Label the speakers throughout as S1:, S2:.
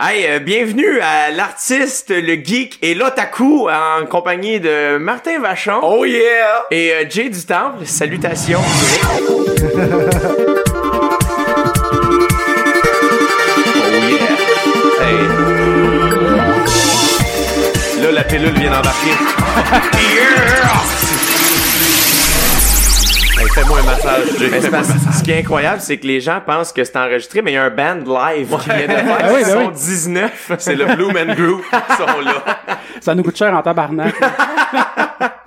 S1: Hey, euh, bienvenue à l'artiste, le geek et l'otaku en compagnie de Martin Vachon
S2: Oh yeah!
S1: et euh, Jay du Temple. Salutations.
S2: Oh yeah! Hey! Là, la pilule vient d'embarquer. Hey, fais-moi un massage, Jay.
S1: Mais c'est
S2: Fais-moi un
S1: parce- ce qui est incroyable, c'est que les gens pensent que c'est enregistré, mais il y a un band live qui vient de faire.
S3: Ah oui,
S1: Ils
S3: ben
S1: sont
S3: oui.
S1: 19.
S2: C'est le Blue Man Group qui sont là.
S3: Ça nous coûte cher en tabarnak.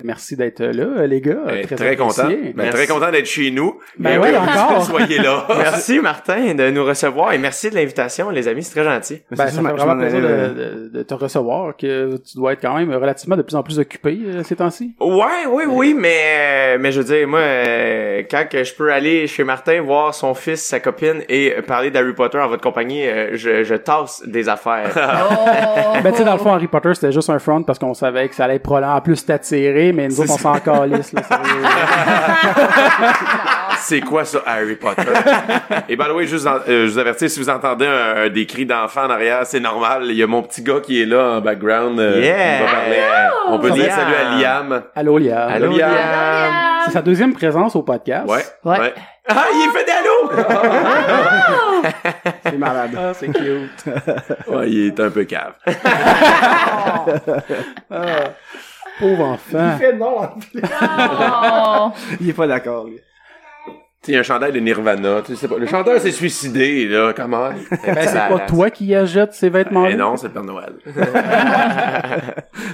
S3: Merci d'être là, euh, les gars.
S2: Hey, très, content.
S3: apprécié.
S2: Ben, très
S1: Merci.
S2: content d'être chez nous.
S3: Ben
S2: Et
S3: oui,
S2: que
S3: encore.
S2: Soyez là.
S1: Merci Martin de nous recevoir et merci de l'invitation, les amis, c'est très gentil.
S3: Ben, ça
S4: sûr,
S3: me fait
S4: je
S3: vraiment
S4: m'en allais,
S3: plaisir de, de- de te recevoir, que tu dois être quand même relativement de plus en plus occupé euh, ces temps-ci.
S1: Ouais, oui, oui, mais euh, mais je veux dire, moi, euh, quand que je peux aller chez Martin voir son fils, sa copine et euh, parler d'Harry Potter en votre compagnie, euh, je, je tasse des affaires.
S3: Ben, tu sais, dans le fond, Harry Potter, c'était juste un front parce qu'on savait que ça allait probablement plus t'attirer, mais nous autres, on s'en calisse, là, sérieux.
S2: C'est quoi ça, Harry Potter? Et by the way, juste en- euh, je vous avertis, si vous entendez un- un des cris d'enfants en arrière, c'est normal. Il y a mon petit gars qui est là en background. euh,
S1: Yeah.
S2: qui va parler. On peut dire
S1: Liam.
S2: salut à Liam.
S3: Allô, Lia.
S2: Allô,
S1: Allô,
S2: Liam.
S1: Liam.
S3: C'est sa deuxième présence au podcast.
S2: Ouais.
S5: Ouais.
S1: Ah, il est fait des allos!
S3: C'est malade. Ah, c'est cute.
S2: Ouais, il est un peu cave.
S3: Pauvre enfant.
S4: fait non, en plus.
S5: Oh.
S4: Il est pas d'accord, lui.
S2: Tu sais, un chandail de Nirvana, tu sais pas. Le chanteur s'est suicidé, là, comment?
S3: Ben, c'est pas toi qui achètes ces vêtements-là.
S2: Mais Ben, non, c'est le Père Noël.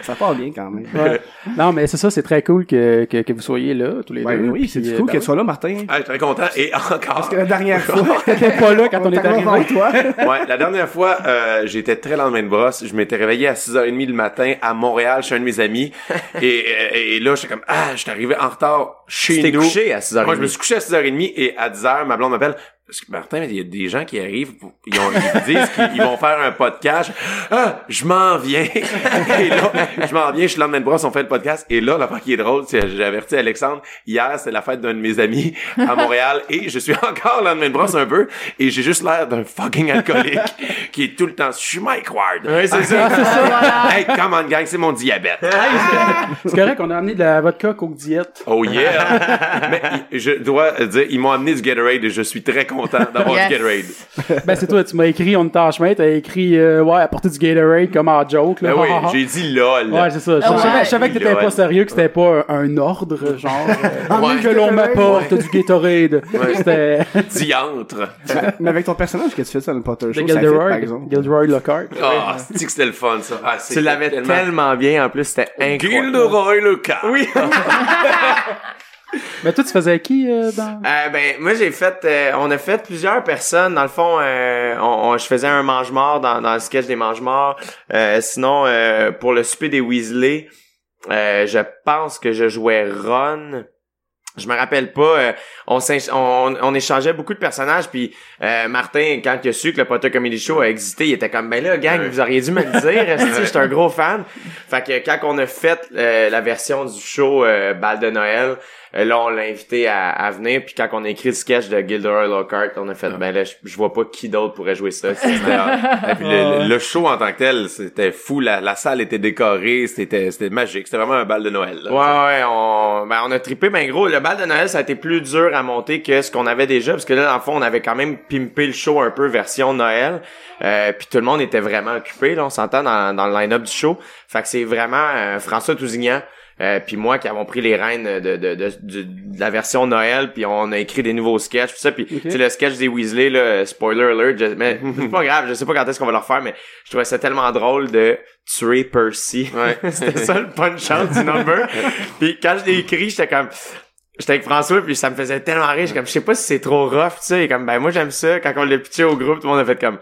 S4: Ça part bien, quand même.
S3: Ouais. Non, mais c'est ça, c'est très cool que, que, que vous soyez là, tous les
S4: Ouais,
S3: deux.
S4: oui, c'est
S3: puis,
S4: du
S3: euh,
S4: coup
S3: ben
S4: qu'elle
S3: oui.
S4: soit là, Martin.
S2: Ah, je suis très content. Et encore.
S4: Parce que la dernière fois,
S3: T'étais pas là quand on est
S4: t'as
S3: arrivé.
S4: toi.
S2: Ouais, la dernière fois, euh, j'étais très lendemain de brosse. Je m'étais réveillé à 6h30 le matin à Montréal chez un de mes amis. Et, euh, et là, j'étais comme, ah, j'étais arrivé en retard
S1: Tu
S2: chez
S1: t'es
S2: nous.
S1: couché à 6h30.
S2: Moi, je me suis couché à 6h30 et à 10h, ma blonde m'appelle. Parce que Martin, il y a des gens qui arrivent, pour- ils, ont, ils disent qu'ils ils vont faire un podcast. Ah, je m'en viens. et là, je m'en viens, je suis le lendemain de brosse, on fait le podcast. Et là, l'affaire qui est drôle, c'est que j'ai averti Alexandre, hier, c'est la fête d'un de mes amis à Montréal et je suis encore le lendemain de brosse un peu et j'ai juste l'air d'un fucking alcoolique qui est tout le temps, je suis Mike Ward.
S1: Oui, c'est ça.
S2: hey, come on gang, c'est mon diabète.
S3: C'est correct, on a amené de la vodka coke diète.
S2: Oh yeah! Mais il- je dois dire, ils m'ont amené du Gatorade et je suis très content d'avoir
S5: Yes.
S2: du Gatorade.
S3: Ben, c'est toi, tu m'as écrit, on était en chemin, t'as écrit, euh, ouais, apporter du Gatorade comme en joke, là.
S2: Ben oui,
S3: Ha, ha, ha.
S2: j'ai dit LOL.
S3: Ouais, c'est ça. Je,
S5: Ah ouais.
S3: je savais, je savais que t'étais
S2: Ouais.
S3: pas sérieux, que c'était pas un, un ordre, genre, euh,
S2: Ouais.
S3: que l'on m'apporte du Gatorade. C'était
S2: Diantre.
S1: Ah,
S4: Mais avec ton personnage que tu fais ça dans le Potter Show, ça fait, par
S3: Gilderoy,
S4: exemple.
S3: Gilderoy Lockhart.
S2: Ah, c'est que c'était le fun, ça. Ah,
S1: Tu l'avais tellement bien, en plus, c'était incroyable.
S2: Gilderoy Lucas. Oui.
S3: Mais toi, tu faisais qui, euh, dans...
S1: Euh, ben moi j'ai fait euh, on a fait plusieurs personnes dans le fond euh, on, on- je faisais un mange mort dans, dans le sketch des mange morts sinon euh, pour le souper des Weasley euh, je pense que je jouais Ron je me rappelle pas euh, on, s'in- on on échangeait beaucoup de personnages puis euh, Martin quand il a su que le Potter Comedy Show a existé il était comme ben là gang vous auriez dû me le dire esti, j'étais un gros fan fait que quand on a fait euh, la version du show euh, Bal de Noël euh, là on l'a invité à, à venir puis quand on a écrit le sketch de Gilderoy Lockhart on a fait ben là je je vois pas qui d'autre pourrait jouer ça
S2: Et puis le, le show en tant que tel, c'était fou. La, la salle était décorée, c'était c'était magique. C'était vraiment un bal de Noël. là.
S1: Ouais, ouais, on, ben, on a trippé, ben gros, le bal de Noël, ça a été plus dur à monter que ce qu'on avait déjà, parce que là, dans le fond, on avait quand même pimpé le show un peu version Noël, euh, puis tout le monde était vraiment occupé, là, on s'entend dans, dans le line-up du show, fait que c'est vraiment euh, François Tousignan, euh, puis moi qui avons pris les rênes de, de, de, du- de la version Noël, puis on a écrit des nouveaux sketchs, tout ça, puis tu sais, le sketch des Weasley, là, euh, spoiler alert, je- mais c'est pas grave, je sais pas quand est-ce qu'on va le refaire, mais je trouvais ça tellement drôle de tuer Percy. C'était ça le punch out du number. puis quand je l'ai écrit, j'étais comme j'étais avec François puis ça me faisait tellement rire, j'étais comme je sais pas si c'est trop rough, tu sais, Et comme ben moi j'aime ça quand on l'a pitché au groupe, tout le monde a fait comme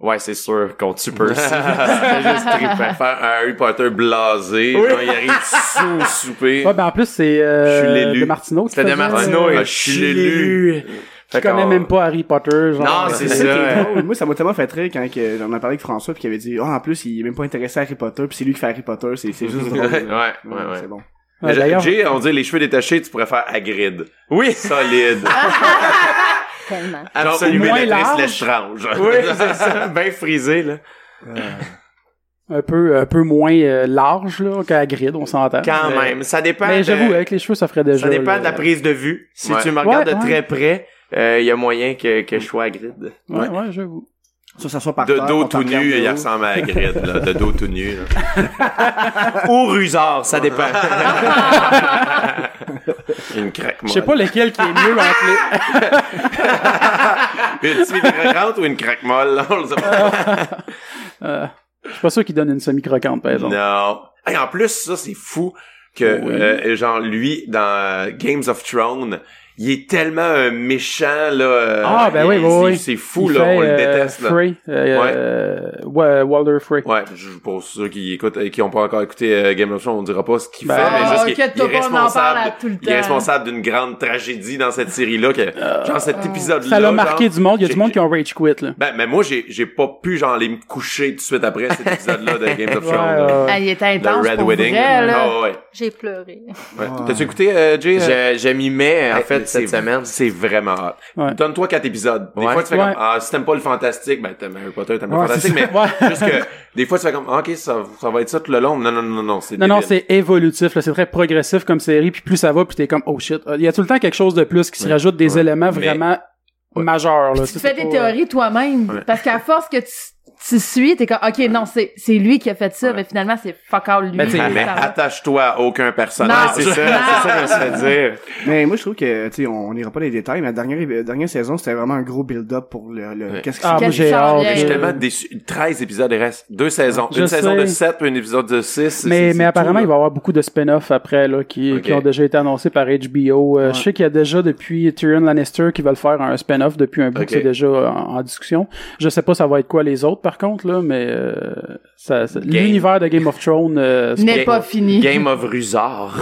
S1: ouais, c'est sûr qu'on tue Percy. C'était juste trippant.
S2: Faire un Harry Potter blasé.
S1: Oui.
S2: genre, il arrive sous souper.
S3: Ouais, ben, en plus, c'est,
S2: Je suis
S3: euh,
S2: l'élu.
S3: de Martineau qui
S1: C'était de
S3: faisait,
S1: Martino
S3: euh,
S1: et
S2: Ah, je suis l'élu.
S3: qui connaît même pas Harry Potter, genre. euh,
S1: Non, c'est ça.
S4: C'est ça qui est
S1: ouais.
S4: drôle. Moi, ça m'a tellement fait rire quand que- on a parlé avec François puis qu'il avait dit, oh, en plus, il est même pas intéressé à Harry Potter puis c'est lui qui fait Harry Potter, c'est c'est juste drôle.
S1: Ouais, ouais, ouais.
S4: C'est bon.
S2: J'ai
S3: Ouais, ben, D'ailleurs,
S2: Jay, on dit les cheveux détachés, tu pourrais faire Hagrid.
S1: Oui,
S2: Solide.
S5: Tellement.
S2: Genre, ou
S1: absolument.
S3: moins
S2: Bénétrice
S3: large.
S2: Lestrange.
S1: Oui, c'est ça, bien frisé là.
S3: Un peu, un peu moins euh, large là, qu'à Grid, on s'entend.
S1: Quand
S3: Mais-
S1: même. Ça dépend.
S3: Mais
S1: de-
S3: j'avoue, avec les cheveux, ça ferait déjà.
S1: Ça dépend
S3: là.
S1: de la prise de vue. Si
S2: Ouais.
S1: tu me regardes
S3: Ouais,
S1: de
S3: ouais. hein.
S1: très près, il y a moyen que, que je sois à grid.
S3: Ouais, ouais, j'avoue.
S4: Ça, ça soit par
S2: De
S4: terre,
S2: dos
S4: pas par
S2: tout
S4: terre
S2: nu,
S4: de
S2: il
S4: haut.
S2: ressemble à Grid, là. De dos tout nu, là.
S1: Ou rusard, ça dépend. Ben
S2: Une craque,
S3: Je sais pas lequel qui est mieux entre les.
S2: Une semi-croquante ou une craque molle, là, on le sait pas.
S3: Je suis pas sûr qu'il donne une semi-croquante, par exemple.
S2: Non. Hey, en plus, ça, c'est fou que,
S3: Oui.
S2: euh, genre, lui, dans euh, Games of Thrones, il est tellement un méchant, là. euh,
S3: Ah, ben oui,
S2: il-
S3: oui,
S2: c'est-
S3: oui.
S2: C'est fou,
S3: Il
S2: là.
S3: fait,
S2: on le
S3: euh,
S2: déteste, là.
S3: Frey, euh, ouais, Walder Frey.
S2: Ouais, je pour ceux qui écoutent et qui ont pas encore écouté euh, Game of Thrones, on dira pas ce qu'il
S3: Ben,
S2: fait, mais
S3: Ah,
S2: juste qu'il il
S5: inquiète-toi
S2: est
S5: pas, on en parle
S2: responsable.
S5: à tout
S2: il
S5: le
S2: est
S5: temps.
S2: responsable d'une grande tragédie dans cette série-là, que, genre cet
S5: Euh,
S2: épisode-là.
S3: Ça l'a
S2: genre,
S3: marqué du monde. Il y a du
S2: j'ai-
S3: monde qui ont rage quit, là.
S2: Ben, mais moi, j'ai, j'ai pas pu, genre, aller me coucher tout de suite après cet épisode-là de Game of
S3: Ouais,
S2: Thrones. là.
S3: ouais, ouais.
S5: Ah, il était
S2: Le
S5: intense
S2: Red
S5: pour
S2: Wedding.
S5: vrai, là.
S2: Ah, ouais.
S5: J'ai pleuré.
S2: ouais. T'as-tu écouté, euh, Jay? euh,
S1: je je m'y mets, en
S2: hey,
S1: fait,
S2: c'est-
S1: cette semaine.
S2: C'est vraiment hot.
S3: Ouais.
S2: Donne-toi quatre épisodes. Des
S1: Ouais.
S2: fois, tu fais
S3: Ouais.
S2: comme, ah, si t'aimes pas le fantastique, ben, t'aimes Harry Potter, t'aimes
S3: Ouais,
S2: le fantastique,
S3: c'est
S2: mais
S3: ça. Ouais.
S2: juste que, des fois, tu fais comme, Ah, ok, ça, ça va être ça tout le long. Non, non, non, non, c'est
S3: Non, non,
S2: débile.
S3: c'est évolutif, là. C'est très progressif comme série, puis plus ça va, puis t'es comme, oh shit. Il y a tout le temps quelque chose de plus qui se rajoute des éléments
S2: Mais-
S3: vraiment majeurs,
S2: Bah,
S3: là.
S5: Tu fais des
S3: euh,
S5: théories toi-même. Parce qu'à force que tu, tu suis, t'es comme, OK, non, c'est, c'est lui qui a fait ça, mais finalement, c'est fuck all lui.
S3: Ben, t'sais,
S5: Ça
S2: Mais
S5: va.
S2: attache-toi à aucun personnage.
S5: Non.
S1: C'est ça, c'est ça que je me fais dire.
S4: Mais moi, je trouve que, tu sais, on n'ira pas dans les détails, mais la dernière, la dernière saison, c'était vraiment un gros build-up pour le, le-
S2: Ouais.
S4: qu'est-ce qui
S3: Ah,
S4: s'est
S3: moi,
S5: Qu'est-ce
S3: j'ai
S5: qui s'en
S3: hâte.
S5: vient?
S2: Je suis
S5: Euh,
S2: tellement déçu. 13 épisodes, il reste deux saisons.
S3: Je
S2: une saison
S3: sais.
S2: de 7 puis un épisode de 6.
S3: Mais, mais apparemment, il va y avoir beaucoup de spin-offs après, là, qui,
S2: Ok.
S3: qui ont déjà été annoncés par HBO. Euh, Je sais qu'il y a déjà, depuis Tyrion Lannister, qui veulent faire un spin-off depuis un bout,
S2: Ok.
S3: c'est déjà euh, en, en discussion. Je sais pas ça va être quoi les autres, par contre, là, mais euh, ça, ça- l'univers de Game of Thrones... euh, c'est-
S5: N'est pas fini.
S1: Game of rusard.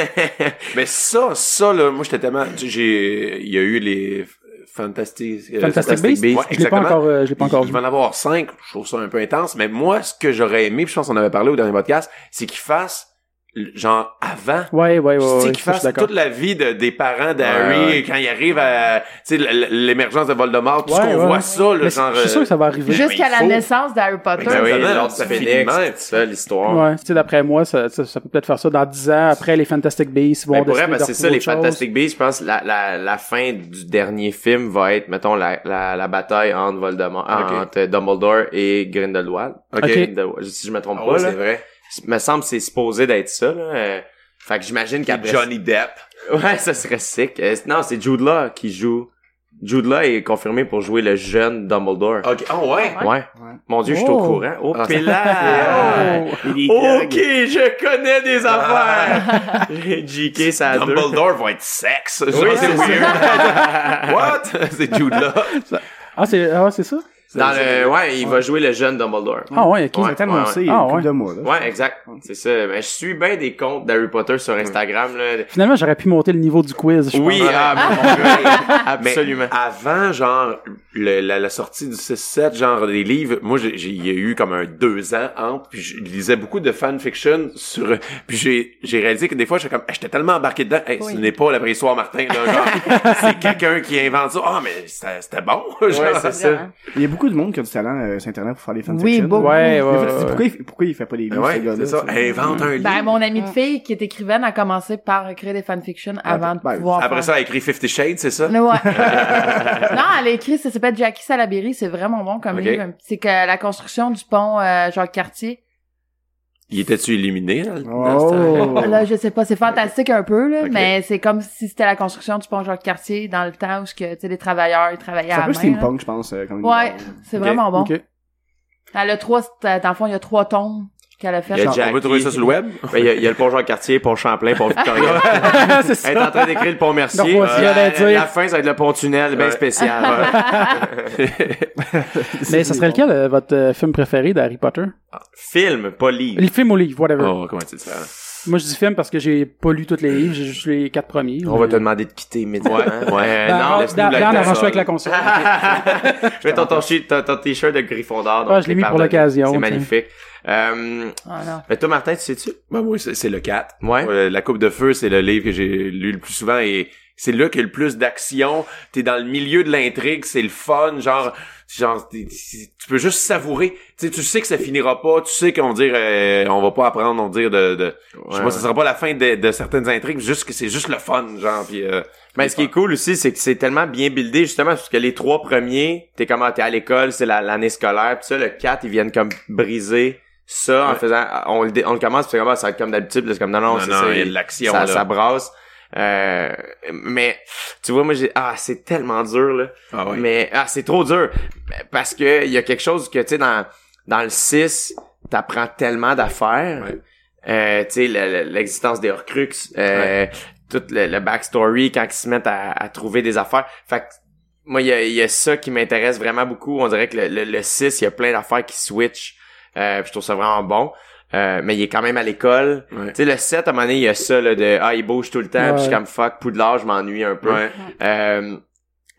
S2: Mais ça, ça, là, moi, j'étais tellement, tu sais, j'ai, il y a eu les Fantastic, euh,
S3: Fantastic Beasts?
S2: Ouais,
S3: Je l'ai pas
S2: exactement.
S3: encore, euh, je l'ai pas encore
S2: Il- il
S3: vu.
S2: va en avoir cinq. Je trouve ça un peu intense. Mais moi, ce que j'aurais aimé, puis je pense qu'on en avait parlé au dernier podcast, c'est qu'ils fassent, le- genre, avant.
S3: Ouais, ouais, ouais,
S2: Tu sais,
S3: ouais,
S2: qu'ils
S3: ça, je suis
S2: fassent
S3: d'accord.
S2: toute la vie de, des parents d'Harry
S1: Ouais, ouais.
S2: quand il arrive à, tu sais, l- l- l'émergence de Voldemort, tout ce
S3: Ouais,
S2: qu'on
S3: ouais,
S2: voit
S3: ouais.
S2: ça, là,
S3: Mais
S2: genre, euh,
S3: je suis sûr que ça va arriver.
S5: Jusqu'à
S2: il
S5: la
S2: faut.
S5: naissance d'Harry Potter.
S1: Ben oui,
S2: Exactement,
S1: l'ordre
S2: ça
S1: du
S2: fait
S1: phénix,
S2: des
S1: c'est ça l'histoire.
S3: Ouais, tu sais, d'après moi, ça, ça, ça peut peut-être faire ça dans 10 ans après les Fantastic Beasts. Vont
S1: Ben, pour vrai, ben,
S3: décider de
S1: c'est ça, les
S3: retrouver autre chose.
S1: Fantastic Beasts, je pense, la, la, la fin du dernier film va être, mettons, la, la, la bataille entre Voldemort,
S2: Ok.
S1: entre Dumbledore et Grindelwald.
S2: Ok.
S1: Grindelwald, si je me trompe
S2: Ah
S1: pas,
S2: ouais,
S1: là.
S2: c'est vrai.
S1: Il me semble que c'est supposé d'être ça, là. euh, Fait que j'imagine
S2: Puis
S1: qu'après...
S2: Johnny Depp.
S1: Ouais, ça serait sick. Euh, non, c'est Jude Law qui joue. Jude Law est confirmé pour jouer le jeune Dumbledore.
S2: Ok. Oh ouais.
S3: Ah,
S1: ouais. Mon dieu, je suis au
S3: Oh.
S1: courant. Oh,
S2: Ah, ça-
S3: Ah!
S1: pélage.
S4: Il est
S1: Ok,
S4: dingue.
S1: je connais des affaires. JK, ça a deux.
S2: Dumbledore va être sexe. Oui,
S1: c'est
S2: c'est weird. What? C'est Jude Law.
S3: Ah, c'est, ah, c'est ça?
S1: Dans le, ouais, il va jouer le jeune Dumbledore.
S3: Ah, ouais, ok.
S4: Ils ont
S1: Ouais,
S4: été annoncés il y a
S3: ouais,
S4: une
S3: ouais.
S4: couple
S3: Ah,
S4: de mois, là.
S1: Ouais, exact. C'est ça. Ben, je suis bien des comptes d'Harry Potter sur Instagram, là.
S3: Finalement, j'aurais pu monter le niveau du quiz. je
S1: Oui,
S3: pense.
S1: ah, mon gars.
S2: Mais
S1: Absolument.
S2: avant, genre, le- la, la sortie du 6-7, genre, des livres, moi, j'ai, j'ai- il y a eu comme un deux ans entre, puis je lisais beaucoup de fanfiction sur, puis j'ai, j'ai réalisé que des fois, j'étais comme, j'étais tellement embarqué dedans, hey,
S5: Oui.
S2: ce n'est pas la vraie histoire, Martin, là, genre, c'est quelqu'un qui invente ça, ah, mais c'était, c'était bon, genre.
S1: Ouais, c'est ça.
S4: Il y a beaucoup de monde qui a du talent euh, sur Internet pour faire des fanfictions.
S5: Oui, beaucoup.
S3: Ouais, ouais,
S4: Mais en fait, c'est
S3: ouais.
S4: pourquoi, il, pourquoi il fait pas des livres,
S2: Ben Ouais,
S4: ce gars-là?
S2: c'est ça.
S4: tu sais?
S2: Invente un livre.
S5: Ben, mon amie de fille qui est écrivaine a commencé par créer des fanfictions avant de
S4: ben,
S5: pouvoir
S2: Après
S5: faire-
S2: ça, elle a écrit Fifty Shades, c'est ça?
S5: Mais ouais. non, elle a écrit, ça s'appelle Jackie Salaberry, c'est vraiment bon comme
S2: Ok.
S5: livre. C'est que la construction du pont euh, Jacques Cartier.
S2: Il était-tu illuminé, là? dans ce temps-là?
S4: Oh!
S5: Là, je sais pas, c'est fantastique un peu là,
S2: Ok.
S5: mais c'est comme si c'était la construction du pont Jacques Cartier dans le temps où ce que tu sais les travailleurs ils travaillaient
S4: C'est un
S5: à
S4: peu
S5: la main. là.
S4: steampunk, je pense, euh, comme
S5: Ouais, c'est vraiment bon.
S3: Ok.
S5: Elle a trois dans le fond, il y a trois tomes qu'elle a
S1: Il y
S5: fait.
S1: a
S2: On peut trouver ça sur le web?
S1: Ben, il y a, il y a le pont Jean-Cartier, pont Champlain, pont Victoria.
S3: c'est
S1: Elle est en
S3: ça.
S1: train d'écrire le pont Mercier.
S3: Non, moi aussi,
S1: la,
S3: j'allais dire.
S1: la fin, ça va être le pont tunnel, bien
S2: Ouais.
S1: spécial.
S3: Mais ça serait lequel, euh, votre euh, film préféré d'Harry Potter?
S1: Film, pas livre.
S3: Le film ou livre, whatever.
S2: Oh, comment tu le fais?
S3: Moi, je dis film parce que j'ai pas lu tous les livres, j'ai juste lu les quatre premiers. Euh,
S1: On va te demander de quitter immédiatement.
S2: Ouais, ouais.
S1: Euh, non,
S3: non,
S1: laisse-nous Ah, la
S3: Dan,
S1: console.
S3: arrange-toi avec la console.
S1: Mets ton, ton, chi- ton- ton t-shirt de Gryffondor. donc
S3: Ah, je l'ai mis pour
S1: pardonne.
S3: l'occasion,
S1: C'est
S3: tiens.
S1: magnifique. Euh,
S5: Ah, non.
S1: mais toi, Martin, tu sais-tu? Hein?
S2: Ben, moi, Bah, c'est c'est le 4.
S1: Ouais.
S2: Euh, la Coupe de Feu, c'est le livre que j'ai lu le plus souvent et c'est là qu'il y a le plus d'action. T'es dans le milieu de l'intrigue, c'est le fun, genre, genre, t'es- t'es- tu peux juste savourer. Tu sais, tu sais que ça finira pas, tu sais qu'on dire, euh, on va pas apprendre, on dire de, de je sais
S1: Ouais.
S2: pas, ça sera pas la fin de, de certaines intrigues, juste que c'est juste le fun, genre, puis euh,
S1: Mais ce qui est cool aussi, c'est que c'est tellement bien buildé, justement, parce que les trois premiers, t'es comment, t'es à l'école, c'est la- l'année scolaire, pis ça, le 4, ils viennent comme briser ça en
S2: Ouais.
S1: faisant, on le, dé- on le commence, pis c'est comme, ah, ça va être comme d'habitude, pis là, c'est comme, non, non,
S2: Non,
S1: c'est
S2: non,
S1: ça,
S2: il y a de l'action,
S1: ça,
S2: là.
S1: ça brasse. Euh, mais, tu vois, moi, j'ai, ah, c'est tellement dur, là.
S2: ah ouais.
S1: Mais ah, c'est trop dur parce que il y a quelque chose que tu sais dans dans le 6, t'apprends tellement d'affaires.
S2: Ouais.
S1: Euh, tu sais le- le- l'existence des Horcruxes, euh, tout le, le backstory quand ils se mettent à, à trouver des affaires. Fait que moi il y a, il y a ça qui m'intéresse vraiment beaucoup, on dirait que le, le, le 6, il y a plein d'affaires qui switch. Euh, puis je trouve ça vraiment bon. Euh, mais il est quand même à l'école.
S2: Ouais.
S1: Tu sais le 7 à un moment donné, il y a ça là, de ah il bouge tout le temps,
S3: Ouais.
S1: puis je suis comme fuck Poudlard, je m'ennuie un peu.
S2: Ouais.
S1: Euh,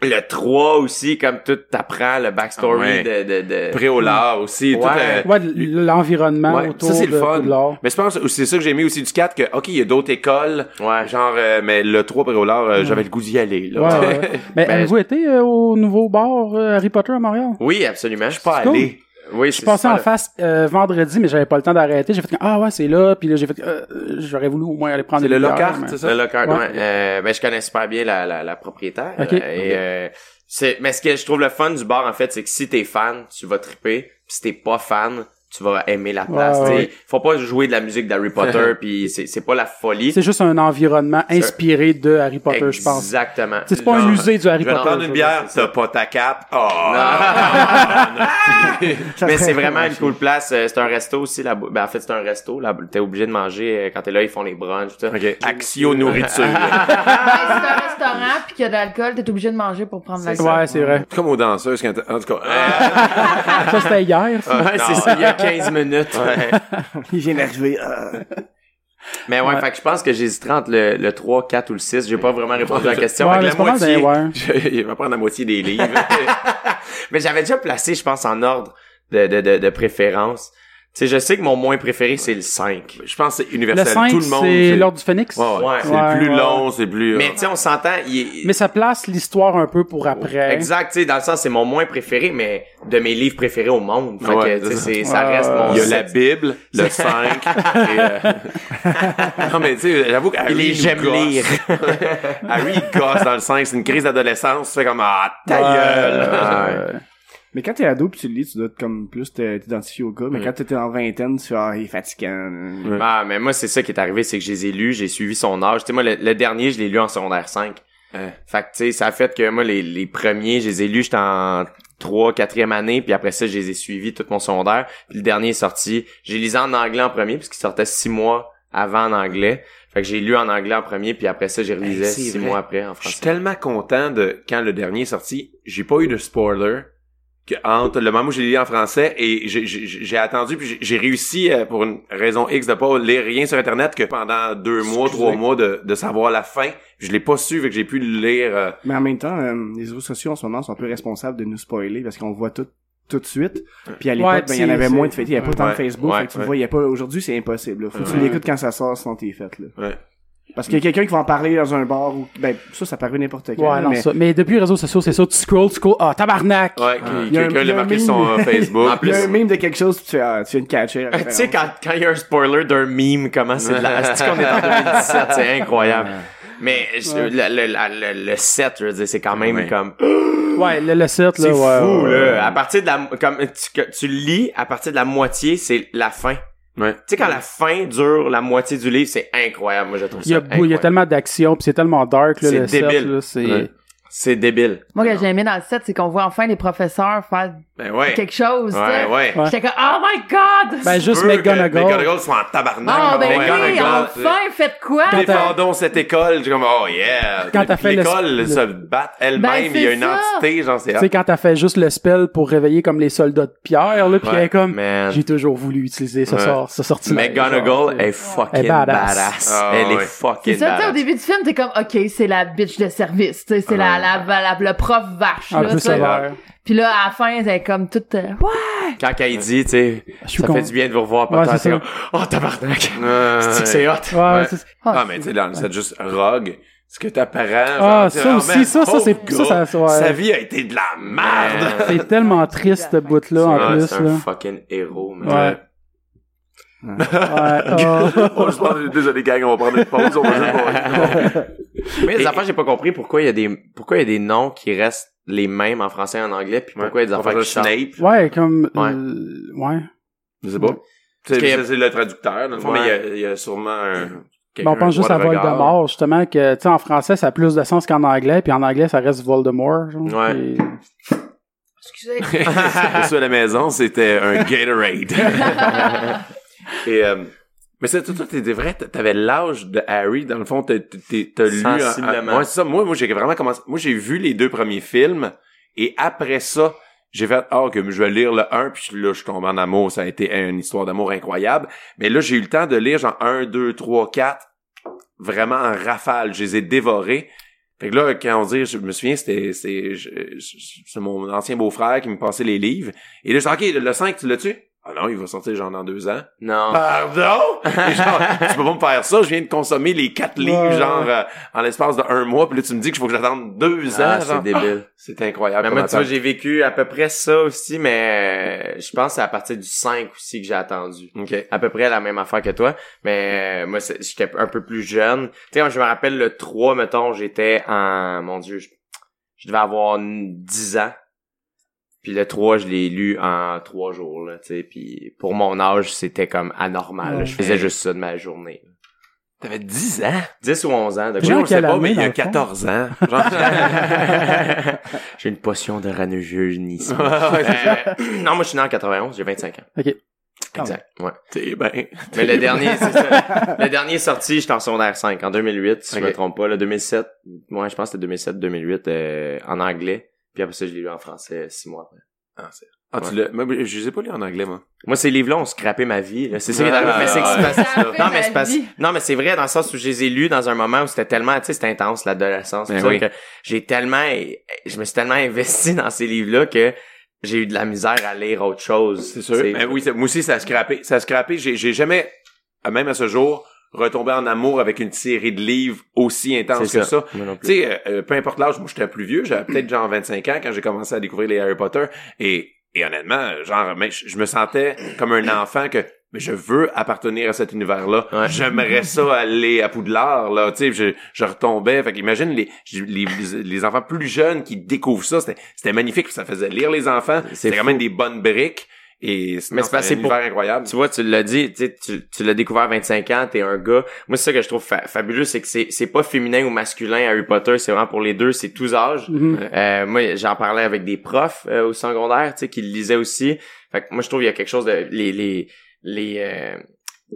S1: le 3 aussi, comme tout t'apprends le backstory
S2: Ah ouais.
S1: de, de, de...
S2: Prêt au lard aussi, tout
S1: Ouais.
S2: le-
S3: Ouais, l'environnement
S2: Ouais,
S3: autour
S2: ça, c'est
S3: de
S2: le fun.
S3: Poudlard.
S2: Mais je pense que c'est ça que j'ai mis aussi du 4 que OK, il y a d'autres écoles,
S1: Ouais, genre,
S2: genre euh, mais le 3 pré
S3: Ouais.
S2: j'avais le goût d'y aller là.
S3: Ouais, ouais. Mais
S1: Ben,
S3: avez-vous été euh, au nouveau bar euh, Harry Potter à Montréal?
S1: oui, absolument.
S2: Je suis pas
S3: C'est cool.
S2: allé.
S1: Oui,
S3: Je passais en
S1: fait.
S3: face euh, vendredi, mais j'avais pas le temps d'arrêter. J'ai fait comme, ah ouais, c'est là. Puis là, j'ai fait euh, euh, j'aurais voulu au moins aller prendre
S2: C'est le
S3: une bière,
S2: Lockhart,
S3: mais-
S2: c'est ça
S1: Le locker, ouais.
S3: Ouais.
S1: Euh, ben, je connais super bien la, la, la propriétaire.
S3: Ok.
S1: euh, Et, euh, c'est, mais ce que je trouve le fun du bar, en fait, c'est que si t'es fan, tu vas triper. Puis si t'es pas fan, tu vas aimer la place.
S3: Ouais,
S1: tu sais.
S3: ouais.
S1: Faut pas jouer de la musique d'Harry Potter, puis c'est, c'est pas la folie.
S3: C'est juste un environnement inspiré de Harry Potter, je pense.
S1: Exactement.
S3: C'est pas un
S1: Genre,
S3: musée du Harry
S2: Je vais
S3: Potter.
S2: te prendre
S3: je
S2: une
S3: veux
S2: bière,
S3: dire, c'est
S2: t'as
S3: ça.
S2: pas ta cape. Oh.
S4: Ça
S1: mais
S4: serait
S1: c'est vraiment
S4: cool,
S1: une cool place. Euh, C'est un resto aussi. Là ben, en fait, c'est un resto. Là, t'es obligé de manger. euh, Quand t'es là, ils font les brunchs. Tout ça.
S2: OK, Axio nourriture.
S5: Ben, c'est un restaurant puis qu'il y a de l'alcool, t'es obligé de manger pour prendre l'alcool.
S3: Ouais, c'est vrai.
S2: Comme aux danseuses quand en tout cas. euh,
S3: Ça, c'était hier. ça.
S1: Ouais, c'est ça, il y a 15 minutes.
S4: J'ai énervé. euh.
S1: Mais ouais, fait que je pense que j'hésiterais entre le, le 3, 4 ou le 6. J'ai pas vraiment répondu à la question.
S3: Ouais,
S1: Fait que
S3: mais
S1: la
S3: c'est pas mal,
S1: moitié-
S3: ben, ouais.
S2: Je- Il va prendre la moitié des livres.
S1: Mais j'avais déjà placé, je pense, en ordre de, de, de, de préférence. Tu sais, je sais que mon moins préféré, c'est le 5.
S2: Je pense que c'est
S3: Le
S2: universel tout
S3: 5,
S2: le monde.
S3: c'est l'Ordre du Phoenix.
S2: Ouais, ouais.
S1: Ouais.
S2: c'est
S3: Ouais,
S2: le plus
S3: ouais.
S2: long, c'est le plus euh,
S1: Mais tu sais, on s'entend, il est...
S3: Mais ça place l'histoire un peu pour après.
S1: Exact, tu sais, dans le sens, c'est mon moins préféré, mais de mes livres préférés au monde. Fait
S2: Ouais,
S1: que, tu sais,
S2: c'est
S1: c'est- ça
S3: Ouais,
S1: reste
S3: ouais,
S1: mon
S2: il y a
S1: sept-
S2: la Bible, le 5 et, euh, Non mais tu sais, j'avoue que Harry
S1: les
S2: nous
S1: j'aime
S2: gosse.
S1: lire.
S2: Harry il gosse dans le 5, c'est une crise d'adolescence, tu fais comme ah ta gueule.
S1: Ouais.
S4: Mais quand t'es ado pis tu le lis, tu dois être comme plus te- t'identifier au gars. Mais quand t'étais en vingtaine, tu fais, ah, il est fatigant.
S1: Ah, mais moi, c'est ça qui est arrivé, c'est que je les ai lus, j'ai suivi son âge. Tu sais, moi, le, le dernier, je l'ai lu en secondaire 5.
S2: Hein.
S1: Fait que, tu sais, ça a fait que moi, les, les premiers, je les ai lus, j'étais en 3, 4e année, puis après ça, je les ai suivis tout mon secondaire. Puis le dernier est sorti. J'ai lisé en anglais en premier, puisqu'il sortait 6 mois avant en anglais. Fait que j'ai lu en anglais en premier, puis après ça, j'ai relisé
S2: Hey, c'est
S1: 6
S2: vrai.
S1: mois après en
S2: Je suis
S1: français.
S2: tellement content de quand le dernier est sorti, j'ai pas eu de spoiler que entre le moment où j'ai lu en français et j'ai- j'ai j'ai attendu puis j'ai- j'ai réussi euh, pour une raison X de pas lire rien sur internet que pendant deux mois, trois mois de, de savoir la fin, je l'ai pas su vu que j'ai pu le lire euh,
S4: Mais en même temps, euh, les réseaux sociaux en ce moment sont un peu responsables de nous spoiler parce qu'on voit tout tout de suite. Puis à l'époque,
S3: Ouais,
S4: ben, il y en
S3: c'est-
S4: avait
S3: c'est-
S4: moins de fêtes. Il y avait pas tant
S2: Ouais,
S4: de Facebook,
S2: ouais,
S4: fait que tu
S2: ouais.
S4: le voyais pas. Aujourd'hui, c'est impossible. là. Faut que tu
S2: Ouais.
S4: l'écoutes quand ça sort, sinon t'es faite. Là.
S2: Ouais.
S4: Parce qu'il y a quelqu'un qui va en parler dans un bar ou ben ça, ça peut arriver n'importe quand.
S3: Ouais, non,
S4: mais
S3: ça. Mais depuis les réseaux sociaux, c'est ça. Tu scrolls, tu scrolls. Ah, tabarnak!
S2: Ouais, que-
S4: Il y a un-
S2: quelqu'un
S4: il y
S2: l'a
S4: a un
S2: marqué
S4: meme.
S2: sur son euh, Facebook.
S1: En
S4: il y
S1: plus,
S4: a un meme de quelque chose, puis tu fais, ah, tu viens de catcher. la
S1: Euh, tu sais,
S4: référence.
S1: quand quand il y a un spoiler d'un meme, comment c'est de la... C'est qu'on est en 2017, c'est incroyable. Mais je- le, le, la- le, le 7, je veux dire, c'est quand même
S2: Ouais.
S1: comme...
S3: Ouais, le, le set, là.
S1: C'est
S3: ouais,
S1: fou,
S3: ouais, ouais.
S1: là. À partir de la, comme, tu, que tu lis, à partir de la moitié, c'est la fin.
S2: Ouais.
S5: Ben,
S1: Tu sais, quand la fin dure la moitié du livre, c'est incroyable. Moi, je trouve ça.
S3: Il y a, bou- il y a
S1: incroyable.
S3: tellement d'action, puis c'est tellement dark, là,
S1: C'est
S3: le set,
S1: débile.
S3: là, c'est...
S2: Ouais.
S1: C'est débile.
S5: Moi, ce que j'ai aimé dans le set, c'est qu'on voit enfin les professeurs faire
S2: Ben ouais.
S5: quelque chose. tu
S2: Ouais,
S5: sais.
S2: ouais.
S3: Ouais.
S5: J'étais comme, oh my god!
S3: Ben, juste
S2: Peu que
S3: McGonagall.
S2: McGonagall soit en tabarnak.
S5: oh, ben
S2: McGonagall,
S5: oui,
S2: c'est-
S5: enfin, faites quoi?
S3: Quand t'as-
S2: Défendons cette école. J'ai comme, oh yeah.
S3: Quand t'as
S2: Puis
S3: fait le-
S2: l'école
S3: le-
S2: se bat elle-même.
S5: Ben,
S2: il y a
S5: c'est
S2: une
S5: ça.
S2: entité, j'en sais
S3: Tu sais, quand t'as fait juste le spell pour réveiller comme les soldats de pierre, là, pis
S1: Ouais,
S3: elle est comme,
S1: man.
S3: j'ai toujours voulu utiliser ce
S2: Ouais.
S3: sort, ce sortilège.
S1: McGonagall est
S3: Elle
S1: fucking
S3: est
S1: badass.
S3: badass.
S2: Ah,
S1: Elle
S2: ouais.
S1: est fucking
S5: C'est ça, tu sais, au
S1: badass.
S5: début du film, t'es comme, OK, c'est la bitch de service, tu sais, c'est la, la, la- le prof vache,
S3: Un
S5: là,
S3: peu
S5: tu sais.
S3: Ah, sévère.
S5: Puis là, à la fin, elle est comme toute, euh, Ouais!
S1: Quand elle dit, tu sais,
S3: Je suis
S1: ça
S3: con-
S1: fait du bien de vous revoir,
S3: Ouais,
S1: papa.
S3: c'est
S1: c'est
S3: ça.
S1: comme, oh, tabarnak.
S2: Euh,
S1: C'est-tu que C'est hot.
S3: Ouais,
S2: Ouais.
S3: c'est-
S5: Ah,
S2: Ah, mais tu sais, dans le set, juste Rogue, ce que ta parent.
S3: Ah,
S2: genre,
S3: ça
S2: tu sais,
S3: aussi,
S2: man,
S3: ça, ça,
S2: pauvre
S3: c'est- ça,
S2: gars,
S3: ça, ouais.
S2: Sa vie a été de la merde.
S3: C'est tellement triste, ce bout-là, en
S1: Ouais,
S3: plus,
S1: Ah, c'est un
S3: là.
S1: fucking héros, man.
S3: Ouais. Ouais.
S2: On va juste prendre- Désolé, gang, on va prendre une pause. On va juste...
S1: Mais les
S2: Et-
S1: affaires, j'ai pas compris pourquoi il y a des pourquoi il y a des noms qui restent les mêmes en français et en anglais, puis pourquoi il y a des affaires qui changent.
S2: Snape.
S3: Oh. ouais, comme...
S1: Ouais.
S3: euh, ouais.
S2: Je sais pas.
S1: Parce qu'il y a-
S2: C'est c'est le traducteur, dans le fond,
S1: Ouais.
S2: mais il y a- il y, a sûrement un.
S3: Ben, on pense juste à
S2: mort
S3: Voldemort, justement, que, tu sais, en français, ça a plus de sens qu'en anglais, puis en anglais, ça reste Voldemort, genre.
S1: Ouais.
S3: Puis-
S5: Excusez.
S2: Ceux à la maison, c'était un Gatorade. Et, euh, mais c'est tout ça, t'étais vrai, t- t'avais l'âge de Harry, dans le fond, t'as t'as- t'as- t'as lu... en- en-
S1: Sensiblement.
S2: Ouais, c'est ça. Moi, moi j'ai vraiment commencé... Moi, j'ai vu les deux premiers films, et après ça, j'ai fait « Ah, que je vais lire le 1, puis là, je suis tombé en amour. Ça a été une histoire d'amour incroyable. » Mais là, j'ai eu le temps de lire genre 1, 2, 3, 4, vraiment en rafale. Je les ai dévorés. Fait que là, quand on dit, je me souviens, c'était c'est je- je- c'est mon ancien beau-frère qui me passait les livres. Et là, je dis, OK, le 5, tu l'as-tu? Ah non, il va sortir genre dans deux ans.
S1: Non.
S2: Pardon? Et genre, tu peux pas me faire ça, je viens de consommer les quatre livres,
S3: Ouais.
S2: genre, euh, en l'espace de un mois, puis là, tu me dis qu'il faut que j'attende deux
S1: Ah,
S2: ans.
S1: c'est
S2: genre.
S1: débile.
S2: C'est incroyable.
S1: Mais Ben, moi,
S2: comme
S1: tu vois,
S2: attente.
S1: j'ai vécu à peu près ça aussi, mais euh, je pense que c'est à partir du 5 aussi que j'ai attendu.
S2: OK.
S1: à peu près la même affaire que toi, mais euh, moi c'est- j'étais un peu plus jeune. Tu sais, moi, je me rappelle le 3 mettons, j'étais en mon dieu, je, je devais avoir n- 10 ans. Puis le 3, je l'ai lu en 3 jours là, tu sais, puis pour mon âge, c'était comme anormal. là.
S3: Ouais.
S1: Je faisais juste ça de ma journée.
S2: T'avais 10 ans?
S1: 10 ou 11 ans de
S3: Genre,
S1: quoi.
S2: Je sais
S3: quelle
S2: pas,
S3: année,
S2: mais il y
S3: dans
S2: a
S3: le fond?
S2: 14 ans. Genre,
S1: J'ai une potion de ranugieunisme.
S2: Ouais, c'est ça.
S1: Euh, non, moi je suis né en 91, j'ai 25 ans.
S3: Ok.
S1: Exact. Ouais.
S2: T'es bien.
S1: Mais le dernier, c'est ça. Le dernier est sorti, j'étais en secondaire 5, en 2008, si je me
S2: Ok.
S1: trompe pas. Le 2007, moi, je pense que c'était 2007-2008 euh, en anglais. Puis après ça, je l'ai lu en français euh, six mois après.
S2: Ah, tu l'as... mais Je les ai pas lus en anglais, moi.
S1: Moi, ces livres-là ont scrappé ma vie. là. C'est ça qui est
S2: Ah,
S1: arrivé. Mais c'est que c'est
S2: ouais.
S1: parce-
S5: Scrappé
S1: Non, mais c'est
S5: ma
S1: parce-
S5: vie.
S1: non, mais c'est vrai dans le sens où je les ai lus dans un moment où c'était tellement, tu sais, c'était intense l'adolescence. tout
S2: Ben
S1: ça,
S2: oui.
S1: que J'ai tellement, je me suis tellement investi dans ces livres-là que j'ai eu de la misère à lire autre chose.
S2: C'est sûr.
S1: Tu sais.
S2: Mais oui, ça- moi aussi, ça a scrappé. Ça a scrappé. J'ai, j'ai jamais, à même à ce jour, retombé en amour avec une série de livres aussi intense
S1: C'est
S2: que ça.
S1: Moi non plus.
S2: Tu sais, euh, euh, peu importe l'âge, moi j'étais plus vieux, j'avais peut-être genre 25 ans quand j'ai commencé à découvrir les Harry Potter. Et, et honnêtement, genre, mais je je me sentais comme un enfant que mais je veux appartenir à cet univers-là.
S1: Ouais.
S2: J'aimerais ça aller à Poudlard, là. Tu sais, je, je retombais. Fait qu'imagine les, les, les enfants plus jeunes qui découvrent ça. C'était, c'était magnifique. Ça faisait lire les enfants.
S1: C'est
S2: C'était quand
S1: fou.
S2: même des bonnes briques. Et
S1: Mais
S2: non,
S1: c'est parce
S2: un
S1: que c'est pour-
S2: univers incroyable.
S1: Tu vois, tu l'as dit, tu, sais, tu, tu l'as découvert à 25 ans, t'es un gars. Moi, c'est ça que je trouve fa- fabuleux, c'est que c'est, c'est pas féminin ou masculin Harry Potter, c'est vraiment pour les deux, c'est tous âges.
S3: Mhm.
S2: Mm-hmm.
S1: Euh, moi, j'en parlais avec des profs euh, au secondaire, tu sais, qui le lisaient aussi. Fait que moi, je trouve qu'il y a quelque chose de... Les, les, les, euh,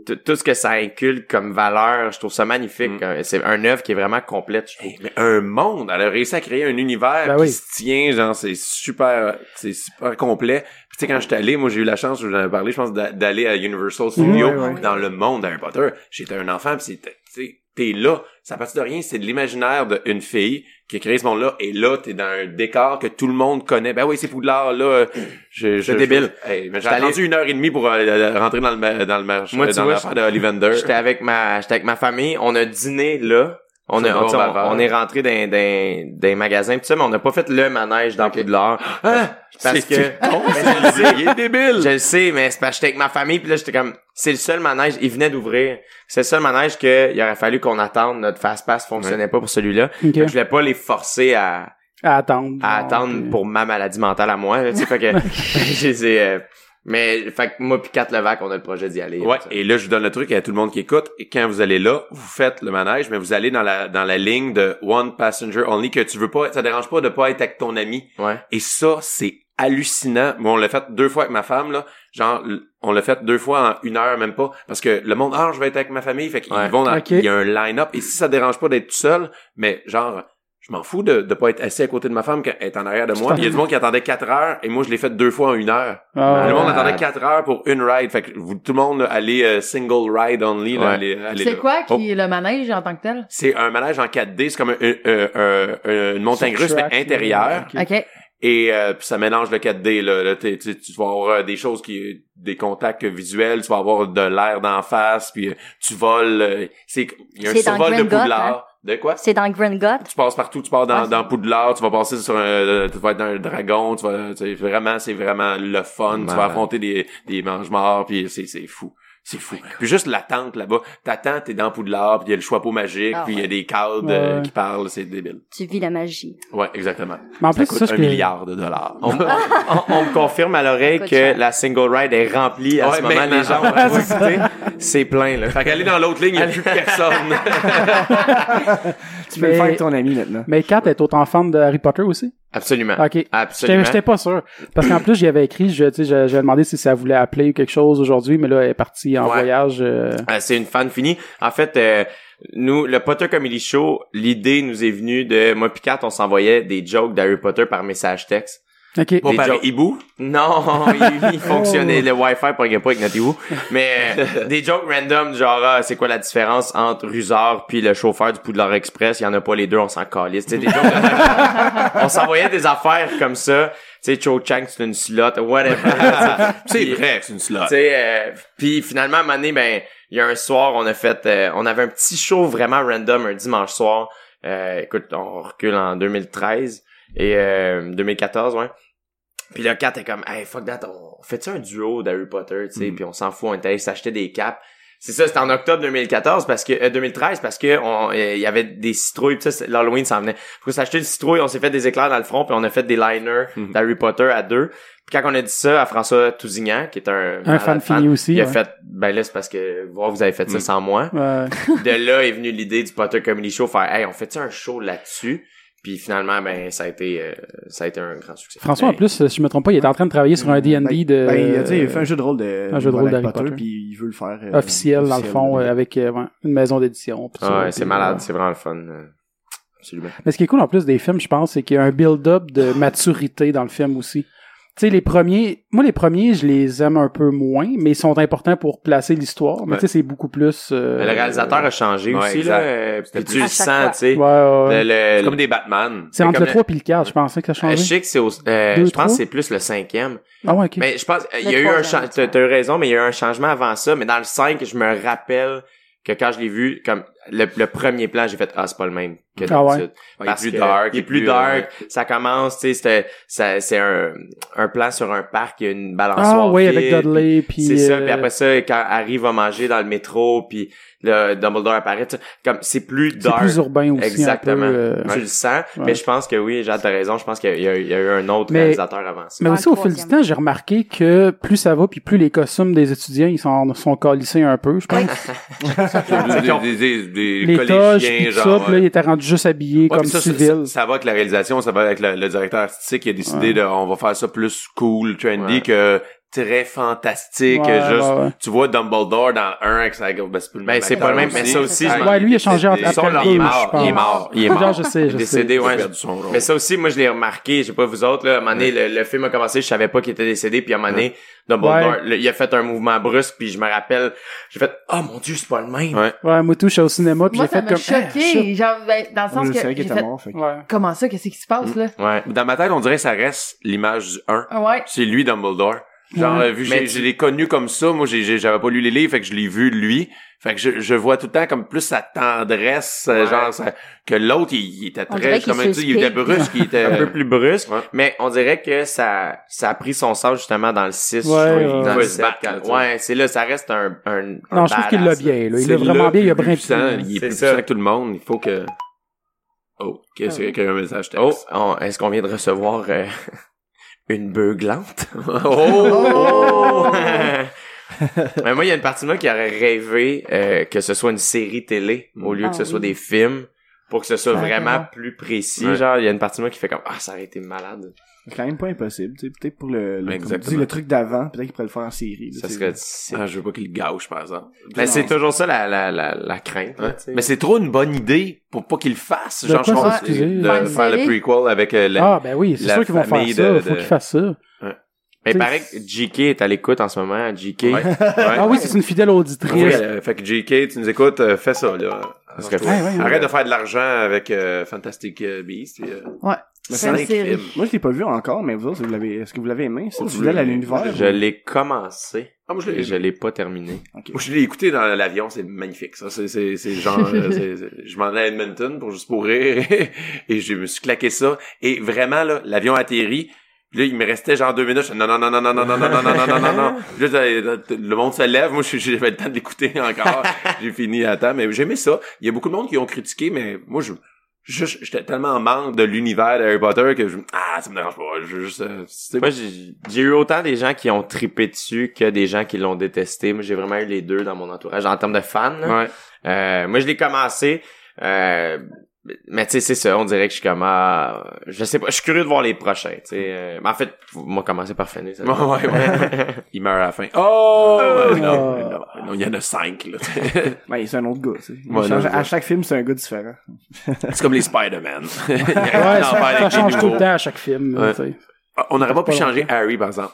S1: tout- tout ce que ça inculque comme valeur, je trouve ça magnifique.
S2: Mm.
S1: Euh, C'est un œuvre qui est vraiment complète, je trouve.
S2: Hey, mais un monde, elle a réussi à créer un univers
S3: Ben
S2: qui
S3: oui.
S2: se tient, genre c'est super, c'est super complet. Puis tu sais quand j'étais allé, moi j'ai eu la chance, je vous en avais parlé, je pense d'a- d'aller à Universal Studios
S3: Ouais,
S5: ouais.
S2: dans le monde d'Harry Potter. J'étais un enfant, puis c'était, tu sais, t'es là, ça passe de rien, c'est de l'imaginaire d'une fille qui a créé ce monde-là, et là t'es dans un décor que tout le monde connaît. Ben oui, c'est Poudlard là, euh, je, je-
S1: débile.
S2: je- hey, mais j'ai
S1: J'étais allé-
S2: attendu une heure et demie pour euh, rentrer dans le ma- dans le marché,
S1: Moi, tu
S2: dans
S1: vois,
S2: l'affaire de Ollivander.
S1: J'étais avec ma, j'étais avec ma famille. On a dîné là. On,
S2: C'est
S1: a,
S2: une
S1: on,
S2: bonne valeur.
S1: on- on est rentré dans dans dans les magasins pis ça, mais on n'a pas fait le manège dans Poudlard.
S2: Ah,
S1: Parce
S2: c'est-
S1: que-
S2: Oh, c'est- il est débile.
S1: Je le sais, mais c'est parce que j'étais avec ma famille, puis là, j'étais comme, c'est le seul manège, il venait d'ouvrir. C'est le seul manège que il aurait fallu qu'on attende, notre fast-pass fonctionnait pas pour celui-là.
S3: Ok.
S1: Fait que Je voulais pas les forcer à,
S3: À attendre.
S1: à
S3: genre,
S1: attendre
S3: puis-
S1: pour ma maladie mentale à moi, là, tu sais, fait que, je les ai, euh, mais, fait que moi pis Kat Levac, on a le projet d'y aller.
S2: Ouais,
S1: Ça.
S2: et là, je vous donne le truc à tout le monde qui écoute. Et quand vous allez là, vous faites le manège, mais vous allez dans la, dans la ligne de One Passenger Only que tu veux pas, ça dérange pas de pas être avec ton ami.
S1: Ouais.
S2: Et ça, c'est hallucinant. Moi, on l'a fait deux fois avec ma femme, là. Genre, l- on l'a fait deux fois en une heure, même pas. Parce que le monde, ah, je vais être avec ma famille. Fait qu'ils
S1: Ouais.
S2: vont dans,
S3: Ok.
S2: il y a un line-up. Et si ça dérange pas d'être tout seul, mais genre, je m'en fous de, de pas être assis à côté de ma femme quand elle est en arrière de moi. Il y a du monde qui attendait quatre heures, et moi, je l'ai fait deux fois en une heure.
S3: Ah,
S2: Le monde
S3: ouais.
S2: attendait 4 heures pour une ride. Fait que vous, tout le monde, là, allez euh, single ride only. là,
S1: Ouais.
S2: allez- allez
S5: C'est
S2: là.
S5: quoi qui
S2: Oh,
S5: est le manège en tant que tel?
S2: C'est un manège en 4D. C'est comme un- un- un- un- une montagne
S3: Sur
S2: russe, mais
S3: track, euh, là,
S2: intérieure.
S3: ok.
S5: OK.
S2: Et euh, puis ça mélange le 4D. Là, Là, t'es- tu, tu vas avoir euh, des choses qui... Des contacts euh, visuels. Tu vas avoir de l'air d'en face. Puis euh, tu voles. euh, c'est... Il y a un
S5: C'est dans hein?
S2: survol de
S5: Gringotts,
S2: Poudlard. De quoi?
S6: C'est dans Gringotts.
S2: Tu passes partout, tu pars dans, dans Poudlard, tu vas passer sur un, euh, tu vas être dans un dragon, tu vas, tu sais, vraiment, c'est vraiment le fun, tu vas
S1: Malade.
S2: affronter des, des mange-morts, puis c'est, c'est fou. C'est fou. Puis juste l'attente là-bas. T'attends, t'es dans Poudlard, puis il y a le chapeau magique,
S6: Ah,
S2: puis il y a
S6: ouais.
S2: des cadres euh,
S3: Ouais.
S2: qui parlent, c'est débile.
S6: Tu vis la magie.
S2: Ouais, exactement.
S3: Mais en
S2: Ça
S3: plus, c'est
S2: coûte
S3: ça, ce
S2: un
S3: que-
S2: milliard de dollars.
S1: On, on- on me confirme à l'oreille
S6: Écoute,
S1: que
S6: cher.
S1: la single ride est remplie à
S2: Ouais,
S1: ce moment.
S2: maintenant.
S1: Les gens
S2: Ouais,
S1: vont visiter. C'est plein, là.
S2: Fait qu'aller dans l'autre ligne, il y a plus personne.
S4: Tu peux le
S3: Mais-
S4: faire avec ton ami maintenant.
S3: Mais Kat est autant fan de Harry Potter aussi?
S1: Absolument.
S3: Ok. J'étais
S1: Absolument.
S3: j'étais pas sûr. Parce qu'en plus, j'y avais écrit, je, tu sais, je- j'avais demandé si ça voulait appeler ou quelque chose aujourd'hui, mais là, elle est partie en
S1: Ouais.
S3: voyage. euh,
S1: Euh, c'est une fan finie. En fait, euh, nous, le Potter Comedy Show, l'idée nous est venue de moi pis Kat, on s'envoyait des jokes d'Harry Potter par message texte.
S3: Ok.
S2: Bon,
S1: Des
S2: par
S1: jokes.
S2: hibou.
S1: Non, il, il fonctionnait, le Wi-Fi pognait pas avec notre hibou. Mais euh, des jokes random du genre, ah, c'est quoi la différence entre Rusard puis le chauffeur du Poudlard Express? Il y en a pas les deux, on s'en calisse. Tu sais, des jokes de- on s'envoyait des affaires comme ça. Tu sais, Cho Chang, c'est une slot, whatever.
S2: C'est
S1: Puis-
S2: vrai, c'est une slot.
S1: tu sais, euh, puis finalement, à un moment donné, ben, il y a un soir, on a fait, euh, on avait un petit show vraiment random un dimanche soir. Euh, écoute, on recule en 2013 et euh, 2014, ouais. Puis là, Kat est comme, hey, fuck that, on fait-tu un duo d'Harry Potter, tu sais, puis on s'en fout, on est allé s'acheter des capes. C'est ça, c'était en octobre 2014 parce que euh, 2013 parce que on euh, il y avait des citrouilles, puis ça, c'est- l'Halloween s'en venait. Faut s'acheter des citrouilles, on s'est fait des éclairs dans le front, puis on a fait des liners
S2: Mhm.
S1: d'Harry Potter à deux. Puis quand on a dit ça à François Tousignan, qui est un
S3: Un
S1: malade
S3: fan fini aussi.
S1: Euh, il a
S3: ouais.
S1: fait ben là c'est parce que voir vous avez fait ça
S2: Mm.
S1: sans moi.
S4: Ben,
S3: Ouais.
S1: De là est venue l'idée du Potter Comedy Show faire hey on fait un show là-dessus. Puis finalement ben ça a été euh, ça a été un grand succès.
S3: François, en
S1: Ben,
S3: plus, si je me trompe pas, il est en train de travailler sur un D&D de...
S4: Ben, il a- tu sais, il a fait un jeu de rôle de,
S3: un jeu de
S4: voilà,
S3: rôle
S4: avec
S3: d'Harry Potter.
S4: puis il veut le faire euh,
S3: officiel, dans le
S4: officiel,
S3: fond,
S4: là.
S3: euh, avec euh, ouais, une maison d'édition. pis
S1: ah
S3: ça,
S1: ouais,
S3: pis,
S1: c'est malade,
S3: ouais.
S1: c'est vraiment le fun. euh, Absolument.
S3: Mais ce qui est cool en plus des films, je pense, c'est qu'il y a un build-up de maturité dans le film aussi. Tu sais, les premiers, moi les premiers, je les aime un peu moins, mais ils sont importants pour placer l'histoire. Mais
S2: Ouais.
S3: tu sais, c'est beaucoup plus. euh,
S1: Mais le réalisateur a changé
S2: Ouais,
S1: aussi
S2: exact.
S1: là, euh,
S2: C'était
S1: puis
S2: plus-
S1: tu
S6: À
S1: le
S6: chaque
S1: sens,
S6: fois.
S1: tu sais.
S3: Ouais, ouais,
S1: Le-
S3: ouais.
S1: le-
S2: C'est comme des Batman.
S3: C'est entre
S1: comme
S3: le
S1: le-
S3: 3 et le 4, je pensais que ça
S1: euh, je
S3: changeait.
S1: sais que c'est au- euh, je
S3: Deux,
S1: pense
S3: trois?
S1: que c'est plus le cinquième.
S3: Ah ouais, ok.
S1: Mais je pense, euh, il y a
S6: Le
S1: eu un
S6: troisième,
S1: changement, t'as t'as eu raison, mais il y a eu un changement avant ça, mais dans le 5, je me rappelle que quand je l'ai vu, comme, le, le premier plan, j'ai fait, ah, c'est pas le même que
S3: Ah ouais.
S1: d'habitude.
S2: Ouais, il est
S1: Parce
S2: plus euh,
S1: que
S2: dark,
S1: Il est plus dark. Ça commence, tu sais, c'était- ça- c'est un, un plan sur un parc, il y a une balançoire.
S3: ah ouais, avec
S1: vide,
S3: Dudley, puis.
S1: c'est ça,
S3: euh,
S1: puis après ça, quand Harry va manger dans le métro, puis le Dumbledore apparaît, tu sais, comme, c'est plus
S3: c'est
S1: dark.
S3: plus urbain aussi.
S1: Exactement.
S3: Un peu, euh,
S1: Tu le sens,
S3: Ouais.
S1: mais je pense que oui, Jade, t'as raison, je pense qu'il y, a- il y a eu un autre
S3: Mais-
S1: réalisateur avant ça.
S3: Mais
S6: Dans
S3: aussi,
S6: le
S3: au fil du
S6: troisième.
S3: temps, j'ai remarqué que plus ça va, puis plus les costumes des étudiants, ils s'en sont calissés un peu, je pense.
S1: Ah,
S2: Des, des, des, des
S3: les toches, puis
S2: collégiens,
S3: tout ça,
S2: genre.
S3: puis là,
S2: ouais.
S3: il était rendu juste habillé
S2: Ouais,
S3: comme
S2: puis ça, ça-
S3: civil.
S2: Ça, ça va avec la réalisation, ça va avec le, le directeur artistique qui a décidé de, on va faire ça plus cool, trendy
S1: Ouais.
S2: que très fantastique,
S3: Ouais,
S2: juste,
S3: ouais, ouais.
S2: tu vois Dumbledore dans un avec sa, ben, c'est plus le
S1: Ben,
S2: même.
S1: c'est pas le même, mais ça aussi, je m'en-
S3: Ouais, lui, il a changé en-
S2: Ils sont
S3: après
S2: là,
S3: le
S2: il est
S3: deux,
S2: mort,
S3: je pense.
S2: il est mort, il est
S3: Non,
S2: mort.
S3: je sais, je sais.
S1: décédé,
S2: Il a
S1: ouais.
S2: perdu son rôle.
S1: Mais ça aussi, moi, je l'ai remarqué, je sais pas vous autres, là, à un moment donné, le, le film a commencé, je savais pas qu'il était décédé, puis à un moment donné, Dumbledore,
S3: Ouais.
S1: le- il a fait un mouvement brusque, puis je me rappelle, j'ai fait « Oh mon Dieu, c'est pas le même!
S2: Ouais.
S3: Ouais, Moutou, je suis au cinéma, puis
S5: Moi,
S3: j'ai
S5: ça
S3: fait
S5: m'a
S3: comme... ah,
S5: choqué. genre, ben, dans le
S4: On
S5: sens
S4: le
S5: que.
S4: savait
S5: j'ai
S4: qu'il
S5: fait,
S4: était mort, fait que-
S3: Ouais.
S5: Comment ça? Qu'est-ce qui se passe, là?
S1: Ouais.
S2: Dans ma tête, on dirait que ça reste l'image du 1.
S5: Ah Ouais.
S2: C'est lui, Dumbledore. Genre,
S3: Ouais.
S2: euh, vu,
S1: Mais
S2: j'ai,
S1: tu-
S2: je l'ai connu comme ça. Moi, j'ai, j'ai- j'avais pas lu les livres, fait que je l'ai vu lui. Fait que je, je vois tout le temps comme plus sa tendresse, euh,
S1: Ouais.
S2: genre, ça- que l'autre, il, il était
S6: On dirait
S2: très,
S6: qu'il
S2: comme tu dis, il
S6: suspire.
S2: était brusque, il était...
S1: Un peu plus brusque,
S2: Ouais.
S1: mais on dirait que ça ça a pris son sens justement dans le 6, je
S3: Ouais, ouais.
S1: trouve, dans
S2: Ouais,
S1: le
S2: se
S1: 7,
S2: battre,
S1: quand-
S2: là, tu sais.
S1: ouais, c'est là, ça reste un, un, un
S3: Non, je trouve qu'il l'a
S1: badass, là.
S3: bien, là.
S2: Ah,
S3: Il
S2: ben, C'est
S3: l'a
S2: le
S3: vraiment bien, il a
S2: plus
S3: brin
S2: puissant, Il est
S1: C'est
S2: plus
S1: ça.
S2: puissant que tout le monde. Il faut que... Oh, que c'est qu'il y a eu un message
S1: Ah Oh,
S2: texte.
S1: on- est-ce qu'on vient de recevoir euh, une beuglante?
S2: Oh! oh!
S1: Mais moi, il y a une partie de moi qui aurait rêvé euh, que ce soit une série télé au lieu
S2: Mm.
S6: Ah
S1: que ce soit
S6: oui.
S1: des films pour que ce soit
S5: Ça aurait été
S1: vraiment
S5: bon.
S1: plus précis.
S2: Ouais.
S1: Genre, il y a une partie de moi qui fait comme Ah, ça aurait été malade.
S4: C'est quand même pas impossible, tu sais, peut-être pour le, le, comme tu dis,
S2: Exactement.
S4: le truc d'avant, peut-être qu'il pourrait le faire en série. là,
S1: Ça
S4: tu sais.
S1: serait. c'est-
S2: Ah, je veux pas qu'il gâche, par exemple.
S1: Mais
S4: non.
S1: c'est toujours ça la, la, la, la crainte. là,
S2: Ouais.
S1: tu sais.
S2: Mais c'est trop une bonne idée pour pas qu'il le fasse.
S3: De
S2: genre, je
S3: quoi
S2: pense,
S5: ça,
S2: de-
S3: excusez?
S2: de
S5: Faire une
S2: faire le
S5: série?
S2: prequel avec euh, la-
S3: Ah, ben oui, c'est
S2: la
S3: sûr qu'ils vont faire
S2: famille
S3: ça.
S2: de-
S3: Faut
S2: de-
S3: qu'ils fassent ça.
S1: Mais
S3: tu sais,
S1: paraît que JK est à l'écoute en ce moment. JK.
S2: Ouais. Ouais.
S3: Ah oui, c'est une fidèle
S2: Oui,
S3: auditrice.
S2: euh, fait que JK, tu nous écoutes, euh, fais ça, là.
S1: Parce que-
S3: Ouais, ouais, ouais.
S2: Arrête de faire de l'argent avec euh, Fantastic euh, Beasts. et, euh,
S5: Ouais.
S2: mais
S5: C'est une
S2: un
S5: série.
S2: crime.
S4: Moi, je l'ai pas vu encore, mais vous autres, vous l'avez, est-ce que vous l'avez aimé? C'est
S2: Oh,
S4: tu
S2: je
S4: fidèle à
S2: l'ai-
S4: l'univers?
S1: Je l'ai commencé.
S2: Ah, moi, je
S1: Et
S2: l'ai,
S1: je l'ai pas terminé.
S2: moi, je l'ai écouté dans l'avion, c'est magnifique, ça. C'est, c'est, c'est genre, euh, c'est- c'est- je m'en allais à Edmonton pour juste pour rire. et je me suis claqué ça. Et vraiment, là, l'avion atterrit. Puis Là, il me restait genre deux minutes. Je fais, Non, non, non, non, non, non, non, non, non, non, non, non, non, non. Puis là, euh, le monde se lève. Moi, j'ai- j'avais le temps de l'écouter encore. j'ai fini à temps. Mais j'aimais ça. Il y a beaucoup de monde qui ont critiqué, mais moi, je, juste, j'étais tellement en manque de l'univers d'Harry Potter que je, ah, ça me dérange pas. Je, juste, euh, c'est-
S1: Moi, j'ai j'ai eu autant des gens qui ont tripé dessus que des gens qui l'ont détesté. Moi, j'ai vraiment eu les deux dans mon entourage en termes de fans. là.
S2: Ouais.
S1: Euh, moi, je l'ai commencé. Euh, mais tu sais, c'est ça. On dirait que je suis comme... ah, je sais pas. Je suis curieux de voir les prochains. tu sais. Euh, mais en fait, moi, commencer par finir. Ça,
S2: Ouais, ouais, ouais. Il meurt à la fin. Oh!
S3: Oh!
S2: Non, non, non, il y en a cinq, là.
S4: Ouais, c'est un autre gars, tu sais. Ben, Il
S2: Ouais,
S4: change-
S2: non, je-
S4: à chaque film, c'est un gars différent.
S2: C'est comme les Spider-Man. Il y en
S3: Ouais,
S2: a un
S3: ça,
S2: enfer avec
S3: ça
S2: les
S3: change tout
S2: nouveaux.
S3: le temps à chaque film.
S2: Ouais.
S3: tu sais.
S2: Ah, On n'aurait pas pu
S3: Pas
S2: changer Harry, par exemple.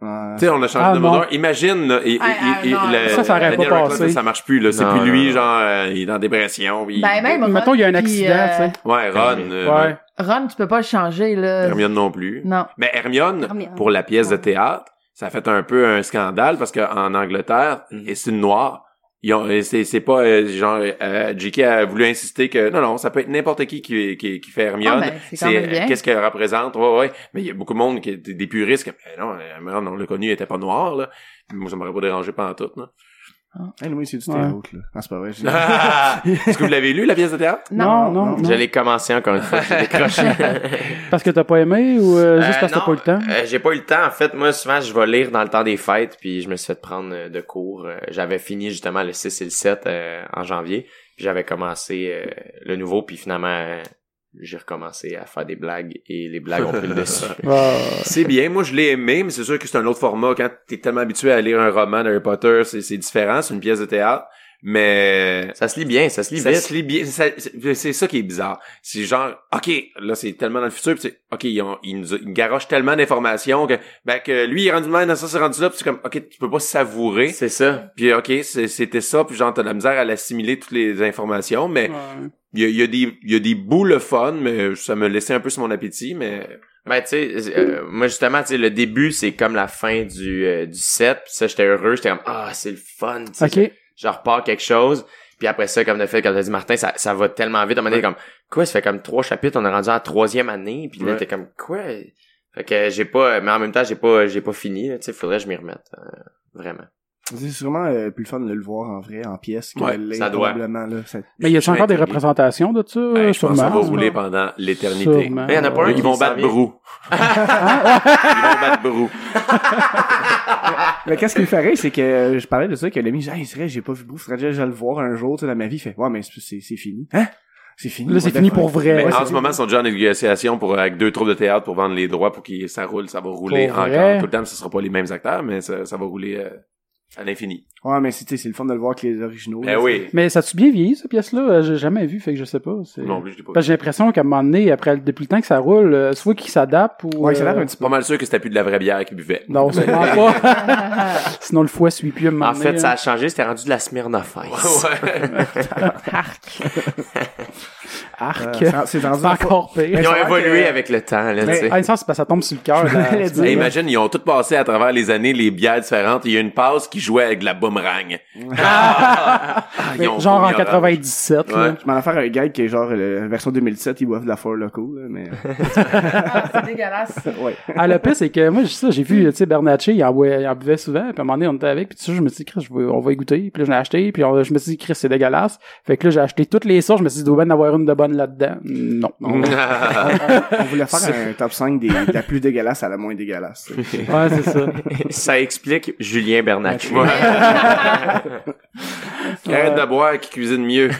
S4: Ouais.
S2: Tu sais, on a changé
S3: Ah,
S2: de
S3: non.
S2: modeur. Imagine, là, il- il-
S5: Ah,
S2: il-
S5: ah, non.
S2: le-
S3: Ça, ça aurait pas
S2: Daniel Radcliffe,
S3: passé.
S2: Ça, ça marche plus, là. C'est
S1: Non,
S2: plus
S1: non,
S2: lui,
S1: non.
S2: genre, euh, il est en dépression. puis-
S5: Ben, même
S3: Mettons, il y a un
S5: Ron, puis,
S3: accident,
S5: euh,
S3: tu
S2: Ouais, Ron. euh,
S3: sais. Ouais.
S5: Ron, tu peux pas le changer, là.
S2: Hermione non plus.
S5: Non. Ah,
S2: Mais Hermione,
S5: Hermione.
S2: pour la pièce de théâtre, ça a fait un peu un scandale parce qu'en Angleterre,
S1: Mhm.
S2: et c'est une noire. Ils ont- et c'est, c'est pas euh, genre euh, JK a voulu insister que non non ça peut être n'importe qui qui, qui, qui fait Hermione euh,
S5: Ah ben, c'est quand même bien.
S2: qu'est-ce qu'elle représente ouais ouais mais il y a beaucoup de monde qui est des des puristes qui mais non Hermione on l'a connu elle était pas noire là moi ça m'aurait pas dérangé pendant tout non
S4: Hey, Louis, c'est du
S3: Ouais.
S4: théâtre, là. Ah, c'est pas vrai. j'ai-
S2: est-ce que vous l'avez lu la pièce de théâtre
S3: Non,
S5: Non.
S3: non,
S4: non.
S3: non.
S1: Je l'ai commencé encore une fois. J'ai décroché.
S3: Parce que t'as pas aimé ou euh,
S1: Euh,
S3: juste parce que t'as
S1: non,
S3: pas eu le temps?
S1: euh, j'ai pas eu le temps. En fait, moi, souvent, je vais lire dans le temps des fêtes, puis je me suis fait prendre euh, de cours. Euh, J'avais fini justement le 6 et le 7 euh, en janvier, puis j'avais commencé euh, le nouveau, puis finalement, euh, j'ai recommencé à faire des blagues, et les blagues ont pris le dessus.
S3: Ouais.
S2: C'est bien, moi je l'ai aimé, mais c'est sûr que c'est un autre format. Quand t'es tellement habitué à lire un roman d'Harry Potter, c'est c'est différent, c'est une pièce de théâtre, mais
S1: Ça se lit bien, ça se lit
S2: ça
S1: vite.
S2: se lit bien. ça- C'est c'est ça qui est bizarre. C'est genre, ok, là c'est tellement dans le futur, pis c'est, ok, ils, ont- ils nous ils nous garochent tellement d'informations que, ben que lui il est rendu mal, dans ça c'est rendu là, pis c'est comme, ok, tu peux pas savourer.
S1: C'est ça.
S2: Puis euh, ok, c'est- c'était ça, puis genre t'as de la misère à l'assimiler toutes les informations, mais il y a, il y a des il y a des bouts le fun, mais ça me laissait un peu sur mon appétit, mais
S1: Ben, tu sais, euh, moi, justement, tu sais, le début, c'est comme la fin du, euh, du 7, puis ça, j'étais heureux, j'étais comme, ah, c'est le fun, tu sais,
S3: Bah, Ok.
S1: je repars quelque chose. Puis après ça, comme de fait, comme t'as dit Martin, ça, ça va tellement vite. On m'a dit comme quoi, ça fait comme trois chapitres, on est rendu à la troisième année. Puis là,
S2: Ouais.
S1: t'es comme quoi? Fait que j'ai pas. Mais en même temps, j'ai pas j'ai pas fini. là, Tu sais, faudrait que je m'y remette. euh, vraiment.
S4: C'est sûrement euh, plus le fun de le voir en vrai, en pièce, que
S2: Ouais,
S4: de le lire,
S1: ça doit.
S4: probablement, là. Ça-
S3: Mais y a
S2: Je suis
S3: encore des
S2: intrigué.
S3: représentations de ça?
S2: Ben, je pense
S3: sûrement.
S2: que ça va rouler pendant l'éternité.
S3: Sûrement.
S1: Mais y en a pas
S2: Là,
S1: un
S2: Ils
S1: qui
S2: vont
S1: s'en
S2: battre
S1: vient.
S2: Brou. ils vont battre Brou.
S4: Mais qu'est-ce qu'il ferait, c'est que euh, je parlais de ça, que l'ami, j'ai dit, hey, c'est vrai, j'ai pas vu Brou, faudrait déjà déjà le voir un jour, tu sais, dans ma vie. Il fait, ouais, mais c'est- c'est c'est fini. Hein? C'est fini.
S3: Là, c'est
S4: what the
S3: fini
S4: fuck?
S3: pour vrai.
S2: Mais
S3: Ouais,
S2: en
S3: c'est-
S2: ce moment, ils sont déjà en négociation pour, avec deux troupes de théâtre pour vendre les droits pour que ça roule. Ça va rouler
S3: Pour
S2: encore
S3: vrai?
S2: tout le temps. mais Ce ne sera pas les mêmes acteurs, mais ça, ça va rouler euh, à l'infini.
S4: Ouais, mais c'est tu sais, c'est le fun de le voir avec les originaux.
S2: Ben
S4: là,
S2: oui.
S3: Mais ça a-tu bien vieilli, cette pièce-là? Euh, J'ai jamais vu, fait que je sais pas. c'est-
S2: Non plus, je l'ai pas vu.
S3: Parce que j'ai l'impression qu'à un moment donné, après, depuis le temps que ça roule, euh, soit qu'il s'adapte ou...
S4: Ouais, il s'adapte
S3: euh,
S4: un petit
S2: C'est pas mal sûr que c'était plus de la vraie bière qu'ils buvaient.
S3: Non, sûrement pas. Sinon, le foie suit plus à un moment
S1: En fait,
S3: donné,
S1: ça
S3: hein.
S1: a changé. C'était rendu de la Smirnoff Ice.
S2: Ouais.
S5: Arc.
S4: peu. Euh,
S3: Arc.
S4: c'est- c'est dans
S3: C'est
S4: un
S3: encore pire.
S1: Ils ont
S4: c'est vrai
S1: évolué
S4: que-
S1: avec le temps. Là,
S4: Mais-
S1: tu sais.
S3: Ah, ça, c'est parce que ça tombe sur le cœur.
S4: Je voulais
S3: la-
S4: dire.
S2: Hey, imagine, ils ont tous passé à travers les années les bières différentes. Il y a une passe qui jouait avec de la boomerang. Ah! Ah, ils ont
S3: Genre en
S2: vomi orange.
S3: 97, là.
S2: Ouais.
S4: Je m'en vais faire un gag qui est genre euh, la version 2007, ils boivent de la Four Loco, là, mais euh,
S5: Ah, c'est dégueulasse.
S4: ouais.
S3: Ah, le pire, c'est que moi, ça, j'ai
S2: Mm.
S3: vu, tu sais, Bernatchez, il en, boit- il en buvait souvent, puis à un moment donné, on était avec, puis tu sais, je me suis dit, Chris, je vais- on va y goûter, puis là, je l'ai acheté, puis on- je me suis dit, Chris, c'est dégueulasse. Fait que là, j'ai acheté toutes les sortes, je me suis dit, il doit bien en avoir une de bonne là-dedans. Non.
S4: On voulait faire un top 5 des, de la plus dégueulasse à la moins dégueulasse. tu sais.
S3: ouais, c'est ça.
S1: ça explique Julien Bernatchez.
S2: Ouais. Arrête de boire qui cuisine mieux.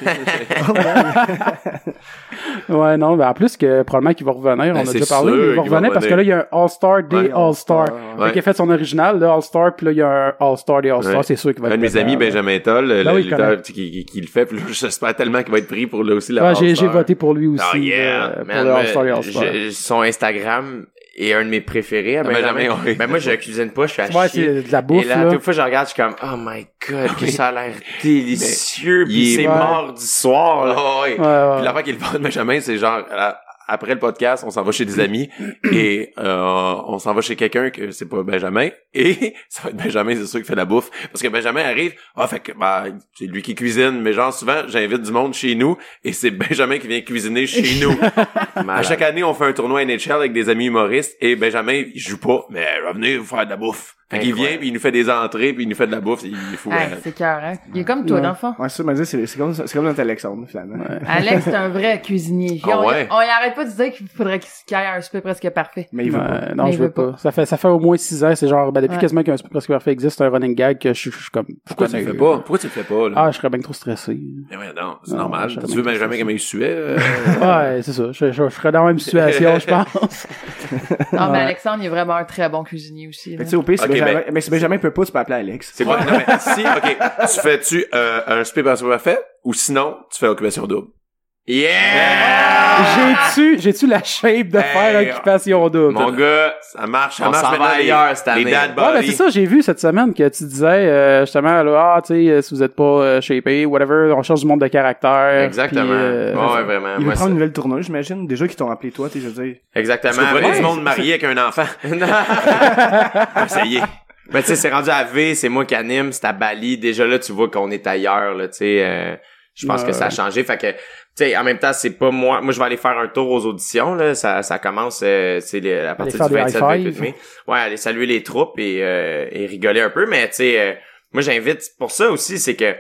S3: Ouais, non, mais en plus que probablement qu'il va revenir, on a
S2: Ben, c'est
S3: déjà parlé,
S2: sûr
S3: mais
S2: qu'il va
S3: il va revenir parce que là, il y a un All-Star des
S2: Ouais,
S3: All-Star.
S2: Ouais.
S3: Fait qu'il a fait son original, le All-Star, puis là, il y a un All-Star des All-Stars,
S2: Ouais.
S3: c'est sûr qu'il va
S2: Un de mes
S3: dedans,
S2: amis,
S3: là.
S2: Benjamin Toll, le-
S3: Ben oui,
S2: le
S3: je connais.
S2: lutteur qui, qui, qui le fait, puis là, j'espère tellement qu'il va être pris pour là aussi la
S3: Ouais, j'ai,
S2: All-Star.
S3: j'ai voté pour lui aussi,
S2: Oh, yeah,
S3: euh, pour
S1: Man,
S3: le
S1: moi,
S3: All-Star des All-Stars.
S1: je- son Instagram est un de mes préférés. à
S2: Ah, Benjamin,
S1: Benjamin.
S2: oui.
S1: Ben, moi, je cuisine pas, je suis à
S3: Ouais,
S1: chier.
S3: c'est de la
S1: Et
S3: bouffe,
S1: là,
S3: là.
S1: toute fois, je regarde, je suis comme, oh my god, que ça a l'air délicieux,
S2: il
S1: pis
S2: est
S1: c'est
S3: mort.
S1: mort du soir, là.
S2: Ah, ouais.
S3: Ouais, ouais.
S2: Puis l'affaire qui est le fun de Benjamin, c'est genre, à, après le podcast, on s'en va chez des amis et euh, on s'en va chez quelqu'un que c'est pas Benjamin et ça va être Benjamin, c'est sûr qui fait la bouffe parce que Benjamin arrive, ah fait que bah c'est lui qui cuisine, mais genre souvent j'invite du monde chez nous et c'est Benjamin qui vient cuisiner chez nous. à chaque année, on fait un tournoi NHL avec des amis humoristes et Benjamin il joue pas, mais revenez vous faire de la bouffe. Fait qu'il
S1: Incroyable.
S2: vient puis il nous fait des entrées puis il nous fait de la bouffe, il est fou.
S5: Hey,
S2: hein.
S5: c'est cœur, hein? Il est comme toi,
S3: Ouais.
S5: dans le fond.
S4: Ouais, c'est ça, mais c'est c'est comme, c'est comme notre Alexandre, finalement.
S5: Alex, c'est un vrai cuisinier.
S2: Ah
S5: on,
S2: ouais?
S5: on y arrête pas de dire qu'il faudrait qu'il ait un souper presque parfait.
S4: Mais il veut pas.
S3: Ouais, non,
S5: Mais
S3: je
S5: il
S3: veux
S5: veut pas.
S3: pas. Ça fait ça fait au moins 6 ans, c'est genre ben depuis
S5: Ouais.
S3: quasiment qu'un Super presque parfait existe, c'est un running gag que je suis je suis comme
S2: Pourquoi tu
S3: pourquoi
S2: le fais
S3: ne-
S2: pas? Pourquoi tu le fais pas, là?
S3: Ah, je serais bien trop stressé.
S2: Mais ouais, non, c'est
S3: Non,
S2: normal.
S3: jamais
S2: Tu veux
S3: fait
S2: Benjamin
S3: ça.
S2: comment il suait? euh,
S3: Ouais, c'est ça. Je, je- je serais dans la même situation, je pense.
S2: Ah
S5: Non, mais
S3: Ouais.
S5: Alexandre, il est vraiment un très bon cuisinier aussi.
S4: Fait que,
S5: là.
S4: tu sais, au pire, si
S2: Ok,
S4: Benjamin,
S2: ben-
S4: mais si Benjamin peut pas, tu peux appeler Alex.
S2: C'est quoi? Non, mais si, OK, tu fais-tu euh, un super passion parfait ou sinon, tu fais occupation double? Yeah!
S3: J'ai-tu j'ai-tu la shape de
S2: Hey,
S3: faire occupation double?
S2: Mon gars, ça marche, ça
S1: On
S2: marche
S1: s'en
S2: maintenant,
S1: va
S2: les-
S1: ailleurs cette année.
S2: Les dad
S3: Ouais, ben
S2: body.
S3: c'est ça, j'ai vu cette semaine que tu disais euh, justement là, ah, tu sais, euh, si vous êtes pas euh, shapé, whatever, on cherche du monde de caractère.
S1: Exactement.
S3: puis, euh,
S1: Ouais, ouais, vraiment.
S4: Il veut
S1: Moi,
S4: prendre
S1: c'est-
S4: une nouvelle tournure, j'imagine. Déjà qu'ils t'ont appelé toi, tu sais, je veux dire.
S2: Parce que vous
S1: Exactement.
S2: prenez
S1: Ouais.
S2: du monde marié avec un enfant.
S1: Ah,
S2: Essayez.
S1: Mais tu sais, c'est rendu à V, c'est moi qui anime, c'est à Bali. Déjà là, tu vois qu'on est ailleurs, là, tu sais. euh, je pense
S3: Ouais,
S1: que ça a changé. Fait que, tu sais, en même temps, c'est pas moi. Moi, je vais aller faire un tour aux auditions, là. Ça, ça commence, euh, c'est les- à partir
S3: faire
S1: du
S3: des
S1: 27
S3: high five.
S1: 28 mai. Ouais, aller saluer les troupes et, euh, et rigoler un peu. Mais, tu sais, euh, moi, j'invite pour ça aussi, c'est que,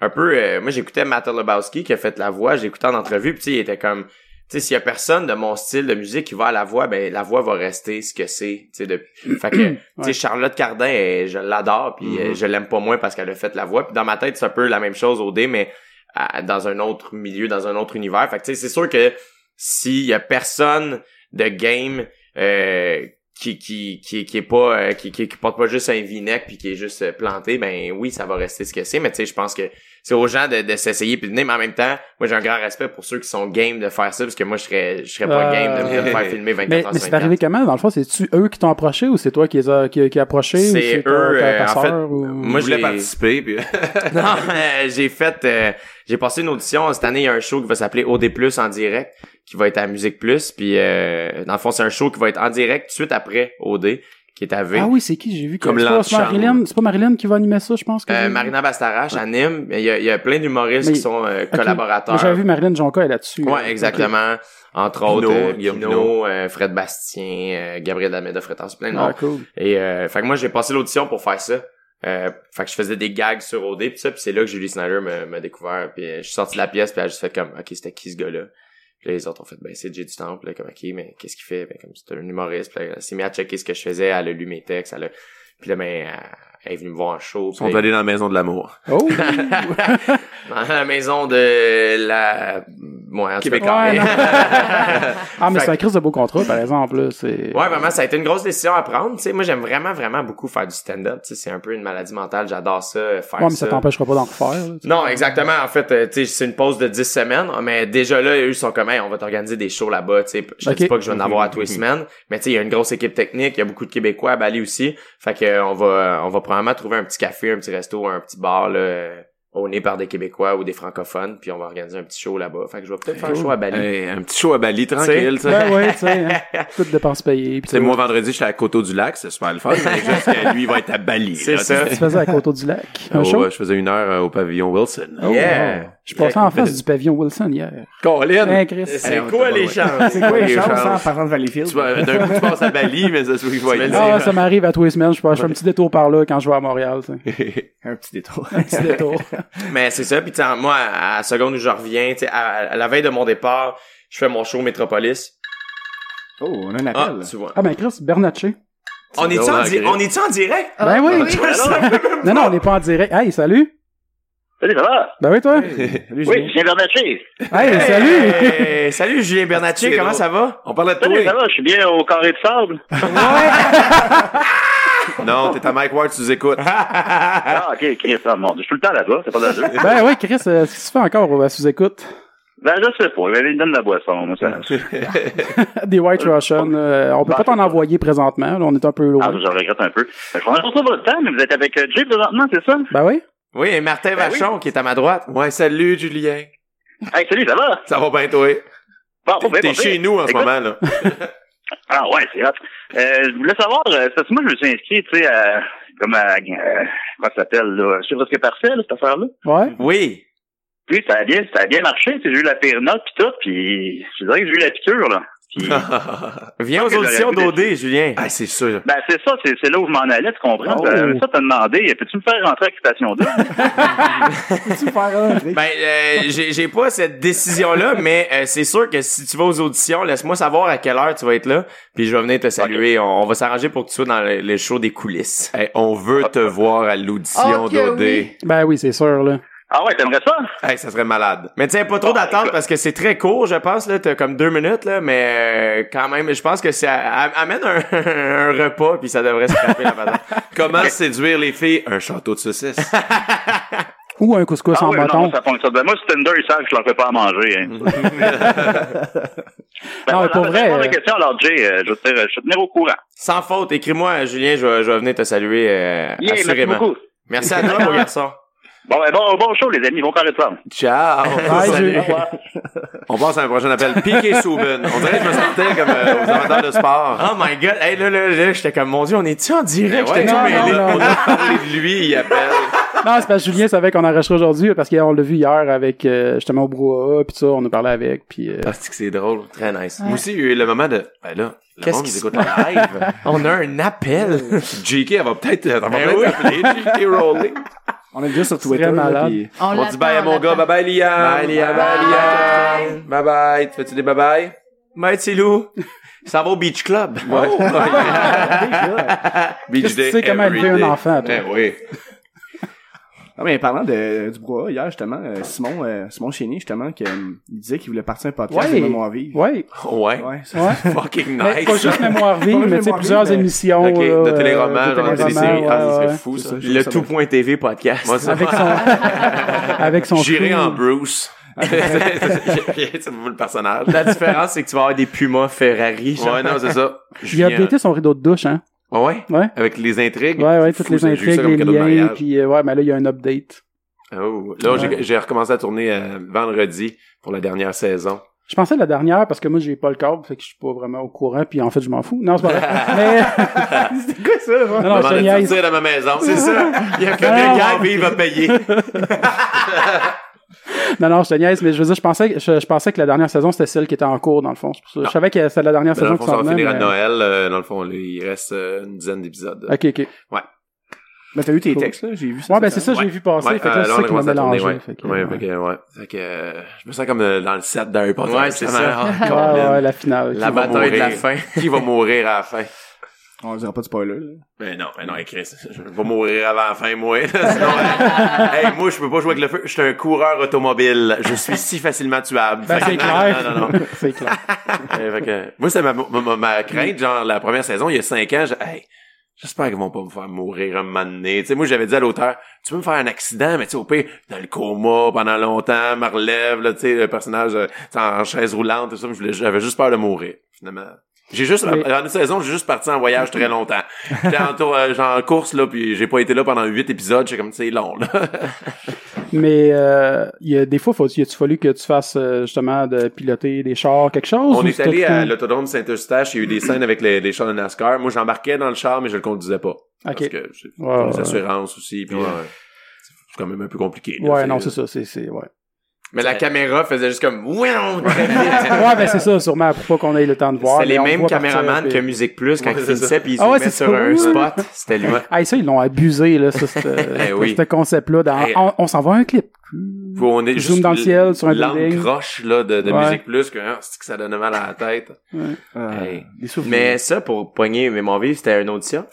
S1: un peu, euh, moi, j'écoutais Matt Lebowski qui a fait la voix. J'écoutais en entrevue, puis tu sais, il était comme, tu sais, s'il y a personne de mon style de musique qui va à la voix, ben la voix va rester ce que c'est, tu sais. De... Fait que, tu sais, Charlotte Cardin, elle, je l'adore, puis euh, je l'aime pas moins parce qu'elle a fait la voix. Puis dans ma tête, c'est un peu la même chose au dé, mais à- dans un autre milieu, dans un autre univers. Fait que, tu sais, c'est sûr que s'il y a personne de game euh, qui, qui qui qui est pas euh, qui, qui qui porte pas juste un vinaigre puis qui est juste euh, planté, ben oui, ça va rester ce que c'est. Mais tu sais, je pense que c'est aux gens de, de s'essayer puis de venir, mais en même temps, moi j'ai un grand respect pour ceux qui sont game de faire ça parce que moi je serais je serais pas
S3: Euh,
S1: game de venir me faire filmer 24
S3: Mais,
S1: heures
S3: mais
S1: sur
S3: c'est
S1: 24.
S3: arrivé comment? Dans le fond, c'est-tu eux qui t'ont approché ou c'est toi qui les a, qui, qui a approché? ou
S1: C'est
S3: ton-
S1: eux,
S3: ta-
S1: euh,
S3: ta
S1: en fait,
S3: sœur ou-
S1: moi,
S2: Moi, je voulais
S1: les-
S2: participer, puis...
S1: Non, euh, j'ai fait, euh, j'ai passé une audition. Cette année, il y a un show qui va s'appeler OD Plus en direct, qui va être à Musique Plus. Puis, euh, dans le fond, c'est un show qui va être en direct tout de suite après OD, qui est à V.
S3: Ah oui, c'est qui? J'ai vu que
S2: Comme
S3: c'est pas-
S2: l'antichambre.
S3: c'est Marilyn, c'est pas Marilyn qui va animer ça, je pense. Que
S1: Euh,
S3: j'ai vu.
S1: Marina Bastarache anime. Il y a, il y a plein d'humoristes
S3: Mm-hmm. Mais-
S1: qui sont euh,
S3: Ok.
S1: collaborateurs.
S3: Mais J'avais vu Marilyn Jonca elle, là-dessus.
S1: Ouais, exactement. Entre
S2: Pinault,
S1: autres, euh,
S2: Guillaume
S1: Pinault,
S2: Pinault.
S1: euh, Fred Bastien, euh, Gabriel Dameda, Fred Tarsi, plein de
S3: Ah,
S1: monde.
S3: cool.
S1: Et euh, fait que moi j'ai passé l'audition pour faire ça. Euh, fait que je faisais des gags sur OD puis ça puis c'est là que Julie Snyder me- m'a découvert puis euh, je suis sorti de la pièce puis elle a juste fait comme OK, c'était qui ce gars-là Puis là, les autres ont fait ben c'est Jay du Temple là, comme OK, mais qu'est-ce qu'il fait Ben comme c'est un humoriste. Puis là, elle s'est mis à checker ce que je faisais, elle a lu mes textes, elle a puis là ben elle- elle est venue me voir en show.
S2: Ils
S1: puis
S2: sont allés dans la maison de l'amour.
S3: Oh!
S1: dans la maison de la moi
S3: Ouais, non. ah, mais
S1: Fait
S3: c'est un crise de beau contrat, par exemple. là, C'est...
S1: Ouais, vraiment, ça a été une grosse décision à prendre. Tu sais, moi, j'aime vraiment, vraiment beaucoup faire du stand-up. Tu sais, c'est un peu une maladie mentale. J'adore ça, euh, faire
S3: Ouais, mais
S1: ça.
S3: ça t'empêchera pas d'en refaire. là, tu sais.
S1: Non, exactement. En fait, euh, tu sais, c'est une pause de 10 semaines, mais déjà là, eux sont comme, Hey, on va t'organiser des shows là-bas, tu sais. Je te
S3: Ok.
S1: dis pas que je vais en avoir à tous les semaines, mais tu sais, il y a une grosse équipe technique, il y a beaucoup de Québécois à Bali aussi. Fait que euh, on va on va probablement trouver un petit café, un petit resto, un petit bar là euh, owné par des Québécois ou des francophones, puis on va organiser un petit show là-bas. Fait que je vais peut-être faire un show à Bali.
S2: Hey, un petit show à Bali, tranquille, tu sais.
S3: Ben ouais, tu sais, hein, toutes dépenses payées.
S2: Tu sais, moi, vendredi, j'étais à Coteau du Lac, c'est super le fun, mais juste que lui, il va être à Bali.
S1: C'est
S2: là, tu
S1: ça.
S2: sais.
S3: Tu faisais à Coteau du Lac. Un
S2: Oh,
S3: show?
S2: ouais, je faisais une heure euh, au pavillon Wilson.
S3: Oh,
S1: Ah Yeah.
S3: wow. Je passais en face du pavillon Wilson hier.
S2: Colin!
S3: Hein, Chris?
S1: C'est
S2: on
S1: quoi
S2: t'a pas
S1: les
S2: vrai.
S1: chances?
S4: C'est quoi les
S2: les
S4: chances,
S2: chances?
S4: hein, en parlant
S2: Tu euh,
S4: de Valleyfield?
S2: vas- D'un coup, tu passes à Bali, mais c'est ce que je voyais.
S3: Ah, ouais, ça m'arrive à tous les semaines. Je passe- je fais un petit détour par là quand je vais à Montréal. tu sais.
S4: Un petit détour.
S3: Petit détour.
S1: Mais c'est ça, puis tu sais, moi, à la seconde où je reviens, tu sais, à, à la veille de mon départ, je fais mon show Métropolis.
S4: oh, on a un
S1: Ah,
S4: appel.
S1: tu vois.
S3: Ah, ben Chris, Bernatchez.
S1: On est-tu
S2: drôle,
S1: en,
S2: hein,
S1: di-
S2: Chris?
S1: on est en direct?
S5: Ah,
S3: Ben oui.
S1: Je sais même
S3: Non,
S1: pas.
S3: non, on n'est pas en direct. Hey, salut!
S6: Salut, ça va?
S3: Ben oui, toi?
S4: Salut,
S6: Oui,
S4: Julien.
S6: Julien Bernatchez.
S3: Hey, salut!
S1: Hey, salut Julien Bernatchez,
S2: C'est
S1: comment
S2: drôle.
S1: ça va?
S2: On parlait de
S6: Salut, ça
S2: toi.
S6: va? Je suis bien au carré de sable.
S2: Non, t'es à Mike Ward, tu nous écoutes.
S6: Ah, ok, ok, ça, mon Dieu. Je suis tout le temps là-bas, c'est pas dangereux.
S3: Ben oui, Chris, euh, qu'est-ce que tu fais encore à sous-écoute?
S6: ben, je sais pas. Ben, il me donne la boisson, moi, ça.
S3: Des White Russian, euh, on peut pas t'en envoyer présentement, là, on est un peu
S6: Ah,
S3: loin.
S6: je regrette un peu. Ben, je prends un peu votre temps, mais vous êtes avec euh, Jay présentement, c'est ça?
S3: Ben oui?
S1: Oui, et
S3: Ben
S1: Martin Vachon qui est à ma droite.
S2: Ouais, salut, Julien.
S6: Hey, salut, ça va?
S2: Ça va bien, toi?
S6: Bon,
S3: Oh,
S6: pas
S3: ben,
S6: pire,
S2: T'es
S6: pas pire.
S2: chez nous en ce
S6: Écoute,
S2: moment, là.
S6: Ah ouais, c'est hot. Euh, je voulais savoir, euh, parce que moi je me suis inscrit, tu sais, à- comme à, euh, comment ça s'appelle, là, je sais pas ce que parfait, là, cette affaire-là.
S3: Ouais.
S2: Oui.
S6: Puis ça a bien, ça a bien marché, tu sais, j'ai eu la pire note pis tout, puis je dirais que j'ai eu la piqûre, là. Puis,
S1: Viens
S6: Ok,
S1: aux auditions
S6: j'aurais pu
S1: d'OD, Julien.
S2: Ah, c'est sûr.
S6: ben c'est ça, c'est, c'est là où je m'en allais, tu comprends?
S3: Oh.
S6: Ben, ça t'as demandé, peux-tu me faire rentrer à Station 2?
S4: Peux-tu faire un truc?
S1: Ben, euh, j'ai j'ai pas cette décision-là, mais euh, c'est sûr que si tu vas aux auditions, laisse-moi savoir à quelle heure tu vas être là, puis je vais venir te saluer. On, on va s'arranger pour que tu sois dans le, le show des coulisses.
S2: Hey, on veut te voir à l'audition
S5: Oh, que
S2: d'OD.
S5: oui.
S3: Ben oui, c'est sûr, là.
S6: ah ouais, t'aimerais ça?
S2: Hey, ça serait malade.
S1: Mais tiens, pas trop d'attente parce que c'est très court, je pense. Là, t'as comme deux minutes, là, mais euh, quand même, je pense que ça a- amène un, un repas, puis ça devrait se taper la patate.
S2: Comment séduire les filles? Un château de saucisses.
S3: Ou un couscous
S6: Ah
S3: en
S6: oui,
S3: bâton.
S6: non, ça fonctionne. Ben, moi, sur Tinder, ils savent que je leur fais pas à manger. Hein. Ben,
S3: Non, mais
S6: voilà,
S3: pour
S6: ben,
S3: vrai,
S6: réponds à la
S3: euh,
S6: question, alors, Jay, euh, je, vais te, faire- je vais te tenir au courant.
S1: Sans faute, écris-moi, Julien, je, vais- je vais venir te saluer euh,
S6: Yeah, merci
S1: assurément.
S6: beaucoup.
S1: Merci à toi, mon garçon.
S6: Bon, ben, bon, bon show, les amis. Bon carré de sable.
S2: Ciao.
S3: Bye,
S2: Salut.
S3: Dieu.
S2: On passe à un prochain appel. Piqué Souben. On dirait que je me sentais comme euh, aux inventeurs de sport. Ben
S1: Oh my god, hey, là, là, là, j'étais comme, mon dieu, on est-tu en direct?
S2: Ouais,
S1: J'étais tout
S3: non,
S1: mêlé.
S3: non, non.
S2: On a parlé de lui, il appelle.
S3: Non, c'est parce que Julien savait qu'on enregistrait aujourd'hui, parce qu'on l'a vu hier avec, euh, justement, au brouhaha, puis ça, on nous parlait avec, puis euh,
S2: Parce que Ah, c'est drôle.
S1: Très nice.
S2: Moi aussi, il y a eu le moment de. Ben là, le
S1: Qu'est-ce
S2: monde
S1: qui
S2: nous
S1: se
S2: écoute en live.
S1: On a un appel.
S2: JK, elle va peut-être elle va
S1: Ben
S2: peut-être
S1: oui.
S2: appeler JK Rowling.
S4: On est déjà sur
S3: serait
S4: Twitter. Là,
S3: malade.
S4: puis-
S5: On,
S2: On
S5: l'attend,
S2: dit bye à
S5: on
S2: mon
S5: l'attend.
S2: gars. Bye bye, Liam.
S1: Bye, Liam.
S2: Bye,
S5: Bye.
S2: Liam. Bye bye. Tu fais-tu des bye bye?
S1: Maître Silou, ça va au Beach Club. Oh.
S2: Ouais. Ah,
S3: Qu'est-ce que tu sais comment élever un enfant, toi?
S2: Ben oui.
S4: Ah, mais parlant de, du bois, hier, justement, euh, Simon, euh, Simon Chénier, justement, que, euh, il disait qu'il voulait partir un podcast
S3: Ouais.
S4: de Mémoire Vive.
S3: ouais,
S2: Ouais.
S4: Ouais, ça-
S3: ouais.
S2: Fucking
S3: Mais pas
S2: nice.
S3: juste Mémoire
S4: Pas
S3: Vive,
S4: juste
S3: mais tu sais,
S4: Mémoire
S3: plusieurs
S4: Vive, mais-
S3: émissions.
S2: Ok,
S3: là,
S2: de
S3: euh,
S2: téléromans, genre des
S3: téléromans,
S2: séries. Ah, ça
S3: ouais,
S2: serait
S3: ouais.
S2: fou, ça.
S4: ça, je
S1: Le
S4: trouve ça
S1: tout.tv podcast.
S2: Moi, ça.
S3: Avec son, avec son
S2: J'irai
S3: crew.
S2: en Bruce. C'est un le personnage.
S1: La différence, c'est que tu vas avoir des Pumas Ferrari. genre.
S2: Ouais, non, c'est ça. Je
S3: Il a
S2: viens-
S3: updaté son rideau de douche, hein.
S2: Ah ouais?
S3: Ouais.
S2: Avec les intrigues?
S3: Ouais, ouais,
S2: C'est
S3: toutes
S2: fou,
S3: les
S2: ça, j'ai eu ça
S3: intrigues,
S2: comme cadeau
S3: les
S2: de
S3: liens,
S2: mariage.
S3: puis euh, ouais, mais là, il y a un update.
S2: Oh. Là, j'ai- j'ai recommencé à tourner euh, vendredi pour la dernière saison.
S3: Je pensais à la dernière parce que moi j'ai pas le câble, fait que je suis pas vraiment au courant, puis en fait je m'en fous. Non, c'est pas vrai. Mais
S4: C'est quoi ça, là?
S3: non, non, je
S2: Maman
S3: te
S2: de
S3: niaise.
S2: sortir de ma maison, c'est ça. Il y a que des
S3: Non.
S2: gars, puis il va payer.
S3: Ah, Non, non, je te niaise, mais je veux dire, je pensais, que- je, je pensais que la dernière saison c'était celle qui était en cours dans le fond. C'est pour ça. Je savais que c'était la dernière
S2: Mais Ben, Dans
S3: saison
S2: le
S3: qui
S2: fond, ça
S3: s'en
S2: va
S3: venait.
S2: finir à
S3: mais- Ah,
S2: Noël. euh, Dans le fond, là, il reste euh, une dizaine d'épisodes.
S3: Ok, ok.
S4: Ben, t'as vu tes
S3: Cool.
S4: textes, là? J'ai vu ça.
S3: Ouais, ben
S4: cette
S3: c'est ça, j'ai
S2: Ouais.
S3: vu passer.
S2: Ouais,
S3: fait que
S2: euh,
S3: là, c'est
S2: là, on
S3: ça
S2: a
S3: qui m'a
S2: commencé à tourner,
S3: mélangé.
S2: ouais.
S3: fait que,
S2: Ouais,
S3: ouais.
S2: fait que, ouais. Fait que, euh, je me sens comme euh, dans le set d'Harry Potter.
S1: Ouais, c'est ça.
S2: Ah,
S3: Ouais,
S2: Colin.
S3: ouais, la finale.
S1: La
S2: Qui va
S1: bataille de la
S2: mourir?
S1: fin.
S2: Qui va mourir à la fin?
S4: On dira pas de spoiler, là.
S2: Mais Ben non, mais non, hey, Chris, je vais mourir avant la fin, moi. Sinon, euh, hey, moi, je peux pas jouer avec le feu. Je suis un coureur automobile. Je suis si facilement tuable.
S3: Ben,
S2: Fait que
S3: c'est
S2: non, Non, non, non.
S3: clair. C'est clair.
S2: Euh, fait que, moi, c'est ma, ma, ma- ma crainte. Genre, la première saison, il y a cinq ans, j'ai- hey, j'espère qu'ils vont pas me faire mourir un moment donné. Tu sais, moi, j'avais dit à l'auteur, tu peux me faire un accident, mais tu sais, au pire, dans le coma pendant longtemps, me relève, là, tu sais, le personnage euh, tu sais, en chaise roulante, tout ça, mais je voulais- j'avais juste peur de mourir, finalement. J'ai juste,
S3: Mais-
S2: en une saison, j'ai juste parti en voyage très longtemps. J'étais en, tour- euh, genre en course, là, puis j'ai pas été là pendant huit épisodes, j'ai comme, c'est long, là.
S3: Mais euh, il y a des fois, faut, il a-tu fallu que tu fasses euh, justement de piloter des chars, quelque chose?
S2: On
S3: ou
S2: est
S3: c'était
S2: allé
S3: tout le
S2: à
S3: temps-
S2: l'autodrome Saint-Eustache, il y a eu des scènes avec les, les chars de NASCAR. Moi, j'embarquais dans le char, mais je le conduisais pas.
S3: Ok.
S2: Parce que c'est
S3: Ouais,
S2: pour les
S3: Ah, ouais.
S2: assurances aussi, puis euh, c'est quand même un peu compliqué. là,
S3: Ouais, non, c'est ça, c'est, c'est, ouais.
S1: Mais la caméra faisait juste comme, Ouiaou très vite.
S3: ouais, ben c'est ça, sûrement, pour pas qu'on ait le temps de voir.
S1: C'était les
S3: mais on
S1: mêmes
S3: voit partir,
S1: caméramans
S3: puis-
S1: que Musique Plus quand
S2: Ouais,
S1: ils
S2: c'est
S1: finissaient
S2: ça.
S1: puis ils
S3: Ah ouais,
S1: zoomaient
S3: c'est
S1: sur
S3: cool.
S1: un spot. C'était lui.
S3: Hey, ça, ils l'ont abusé, là, ça, c'était-
S2: Eh oui. Eh.
S3: ce concept-là. dans-
S2: Hey.
S3: On, on s'en va à un clip.
S2: Puis on est
S3: Zoom
S2: juste
S3: dans le ciel, sur un building.
S2: L'angle croche là, de, de
S3: Ouais.
S2: Musique Plus, que, hein, c'est que ça donne mal à la tête.
S4: Ah,
S2: Hey.
S4: Des souvenirs.
S1: Mais ça, pour pogner Mémoire Vive, c'était une audition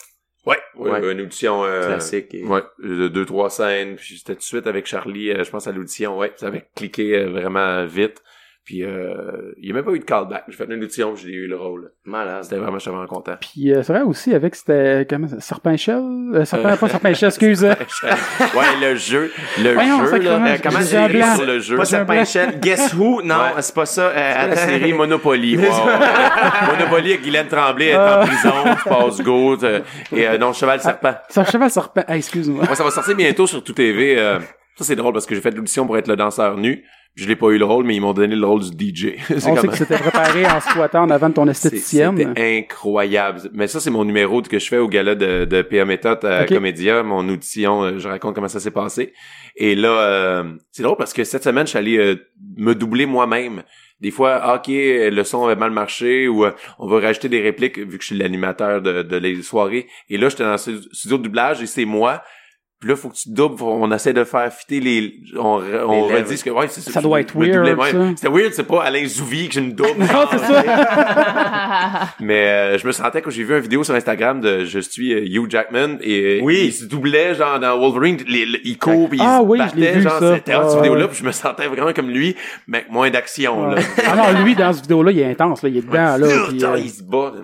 S2: Ouais, ouais,
S1: Ouais.
S2: une audition... euh,
S1: classique. et-
S2: Ouais, euh, deux, trois scènes, puis c'était tout de suite avec Charlie, euh, je pense à l'audition, ouais, ça avait cliqué euh, vraiment vite, puis euh, il n'y a même pas eu de callback, j'ai fait une audition, j'ai eu le rôle,
S1: Malade.
S2: c'était vraiment, j'étais vraiment content.
S3: Puis euh, c'est vrai aussi avec, c'était, comment ça, Serpent Shell? Euh, Serpent, pas Serpent Shell, excuse. euh,
S2: ouais, le jeu, le
S3: Voyons,
S2: jeu, là,
S3: sacrément,
S2: euh,
S3: j'ai-
S2: comment
S3: j'ai
S2: c'est
S3: un
S2: écrit
S3: blanc.
S2: sur le jeu?
S1: Pas
S2: C'est
S1: ça Pinchette. Guess Who? Non,
S2: Ouais.
S1: c'est pas ça. Euh,
S2: la
S1: attends.
S2: série Monopoly. Wow. Monopoly avec Guylaine Tremblay, elle est
S1: Ah.
S2: en prison, tu passes go, tu- et euh, non, Cheval Serpent.
S3: Ça, Cheval Serpent, hey, excuse-moi.
S2: Ouais, ça va sortir bientôt sur Tout TV. euh, Ça, c'est drôle parce que j'ai fait l'audition pour être le danseur nu. Je l'ai pas eu le rôle, mais ils m'ont donné le rôle du DJ. c'est
S3: On
S2: comme-
S3: sait que c'était préparé en squattant en avant de ton
S2: c'est-
S3: esthéticienne.
S2: C'était incroyable. Mais ça, c'est mon numéro que je fais au gala de, de PA Méthode à
S3: Ok.
S2: Comédia, mon audition. euh, Je raconte comment ça s'est passé. Et là, euh, c'est drôle parce que cette semaine, je suis allé euh, me doubler moi-même. Des fois, ah, OK, le son avait mal marché ou euh, on va rajouter des répliques vu que je suis l'animateur de, de les soirées. Et là, j'étais dans le stu- studio de doublage et c'est moi. Puis là, faut que tu doubles, faut- on essaie de faire fitter les... On, re- on
S1: lèvres.
S2: redit ce que... Ouais, c'est
S3: Ça doit être
S2: je me doublais
S3: weird,
S2: moi-même.
S3: ça.
S2: C'était weird, c'est pas Alain Zouvi que je me double.
S3: Non, c'est ça.
S2: Mais euh, je me sentais quand j'ai vu une vidéo sur Instagram de je suis euh, Hugh Jackman et euh,
S1: Oui.
S2: il se doublait genre dans Wolverine, les- le- il court puis il
S3: Ah
S2: se
S3: oui, je l'ai
S2: battait,
S3: vu,
S2: genre
S3: ça.
S2: c'était hot,
S3: Ah,
S2: cette vidéo là,
S3: ouais.
S2: puis je me sentais vraiment comme lui mais avec moins d'action là.
S3: Ah non, lui, dans cette vidéo-là, il est intense, là. Il est dedans, là.
S2: Putain,
S3: puis, euh,
S2: il se bat. là.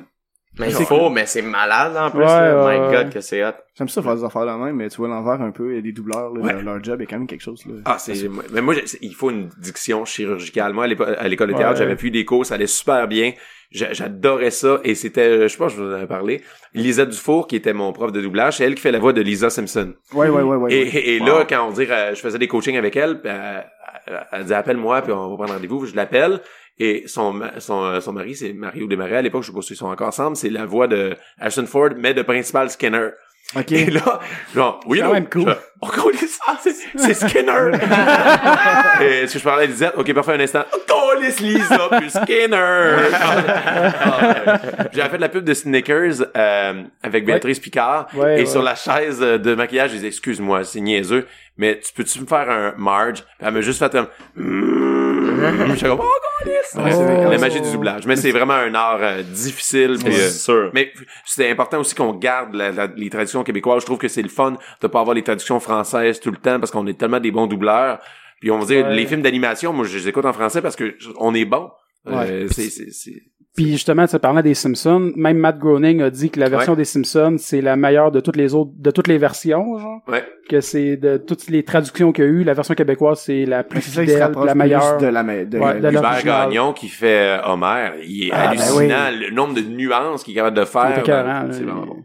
S1: Mais il faut, mais c'est malade en plus.
S3: Ouais,
S1: là.
S3: ouais,
S1: My
S3: ouais.
S1: God, que c'est hot.
S4: J'aime ça faire des affaires la même, mais tu vois l'envers un peu, il y a des doubleurs, là,
S2: Ouais.
S4: leur- leur job est quand même quelque chose. Là.
S2: Ah, c'est mais moi j'ai- c'est- il faut une diction chirurgicale. Moi à l'épo- à l'école de théâtre,
S3: Ouais.
S2: j'avais vu des cours, ça allait super bien. J'a- J'adorais ça et c'était euh, je pense que je vous en avais parlé. Lisa Dufour qui était mon prof de doublage, c'est elle qui fait la voix de Lisa Simpson.
S4: Ouais, ouais, ouais, ouais. ouais.
S2: Et, et là, quand on dit, euh, je faisais des coachings avec elle, puis elle, elle- elle dit appelle-moi, puis on va prendre rendez-vous. Je l'appelle et son ma- son, euh, son mari, c'est Mario Desmarais à l'époque, je sais pas s'ils sont encore ensemble, c'est la voix de Harrison Ford, mais de Principal Skinner.
S4: Ok.
S2: Et là, genre, oui,
S3: quand
S2: non,
S3: même cool.
S2: je- on connaît ça, c'est- c'est Skinner. et est-ce que je parlais à Lisette? Ok, parfait, un instant. Oh, câlisse, Lisa, puis Skinner. Ah, ouais. J'avais fait de la pub de Snickers euh, avec Béatrice Picard.
S3: Ouais,
S2: et
S3: ouais.
S2: sur la chaise euh, de maquillage, je disais, excuse-moi, c'est niaiseux, mais tu peux-tu me faire un Marge? Puis elle m'a juste fait comme... Je suis comme, oh, câlisse. Ouais,
S3: Oh.
S2: c'est La magie du doublage. Mais c'est vraiment un art euh, difficile. puis, euh,
S1: C'est sûr.
S2: mais c'est important aussi qu'on garde la- la- les traductions québécoises. Je trouve que c'est le fun de pas avoir les traductions françaises tout le temps parce qu'on est tellement des bons doubleurs. Puis on va dire
S3: Ouais.
S2: les films d'animation, moi je les écoute en français parce que je- on est bon. Euh, c'est, c'est, c'est-
S3: Puis justement, tu parlais des Simpsons. Même Matt Groening a dit que la version
S2: Ouais.
S3: des Simpsons, c'est la meilleure de toutes les autres, de toutes les versions, genre.
S2: Ouais.
S3: Que c'est de toutes les traductions qu'il y a eu, la version québécoise, c'est la plus
S4: Mais c'est ça, il se
S3: fidèle,
S4: rapproche
S3: la
S4: plus
S3: meilleure.
S4: de la ma- de,
S3: Ouais, de leur-
S4: la-
S2: Hubert
S3: L'original.
S2: Gagnon qui fait euh, Homer, il est
S3: Ah, ben
S2: hallucinant le nombre de nuances qu'il est capable de
S3: Il est
S2: faire. ben,
S3: écœurant,
S2: c'est
S3: là,
S2: vraiment
S3: il-
S2: bon.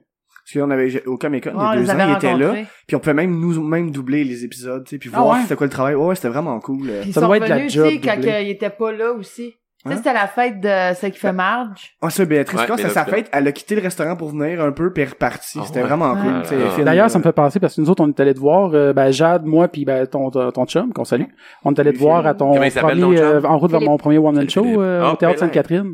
S4: Parce qu'on avait au Comic-Con,
S5: on
S4: il y
S5: les
S4: a deux
S5: avait
S4: ans, il était là.
S5: rencontrés.
S4: Puis on pouvait même nous-mêmes doubler les épisodes, tu sais, puis
S3: Ah
S4: voir
S3: ouais?
S4: c'était quoi le travail. Ouais, ouais, c'était vraiment cool. euh.
S5: Puis ils
S3: Ça
S5: sont
S3: doit être de la
S5: revenus, tu
S3: job
S5: sais, quand
S3: doublée.
S5: euh, ils étaient pas là aussi.
S4: Hein?
S5: Ça, c'était la fête de celle qui fait Marge.
S4: Ah, ça, Béatrice,
S2: Ouais,
S4: quand c'était
S2: mais
S4: sa
S2: là,
S4: fête, elle a quitté le restaurant pour venir un peu, puis elle est repartie.
S2: Ah
S4: C'était
S2: ouais.
S4: vraiment
S5: Ouais.
S4: cool, tu sais.
S2: Ah.
S4: film,
S3: D'ailleurs,
S4: euh,
S3: ça me fait penser parce que nous autres, on est allé te voir, euh, ben, Jade, moi, puis ben, ton, ton, ton chum, qu'on salue. On est allé te
S4: Philippe.
S3: voir à ton
S2: Comment il s'appelle, ton
S3: premier,
S2: chum?
S3: euh, en route vers
S5: Philippe.
S3: mon premier one man show
S2: Philippe.
S3: euh,
S2: Ah,
S3: au théâtre
S2: Pélin.
S3: Sainte-Catherine.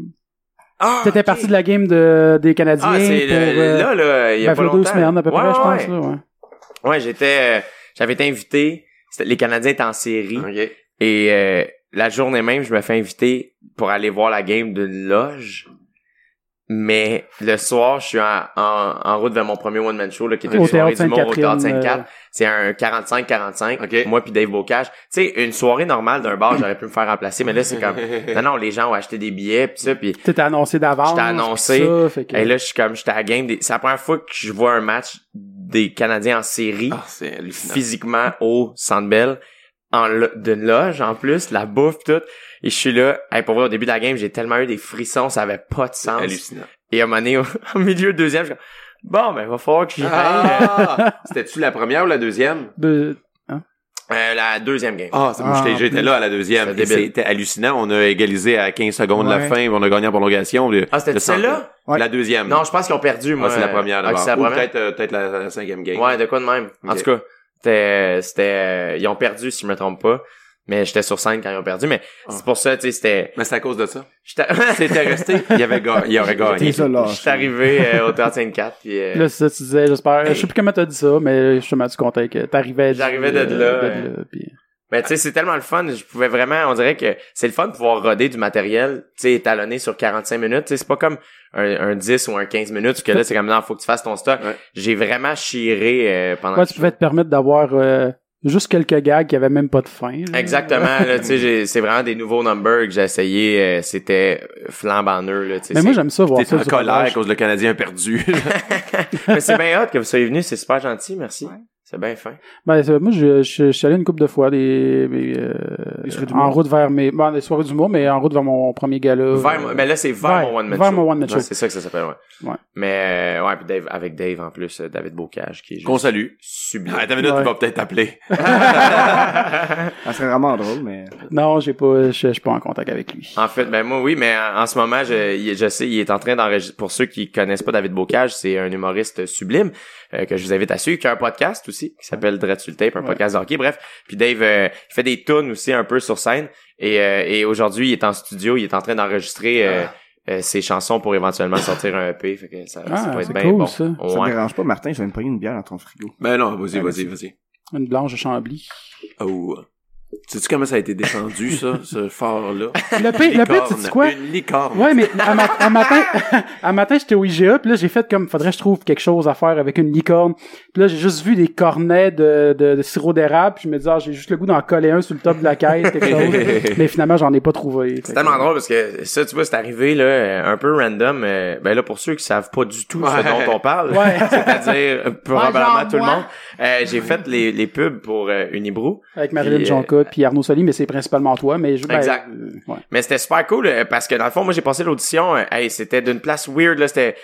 S1: Ah,
S3: T'étais
S1: ok.
S3: parti de la game de, des Canadiens
S1: Ah, c'est
S3: pour
S1: le-
S3: euh,
S1: là, là, il y a pas
S3: ben, v'là
S1: longtemps.
S3: deux semaines à peu
S1: Ouais,
S3: près, je
S1: ouais.
S3: pense. là, ouais.
S1: Ouais, j'étais, euh, j'avais été invité. C'était- Les Canadiens étaient en série.
S2: Ok.
S1: Et euh, la journée même, je me fais inviter pour aller voir la game d'une loge. Mais le soir, je suis en, en, en route vers mon premier one-man show là, qui est une
S3: Au
S1: soirée
S3: théâtre
S1: du monde au Théâtre
S3: Sainte-Catherine.
S1: Sainte-Catherine.
S3: euh,
S1: C'est un 45-45.
S2: Ok.
S1: Moi puis Dave Bocage. Tu sais, une soirée normale d'un bar, j'aurais pu me faire remplacer. Mais là, c'est comme... Non, non, les gens ont acheté des billets pis ça. Pis,
S3: T'étais annoncé d'avance.
S1: J'étais annoncé.
S3: puis ça, fait que-
S1: et là, je suis comme... J'étais à la game. Des... C'est la première fois que je vois un match des Canadiens en série
S2: Ah, c'est hallucinant.
S1: physiquement au Centre Bell en lo- d'une loge en plus la bouffe tout et je suis là hey, pour vrai au début de la game j'ai tellement eu des frissons ça avait pas de sens
S2: Hallucinant.
S1: et à un moment donné au, au milieu de deuxième je suis comme, bon ben va falloir que j'y aille
S2: Ah! C'était-tu la première ou la deuxième?
S3: de-
S1: Euh, la deuxième game
S2: Ah, c'est moi,
S4: Ah,
S2: j'étais- j'étais là à la deuxième.
S1: C'était
S2: Et
S1: débile.
S2: C'était hallucinant. On a égalisé à 15 secondes la
S4: Ouais.
S2: fin, puis on a gagné en prolongation. Le-
S1: Ah, c'était
S2: le centre.
S1: celle-là?
S4: Ouais.
S2: La deuxième.
S1: non je pense qu'ils ont perdu
S2: Ah,
S1: moi
S2: c'est la première
S1: Ah,
S2: d'abord.
S1: c'est la
S2: Ou
S1: première
S2: peut-être euh, peut-être la, la cinquième game.
S1: ouais de quoi de même en
S2: Ok.
S1: tout cas c'était c'était euh, ils ont perdu si je me trompe pas mais j'étais sur scène quand ils ont perdu mais
S2: Ah.
S1: c'est pour ça tu sais c'était
S2: Mais c'est à cause de ça.
S1: j'étais
S2: C'était resté, il y avait ga- il aurait
S4: t'es
S2: gagné.
S4: ça,
S3: Ah,
S4: là.
S1: j'étais arrivé euh, au théâtre 54 puis euh,
S3: Là, c'est ça, tu disais, j'espère.
S1: Hey.
S3: Je sais plus comment t'as dit ça, mais je suis mal content que t'arrivais. du-
S1: J'arrivais de
S3: euh,
S1: là,
S3: de
S1: ouais.
S3: puis-
S1: Mais tu sais, c'est tellement le fun. Je pouvais vraiment, on dirait que c'est le fun de pouvoir roder du matériel, tu sais, étalonné sur 45 minutes. Tu sais, c'est pas comme un, un 10 ou un 15 minutes, que là, c'est comme, non, faut que tu fasses ton stock.
S2: Ouais.
S1: J'ai vraiment chiré euh, pendant
S3: Ouais,
S1: le
S3: tu
S1: show.
S3: pouvais te permettre d'avoir euh, juste quelques gags qui avaient même pas de fin. là.
S1: Exactement, là, tu sais, j'ai- c'est vraiment des nouveaux numbers que j'ai essayé. euh, C'était flambant neuf, là, tu sais.
S3: Mais moi,
S1: c'est-
S3: j'aime ça voir
S2: T'es
S3: ça.
S2: en
S3: du
S2: colère à
S3: rodage.
S2: cause le Canadien a perdu.
S1: Mais c'est bien hot que vous soyez venu, c'est super gentil, merci. C'est bien fin.
S3: Ben, c'est- moi, je, je- je suis allé une couple de fois des, des, euh,
S4: Des soirées d'humour.
S3: en route vers mes, ben, des soirées d'humour, mais en route vers mon premier gala.
S1: Vers mon- mais là, c'est vers,
S3: Euh, vers-
S1: mon One Man
S3: vers
S1: Show.
S3: mon One Man
S1: Ouais,
S3: Show.
S1: c'est ça que ça s'appelle, ouais.
S3: Ouais.
S1: Mais, euh, ouais, puis Dave, avec Dave en plus, euh, David Bocage, qui est juste
S2: Qu'on salue.
S1: sublime.
S2: Attends une minute,
S3: Ouais.
S2: il va peut-être t'appeler.
S4: Ça serait vraiment drôle, mais.
S3: Non, j'ai pas, je, je suis pas en contact avec lui.
S1: En fait, ben moi oui, mais en, en ce moment, je, il- je sais, il est en train d'enregistrer. Pour ceux qui connaissent pas David Bocage, c'est un humoriste sublime euh, que je vous invite à suivre, qui a un podcast aussi qui s'appelle Dread sur le Tape, un
S3: Ouais.
S1: podcast de hockey. Bref, puis Dave, euh, il fait des tunes aussi un peu sur scène et, euh, et aujourd'hui, il est en studio, il est en train d'enregistrer euh, euh, ses chansons pour éventuellement sortir un EP. Fait que ça,
S3: Ah,
S1: ça peut être
S3: c'est
S1: bien
S3: cool,
S1: bon.
S3: ça.
S4: Ça te
S1: Ouais.
S4: dérange pas, Martin, je vais me payer une bière dans ton frigo.
S2: Mais non, vas-y,
S4: Ah,
S2: vas-y, vas-y.
S3: Une blanche de Chambly.
S2: Oh. Sais-tu comment ça a été descendu, ça, ce phare-là?
S3: Le pire, le pire, tu dis quoi?
S2: Une licorne.
S3: Ouais, mais à, ma- à matin, à matin, j'étais au IGA, puis là, j'ai fait comme, faudrait que je trouve quelque chose à faire avec une licorne. Puis là, j'ai juste vu des cornets de, de, de sirop d'érable, puis je me disais, ah, j'ai juste le goût d'en coller un sur le top de la caisse, quelque chose. mais finalement, j'en ai pas trouvé.
S1: C'est tellement drôle parce que ça, tu vois, c'est arrivé là, euh, un peu random. euh, ben là, pour ceux qui savent pas du tout ce
S2: Ouais.
S1: dont on parle,
S3: Ouais.
S1: c'est-à-dire euh, probablement
S5: genre
S1: tout le
S5: moi.
S1: monde, euh, j'ai fait les, les pubs pour euh, Unibrou.
S3: Avec Marilyn
S1: Puis, euh,
S3: Jonca, puis Arnaud Soli, mais c'est principalement toi, mais je, ben,
S1: Exact.
S3: euh, ouais.
S1: Mais c'était super cool euh, parce que dans le fond, moi, j'ai passé l'audition. euh, hey, c'était d'une place weird. Là, c'était,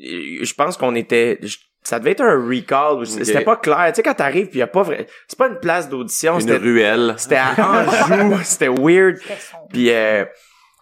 S1: euh, je pense qu'on était, je- ça devait être un recall. ou c-
S2: Ok.
S1: C'était pas clair. Tu sais, quand t'arrives, puis y a pas vrai, c'est pas une place d'audition.
S2: Une
S1: C'était,
S2: ruelle.
S1: c'était à Anjou. c'était weird.
S5: Personne.
S1: Puis euh,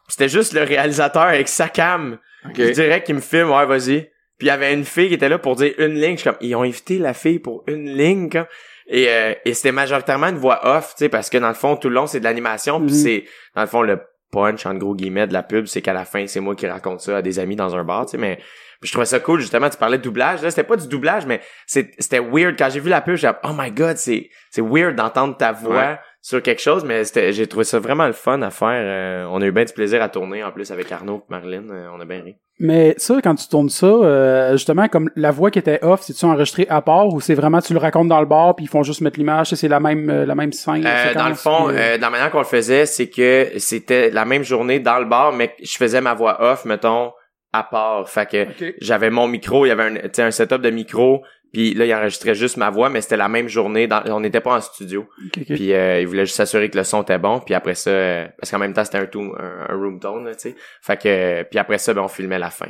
S1: c'était juste le réalisateur avec sa cam. Je dirais qu'il me filme, ouais, vas-y. Puis il y avait une fille qui était là pour dire une ligne. Je suis comme, ils ont invité la fille pour une ligne, comme. Et, euh, et c'était majoritairement une voix off, tu sais, parce que dans le fond, tout le long, c'est de l'animation. Puis
S3: Mhm.
S1: c'est, dans le fond, le punch, en gros guillemets, de la pub, c'est qu'à la fin, c'est moi qui raconte ça à des amis dans un bar, tu sais, mais... Puis je trouvais ça cool, justement, tu parlais de doublage. Là, c'était pas du doublage, mais c'est- c'était weird. Quand j'ai vu la pub, j'ai dit, oh my god, c'est c'est weird d'entendre ta voix
S2: Ouais.
S1: sur quelque chose, mais c'était- j'ai trouvé ça vraiment le fun à faire. Euh, on a eu bien du plaisir à tourner, en plus, avec Arnaud et Marlène. Euh, on a bien ri.
S3: Mais ça, quand tu tournes ça, euh, justement, comme la voix qui était off, c'est-tu enregistré à part ou c'est vraiment tu le racontes dans le bar puis ils font juste mettre l'image et c'est la même euh, la même scène?
S1: Euh,
S3: séquence,
S1: dans le fond,
S3: puis, euh,
S1: euh, de la manière qu'on le faisait, c'est que c'était la même journée dans le bar, mais je faisais ma voix off, mettons, à part. Fait
S3: euh,
S1: que j'avais mon micro, il y avait un, tu sais, un setup de micro, puis là, il enregistrait juste ma voix, mais c'était la même journée. dans- on n'était pas en studio.
S3: ok, ok.
S1: Puis euh, il voulait juste s'assurer que le son était bon, puis après ça, euh, parce qu'en même temps, c'était un, tout- un, un room tone, là, tu sais. Fait que, euh, puis après ça, ben, on filmait la fin.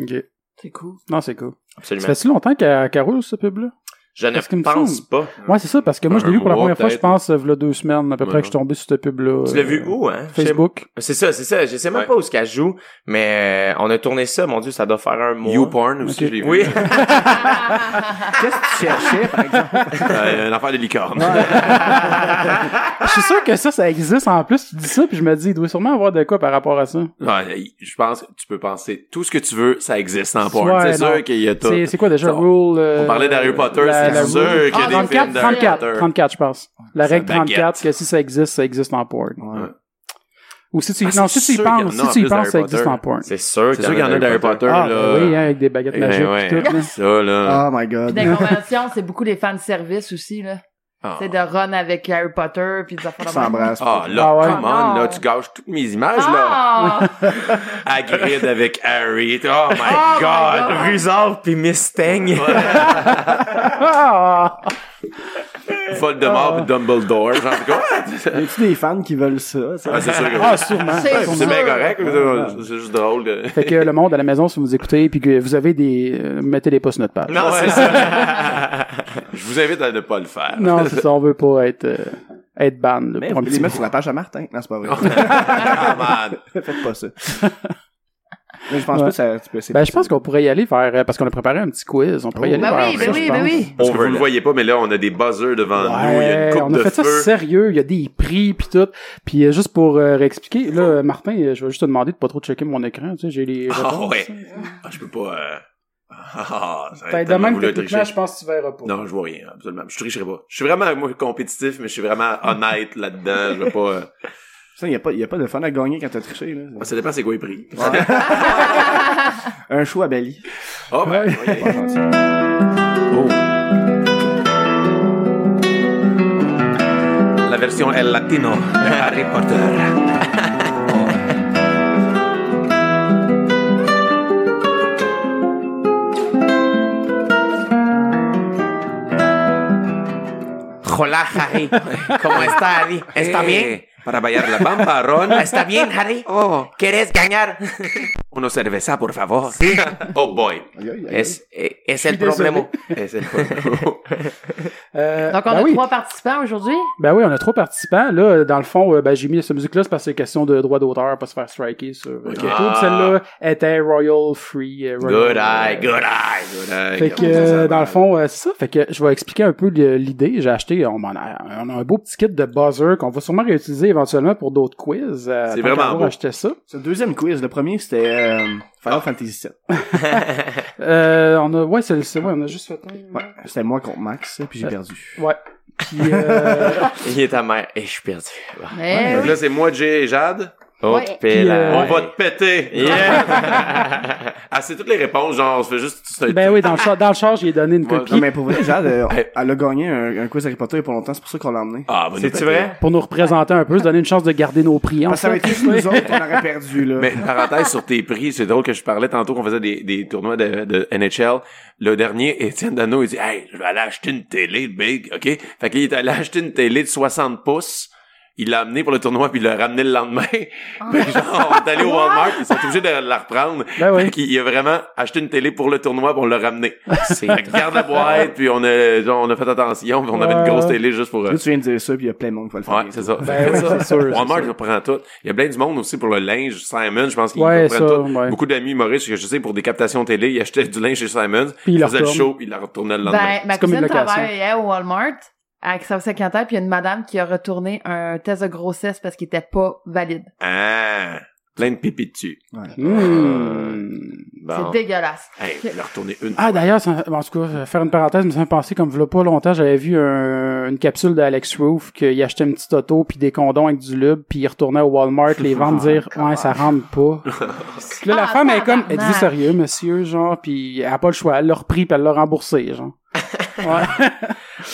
S3: Ok.
S5: C'est cool.
S3: Non, c'est cool. Ça
S1: Absolument.
S3: fait-tu longtemps qu'elle qu'elle roule, ce pub-là?
S1: Je ne
S3: parce qu'il me
S1: pense pas.
S3: Ouais, c'est ça, parce que moi, je l'ai
S2: Un
S3: vu pour la
S2: mois,
S3: première fois, je
S2: peut-être.
S3: pense, euh, v'là deux semaines, à peu près,
S2: Ouais.
S3: que je suis tombé sur ce pub-là.
S1: Tu l'as
S3: euh,
S1: vu où, hein? Je sais-
S3: Facebook.
S1: C'est ça, c'est ça. Je sais même
S2: Ouais.
S1: pas où ce qu'elle joue, mais euh, on a tourné ça, mon Dieu, ça doit faire un mois.
S2: YouPorn aussi,
S3: Ok.
S2: je l'ai vu.
S1: Oui.
S4: Qu'est-ce que tu cherchais, par exemple?
S2: Euh, une affaire de licorne.
S3: Je suis sûr que ça, ça existe en plus. Tu dis ça, puis je me dis, il doit sûrement avoir de quoi par rapport à ça.
S2: Ouais, je pense que tu peux penser tout ce que tu veux, ça existe en porn.
S3: Ouais,
S2: c'est
S3: non.
S2: sûr qu'il y a tout.
S3: C'est c'est quoi déjà,
S2: Ça, on-
S3: rule? euh,
S2: On parlait d'Harry Potter,
S3: la- la
S2: c'est sûr
S3: rule-
S2: qu'il y a
S5: Ah,
S2: des
S5: 34,
S2: films d'Harry
S3: 34,
S2: Potter.
S3: 34, je pense. La
S2: Ça
S3: règle
S2: baguette.
S3: 34, que si ça existe, ça existe en porn.
S2: Ouais.
S3: Ou si tu,
S2: Ah,
S3: non,
S2: c'est
S3: si tu y
S2: sûr qu'il y en a
S3: penses, si
S2: en
S3: tu y
S2: plus
S3: penses, ça
S2: d'Harry
S3: existe
S2: Potter.
S3: en porn.
S1: C'est sûr
S2: C'est sûr qu'il y en a d'Harry Potter,
S3: Ah,
S2: là.
S3: ben oui, hein, avec des baguettes
S2: Eh,
S3: magiques
S2: ouais.
S3: pis tout, hein. Ah, là.
S2: Ça, là.
S4: Oh my
S5: Puis
S4: god.
S5: dans les conventions, c'est beaucoup les fans de service aussi, là.
S2: Ah.
S5: C'est de run avec Harry Potter puis des affaires
S4: On
S5: de même.
S4: s'embrasse.
S2: Ah, là,
S3: Ah ouais.
S2: come on, là, tu gâches toutes mes images, là.
S5: Ah!
S2: Hagrid avec Harry. Oh my
S5: my
S2: God.
S5: God.
S1: Rusard Ah, puis Mustang.
S3: Ah!
S2: Voldemort pis Dumbledore. Genre, c'est quoi?
S4: Y a-tu des fans qui veulent ça? ça?
S2: Ah, c'est sûr que oui.
S3: Ah, sûrement.
S5: C'est
S2: Ouais,
S3: sûrement.
S2: C'est bien
S5: sûr.
S2: correct. mais c'est- C'est juste drôle. que-
S3: Fait que le monde à la maison, si vous écoutez puis que vous avez des, euh, mettez les pas sur notre page.
S1: non, c'est ça.
S2: Je vous invite à ne pas le faire.
S3: Non, c'est ça, on veut pas être, euh, être ban, là,
S4: Mais
S3: pour
S4: on
S3: un
S4: peut
S3: petit
S4: les mettre
S3: bout.
S4: sur la page à Martin. Non, c'est pas vrai.
S2: Come on.
S4: Faites pas ça. Mais je pense
S3: Ouais.
S4: pas que ça, tu peux, c'est
S3: Ben, je pense qu'on pourrait y aller vers, euh, parce qu'on a préparé un petit quiz, on pourrait y
S4: Oh.
S3: aller
S5: Ben
S3: vers
S5: oui,
S3: ça,
S5: ben
S3: je
S5: oui,
S3: pense.
S5: ben oui.
S2: Parce que vous ne le voyez pas, mais là, on a des buzzers devant nous. Il y a une
S3: Ouais,
S2: coupe
S3: on a
S2: de
S3: fait ça
S2: feu.
S3: sérieux, il y a des prix puis tout. Puis euh, juste pour euh, réexpliquer, là euh, Martin, euh, je vais juste te demander de pas trop checker mon écran, tu sais, j'ai les
S2: Ah,
S3: réponses. hein.
S2: ouais. Ah, je peux pas... euh, Ah, ça va
S3: Fait
S2: être
S3: Ben, de
S2: tellement
S3: même
S2: voulu
S3: techniquement,
S2: tricher.
S3: je pense que tu verras
S5: Euh,
S3: pas.
S2: Non, je vois rien, absolument. Je tricherai pas. Je suis vraiment moi, compétitif, mais je suis vraiment honnête là-dedans. Je veux pas. euh,
S4: Ça, y a pas, y a pas de fun à gagner quand t'as triché, là.
S2: Ça dépend Ah, c'est quoi les prix.
S4: Un show à Bali.
S2: Ah ben, ouais.
S4: Pas gentil.
S2: la version El Latino de Harry Potter.
S7: Hola, Harry. ¿Cómo está, Harry? ¿Está bien?
S2: Eh, Para bailar la bamba, Ron.
S7: ¿Está bien, Harry?
S2: Oh,
S7: ¿Quieres ganar?
S2: una cerveza, por favor. Oh boy.
S4: Aïe, aïe, aïe.
S7: Es, eh, es el problema.
S2: Es el problème.
S3: Euh,
S5: Donc, on
S3: ben
S5: a
S3: oui.
S5: trois participants aujourd'hui.
S3: Ben oui, on a trois participants. Là, dans le fond, euh, ben, j'ai mis cette musique-là, c'est parce que c'est question de droit d'auteur, pas se faire striker sur euh, YouTube.
S1: Ah.
S3: Celle-là était Royal Free. euh, Royal-
S1: Good eye, good eye.
S2: Good eye.
S3: Fait que, euh, dans le fond, euh, c'est ça. Fait que, je vais expliquer un peu le- l'idée. J'ai acheté, on, m'en a, on a un beau petit kit de buzzer qu'on va sûrement réutiliser éventuellement pour d'autres quiz. euh,
S2: C'est
S3: tant
S2: vraiment
S3: qu'à avoir
S2: beau.
S3: acheté ça.
S4: C'est le deuxième quiz. Le premier, c'était euh,
S2: Ah.
S4: Final Fantasy VII.
S3: Euh, on a, ouais, c'est, le- c'est, ouais, on a juste fait un.
S4: Ouais, c'était moi contre Max, puis j'ai
S3: Euh,
S4: perdu.
S3: Ouais. Puis, euh,
S1: Il est ta mère. Et je suis perdu.
S5: Eh
S2: Donc
S5: oui.
S2: là, c'est moi, Jay et Jade.
S1: Oh,
S5: Ouais.
S1: tu
S3: Puis,
S1: pèles.
S3: euh,
S2: On va te péter. ah, c'est toutes les réponses, genre, on se fait juste... c'est-
S3: ben oui, dans le char, dans le char, j'ai donné une
S4: Ouais,
S3: copie
S4: non, mais pour vrai, Jade, euh, elle a gagné un, un quiz Harry Potter il y a pas longtemps, c'est pour ça qu'on l'a emmené.
S2: Ah, va nous
S1: C'est-tu
S2: péter.
S1: vrai?
S3: pour nous représenter un peu, se donner une chance de garder nos prix. en
S4: Parce que Ah, ça
S3: fait.
S4: avait été juste nous autres, on aurait perdu, là.
S2: Mais une parenthèse sur tes prix, c'est drôle que je parlais tantôt qu'on faisait des, des tournois de, de NHL. Le dernier, Étienne Dano, il dit Hey, je vais aller acheter une télé big, OK? Fait qu'il est allé acheter une télé de 60 pouces. Il l'a amené pour le tournoi puis il l'a ramené le lendemain. Fait que genre, on est allé au Walmart, ils sont obligés de la reprendre.
S3: Ben oui.
S2: Fait qu'il il a vraiment acheté une télé pour le tournoi puis on l'a ramené. Fait que garde la boîte puis on a, genre, on a fait attention puis on avait une
S3: Ouais.
S2: grosse télé juste pour... euh,
S4: Là, tu viens de dire ça, puis il y a plein de monde qui va le faire.
S2: Ouais,
S4: bientôt.
S2: c'est ça.
S3: Ben
S2: Faites
S3: oui,
S2: ça.
S3: c'est sûr, c'est
S2: Walmart,
S3: sûr.
S2: il reprend tout. Il y a plein du monde aussi pour le linge. Simon, je pense qu'il
S3: Ouais,
S2: reprend
S3: ça,
S2: tout.
S3: ouais.
S2: Beaucoup d'amis humoristes que je sais pour des captations télé, ils achetaient du linge chez Simon.
S3: Puis ils le
S2: faisaient le
S3: retournent.
S2: show, puis ils la retournaient le lendemain.
S5: Ben, ma
S3: C'est comme une
S5: cousine
S3: location.
S5: travaillait au Walmart avec sa ans, puis il y a une madame qui a retourné un test de grossesse parce qu'il était pas valide.
S2: Ah! Plein de pipi dessus.
S3: Hmm.
S2: Bon.
S5: C'est dégueulasse.
S2: Hey, il a retourné une.
S3: Ah d'ailleurs, ça- en tout cas, faire une parenthèse, mais ça me pensé comme v'là pas longtemps, j'avais vu un- une capsule d'Alex Roof qu'il achetait une petite auto puis des condoms avec du lube puis il retournait au Walmart les vendre dire ouais ça rentre pas. Puis là la
S5: Ah,
S3: femme elle est comme
S5: tabarnak.
S3: êtes-vous sérieux monsieur genre puis elle a pas le choix, elle l'a repris puis elle l'a remboursé genre. Ouais.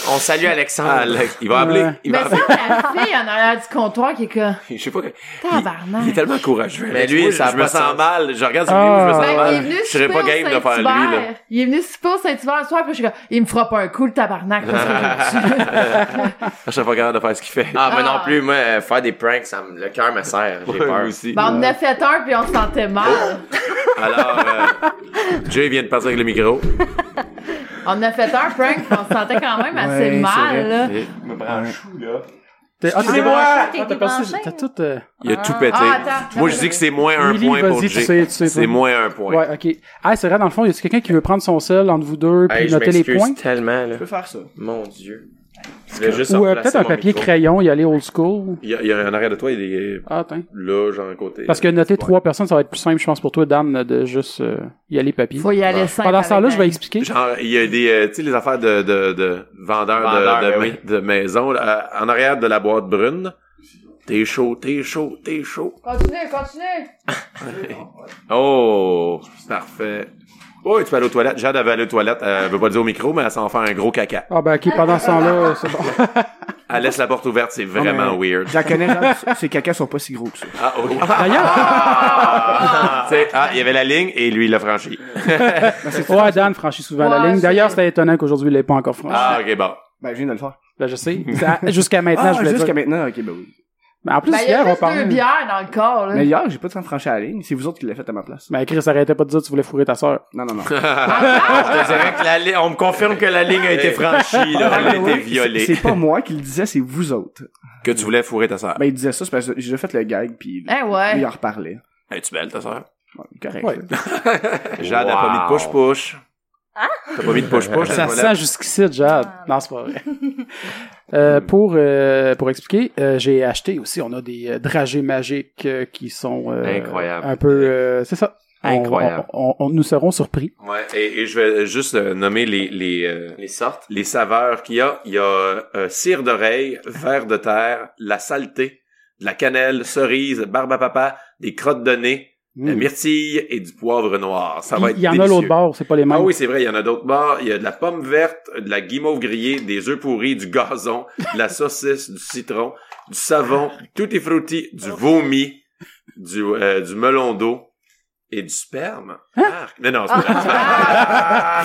S1: On salue Alexandre.
S2: Ah, Alex, il va appeler.
S3: Ouais.
S2: Il
S5: Mais
S2: va
S5: ça,
S2: appeler.
S5: la fille en arrière du comptoir qui est comme
S2: Je sais pas. que- Il,
S5: tabarnak.
S2: il est tellement courageux.
S1: Mais
S2: Alex.
S1: lui,
S2: Moi,
S1: ça a
S2: je me
S1: pas de
S2: sens
S1: sens.
S2: mal. Je regarde ses
S3: Ah.
S2: vidéos, je me sens
S5: Ben, il est
S2: mal.
S5: venu
S2: Je serais
S5: souper
S2: pas
S5: au
S2: game de faire lui, là.
S5: Saint-Hubert. Il est venu souper au Saint-Hubert le soir, puis je suis comme, il me fera pas un coup, le tabarnak. parce que je-
S2: Je serais pas capable de faire ce qu'il fait.
S1: Ah, moi
S5: Ah.
S1: non plus, moi, euh, faire des pranks, ça me- le cœur me serre. J'ai
S2: Ouais,
S1: peur.
S2: lui aussi.
S5: ben, on en a fait un, puis on se sentait mal.
S2: Alors, euh, Jay vient de partir avec le micro.
S5: On en a fait un, Frank, puis on se sentait quand même assez
S4: Ouais, c'est
S5: mal,
S4: vrai.
S5: là.
S3: T'es- ah, t'es-
S1: Excusez-moi,
S3: ah,
S5: t'es
S3: t'as passé-
S5: débranché.
S3: t'as tout euh,
S2: Il a tout pété.
S5: Ah, attends.
S2: Moi, je dis que c'est moins un
S3: Lily,
S2: point pour
S3: vas-y, tu
S2: Jay.
S3: sais, tu sais,
S2: c'est
S3: toi.
S2: moins un point.
S3: Ouais, OK. Ah, c'est vrai dans le fond, y a quelqu'un qui veut prendre son sel entre vous deux puis
S1: Hey, je
S3: noter les
S1: m'excuse
S3: points
S1: tellement, là.
S4: Tu peux faire ça.
S1: Mon Dieu. Je vais juste
S3: ou euh,
S1: replacer
S3: peut-être un
S1: mon
S3: papier
S1: micro.
S3: crayon y aller old school.
S2: Il y, a, il y a en arrière de toi, il est
S3: Ah, attends.
S2: là, genre à côté.
S3: Parce que noter trois personnes, ça va être plus simple, je pense, pour toi, Dan, de juste euh, y aller papier.
S5: Faut y aller simple.
S3: Pendant ce temps-là,
S5: avec
S3: je vais
S5: la-
S3: expliquer.
S2: Genre, il y a des, euh, tu sais, les affaires de, de, de vendeurs, de-
S1: Vendeurs,
S2: de,
S1: ben
S2: ma-
S1: oui.
S2: de maison, là, euh, en arrière de la boîte brune. T'es chaud, t'es chaud, t'es chaud.
S5: Continue, continue.
S2: Oh, parfait. Oh, tu peux aller aux toilettes. Jade, elle va aller aux toilettes. Elle veut pas le dire au micro, mais elle s'en fait un gros caca.
S3: Ah ben ok, pendant ce temps-là, euh, c'est bon.
S2: Elle laisse la porte ouverte,
S3: Ah,
S2: c'est vraiment
S4: Non, mais-
S2: weird.
S4: Je la connais, Jade, ses cacas sont pas si gros que ça.
S2: Ah, oh.
S3: D'ailleurs,
S2: Tu sais, ah, il y avait la ligne et lui, il l'a franchi.
S3: ouais, Dan franchit souvent la
S5: Ouais,
S3: ligne.
S5: c'est-
S3: D'ailleurs, c'était étonnant qu'aujourd'hui, il l'ait pas encore franchi.
S2: Ah, ok, bon.
S4: Ben, je viens de le faire.
S3: Ben, je sais. Ça- Jusqu'à maintenant,
S4: Ah,
S3: je voulais
S4: jusqu'à
S3: dire.
S4: maintenant, ok, ben oui.
S3: Mais en plus,
S5: Ben, il y
S3: hier,
S5: a
S3: on
S5: juste deux
S3: parlait...
S5: bières dans le corps, là.
S4: Mais hier, j'ai pas de temps franchi à la ligne. C'est vous autres qui l'avez fait à ma place.
S3: Ben, Chris, arrêtait pas de dire que tu voulais fourrer ta sœur.
S4: Non, non, non.
S1: Je te dirais que la li- on me confirme que la ligne a été franchie,
S2: Il
S1: là.
S2: a été
S4: Ouais,
S2: violé.
S4: Ah, C'est c'est pas moi qui le disais, c'est vous autres.
S2: Que tu voulais fourrer ta sœur.
S4: Ben, il disait ça, c'est parce que j'ai déjà fait le gag, puis
S5: Eh
S4: lui, il
S5: ouais.
S4: en reparlait.
S2: Es-tu belle, ta sœur?
S4: Ouais, correct.
S3: Ouais.
S4: ça.
S2: Jade a pas mis de push-push. T'as pas mis de push-push?
S3: Ça
S2: dans les
S3: sent jusqu'ici, Jade. Non, c'est pas vrai. Euh,
S2: Hmm.
S3: pour euh, pour expliquer, euh, j'ai acheté aussi. On a des euh, dragées magiques euh, qui sont euh,
S1: Incroyable.
S3: un peu. euh, c'est ça. On-
S1: Incroyable.
S3: on- on- on- nous serons surpris.
S2: toilettes? Ouais, et, et je vais juste euh, nommer les, les, euh,
S1: Les sortes.
S2: les saveurs qu'il y a. Il y a euh, cire d'oreille, verre de terre, la saleté, de la cannelle, cerise, barbe à papa, des crottes de nez, de la
S3: Mm.
S2: myrtille et du poivre noir. Ça va
S3: Il
S2: être
S3: il y en a
S2: délicieux.
S3: l'autre bord, c'est pas les mêmes.
S2: Ah oui, c'est vrai, il y en a d'autres bords. Il y a de la pomme verte, de la guimauve grillée, des œufs pourris, du gazon, de la saucisse, du citron, du savon, tout est frutti, du vomi, du, euh, du melon d'eau et du sperme. Arc. Mais non, c'est pas vrai.
S5: Ah,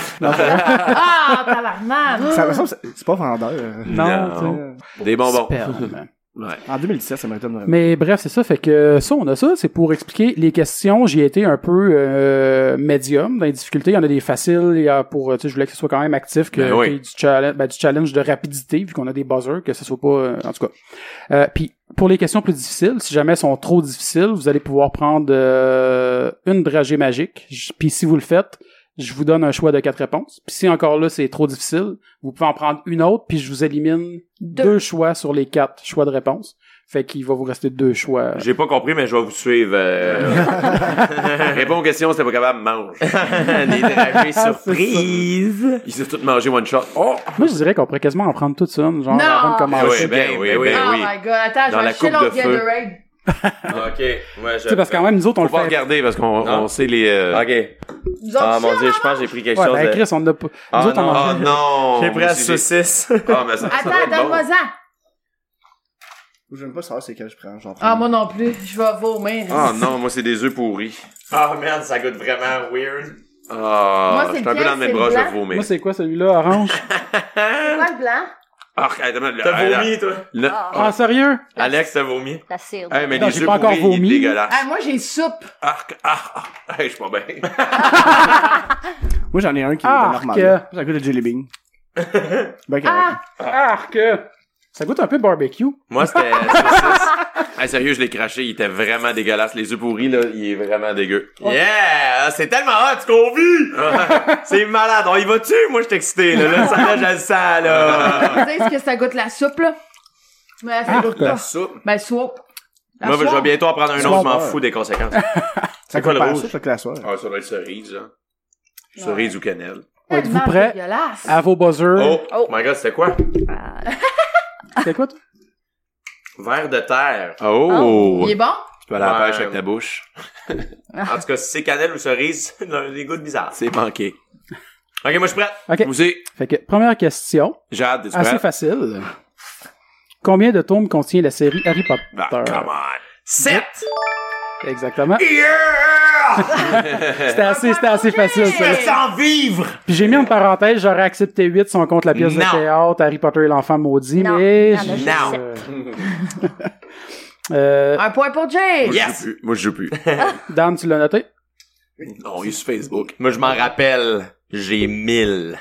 S5: ah tabarnak!
S4: Ça me semble, c'est c'est pas vendeur. euh.
S2: Non.
S3: tu sais.
S4: Euh,
S2: Des bonbons.
S3: Superbe.
S2: Ouais.
S4: En 2017, ça m'étonne vraiment.
S3: Mais bref, c'est ça. Fait que euh, ça, on a ça. C'est pour expliquer les questions. J'ai été un peu euh, médium dans les difficultés. Il y en a des faciles. Il y a pour, euh, tu sais, je voulais que ce soit quand même actif, que
S2: Ben oui.
S3: qu'il y ait du challenge, ben, du challenge de rapidité, vu qu'on a des buzzers, que ce soit pas, euh, en tout cas. Euh, Puis pour les questions plus difficiles, si jamais elles sont trop difficiles, vous allez pouvoir prendre euh, une dragée magique. J- Puis si vous le faites, je vous donne un choix de quatre réponses. Puis si encore là c'est trop difficile, vous pouvez en prendre une autre, puis je vous élimine
S5: Deux.
S3: deux choix sur les quatre choix de réponse. Fait qu'il va vous rester deux choix.
S2: J'ai pas compris, mais je vais vous suivre. euh. Réponds aux questions, c'était pas capable, mange.
S1: Ah,
S7: Des dragées surprises.
S2: Ils se sont tous mangés one shot. Oh!
S3: Moi, je dirais qu'on pourrait quasiment en prendre toute une, genre
S5: Non!
S3: avant
S2: Ah
S3: de commencer.
S2: ouais, ben oui, ben oui.
S5: oh my god, attends,
S2: Dans la
S5: je vais chier
S2: coupe de
S5: l'autre
S2: feu.
S5: Gatorade.
S1: OK. Ouais,
S3: Tu sais, parce que quand même, nous autres, on
S2: Faut
S3: le
S2: pas
S3: fait.
S2: regarder parce qu'on on sait les. euh,
S1: OK.
S5: Vous autres,
S1: Ah,
S5: chier,
S1: mon Dieu,
S5: là?
S1: je pense que j'ai pris quelque
S3: Ouais,
S1: chose
S3: ben,
S1: de-
S3: Chris, on n'a pas.
S1: Ah,
S3: nous autres, on
S1: non.
S3: en-
S2: Oh non!
S1: J'ai pris la
S2: Moi aussi,
S1: saucisse.
S2: Ah, mais ça, ça doit être
S5: Attends,
S2: bon.
S5: donne-moi-en.
S4: J'aime pas savoir c'est quel je prends. J'en prends.
S5: Ah, moi non plus, je vais vomir.
S2: Ah non, moi c'est des œufs pourris.
S1: Ah, merde, ça goûte vraiment weird.
S2: Ah,
S5: Moi, c'est
S2: je suis un peu
S5: lequel,
S2: dans le même
S5: c'est
S2: bras,
S5: le
S2: je
S5: blanc?
S2: vomis.
S3: Moi, c'est quoi celui-là, orange?
S5: C'est quoi le blanc?
S2: Ah, hey, attends, le-
S1: T'as
S2: hey, là-
S1: vomi, toi?
S2: le-
S3: Ah, sérieux?
S1: Alex, t'as vomi?
S8: La cire.
S2: Hey, mais
S3: Non,
S2: les
S3: j'ai
S2: œufs
S3: pas encore
S2: pourris, il est
S3: vomi.
S5: Ah,
S2: dégueulasse.
S5: moi, j'ai soupe.
S2: Arc, arc, arc. Hey, je suis pas bien.
S4: Moi, j'en ai un qui est
S3: Arc.
S4: normal. là. Ça goûte le jelly bean. ben, correct.
S5: Ah,
S3: Arc! Ça goûte un peu barbecue.
S1: Moi, c'était...
S2: Hey, sérieux, je l'ai craché, il était vraiment dégueulasse. Les œufs pourris, là, il est vraiment dégueu.
S1: yeah! Ah, C'est tellement hot ce qu'on vit! c'est malade. On y va dessus? Moi, je suis excité, là. Là, ça, là, je le sens, là.
S2: Ah.
S5: vous savez ce que ça goûte la soupe, là? Mais ça goûte
S3: la
S5: pas.
S2: soupe.
S5: Ben, soupe. La
S1: Moi, je vais
S5: soupe.
S1: bientôt en prendre un autre,
S4: Soir.
S1: je m'en fous des conséquences.
S4: ça
S1: quoi
S4: goûte
S1: le
S4: pas la
S1: rouge?
S4: soupe, ça goûte la soie.
S2: Ah, ça doit être cerise, hein.
S5: Ouais.
S2: Cerise ou cannelle.
S3: Êtes-vous
S5: Tellement
S3: prêts?
S5: dégueulasse.
S3: À vos buzzers.
S1: Oh, my God, c'était quoi?
S3: C'était quoi, toi?
S1: Verre de terre.
S2: Oh!
S5: Il est bon?
S2: Tu peux aller à la
S1: Ouais.
S2: pêche avec ta bouche.
S1: En tout cas, si c'est cannelle ou cerise, les goûts de bizarre.
S2: C'est manqué.
S1: OK, moi, je suis prêt.
S3: Ok.
S2: Moussi,
S3: Fait que, première question.
S2: Jade, es-tu
S3: Assez
S2: prête?
S3: facile. Combien de tomes contient la série Harry
S2: Ah,
S3: Potter?
S2: come on.
S1: 7!
S3: Exactement.
S1: Yeah!
S3: C'était assez, c'était assez facile, ça.
S5: Hey!
S1: Sans vivre!
S3: Puis j'ai mis en parenthèse, j'aurais accepté 8 si on compte la pièce
S1: Non.
S3: de théâtre, Harry Potter et l'enfant maudit,
S8: Non,
S3: mais...
S8: il y en a
S3: j'ai-
S1: juste
S3: euh, euh,
S5: Un point pour Jay.
S2: Moi,
S1: Yes.
S2: je joue plus. Moi, je joue plus.
S3: Dan, tu l'as noté?
S2: non, il est sur Facebook.
S1: Moi, je m'en rappelle. J'ai 1000.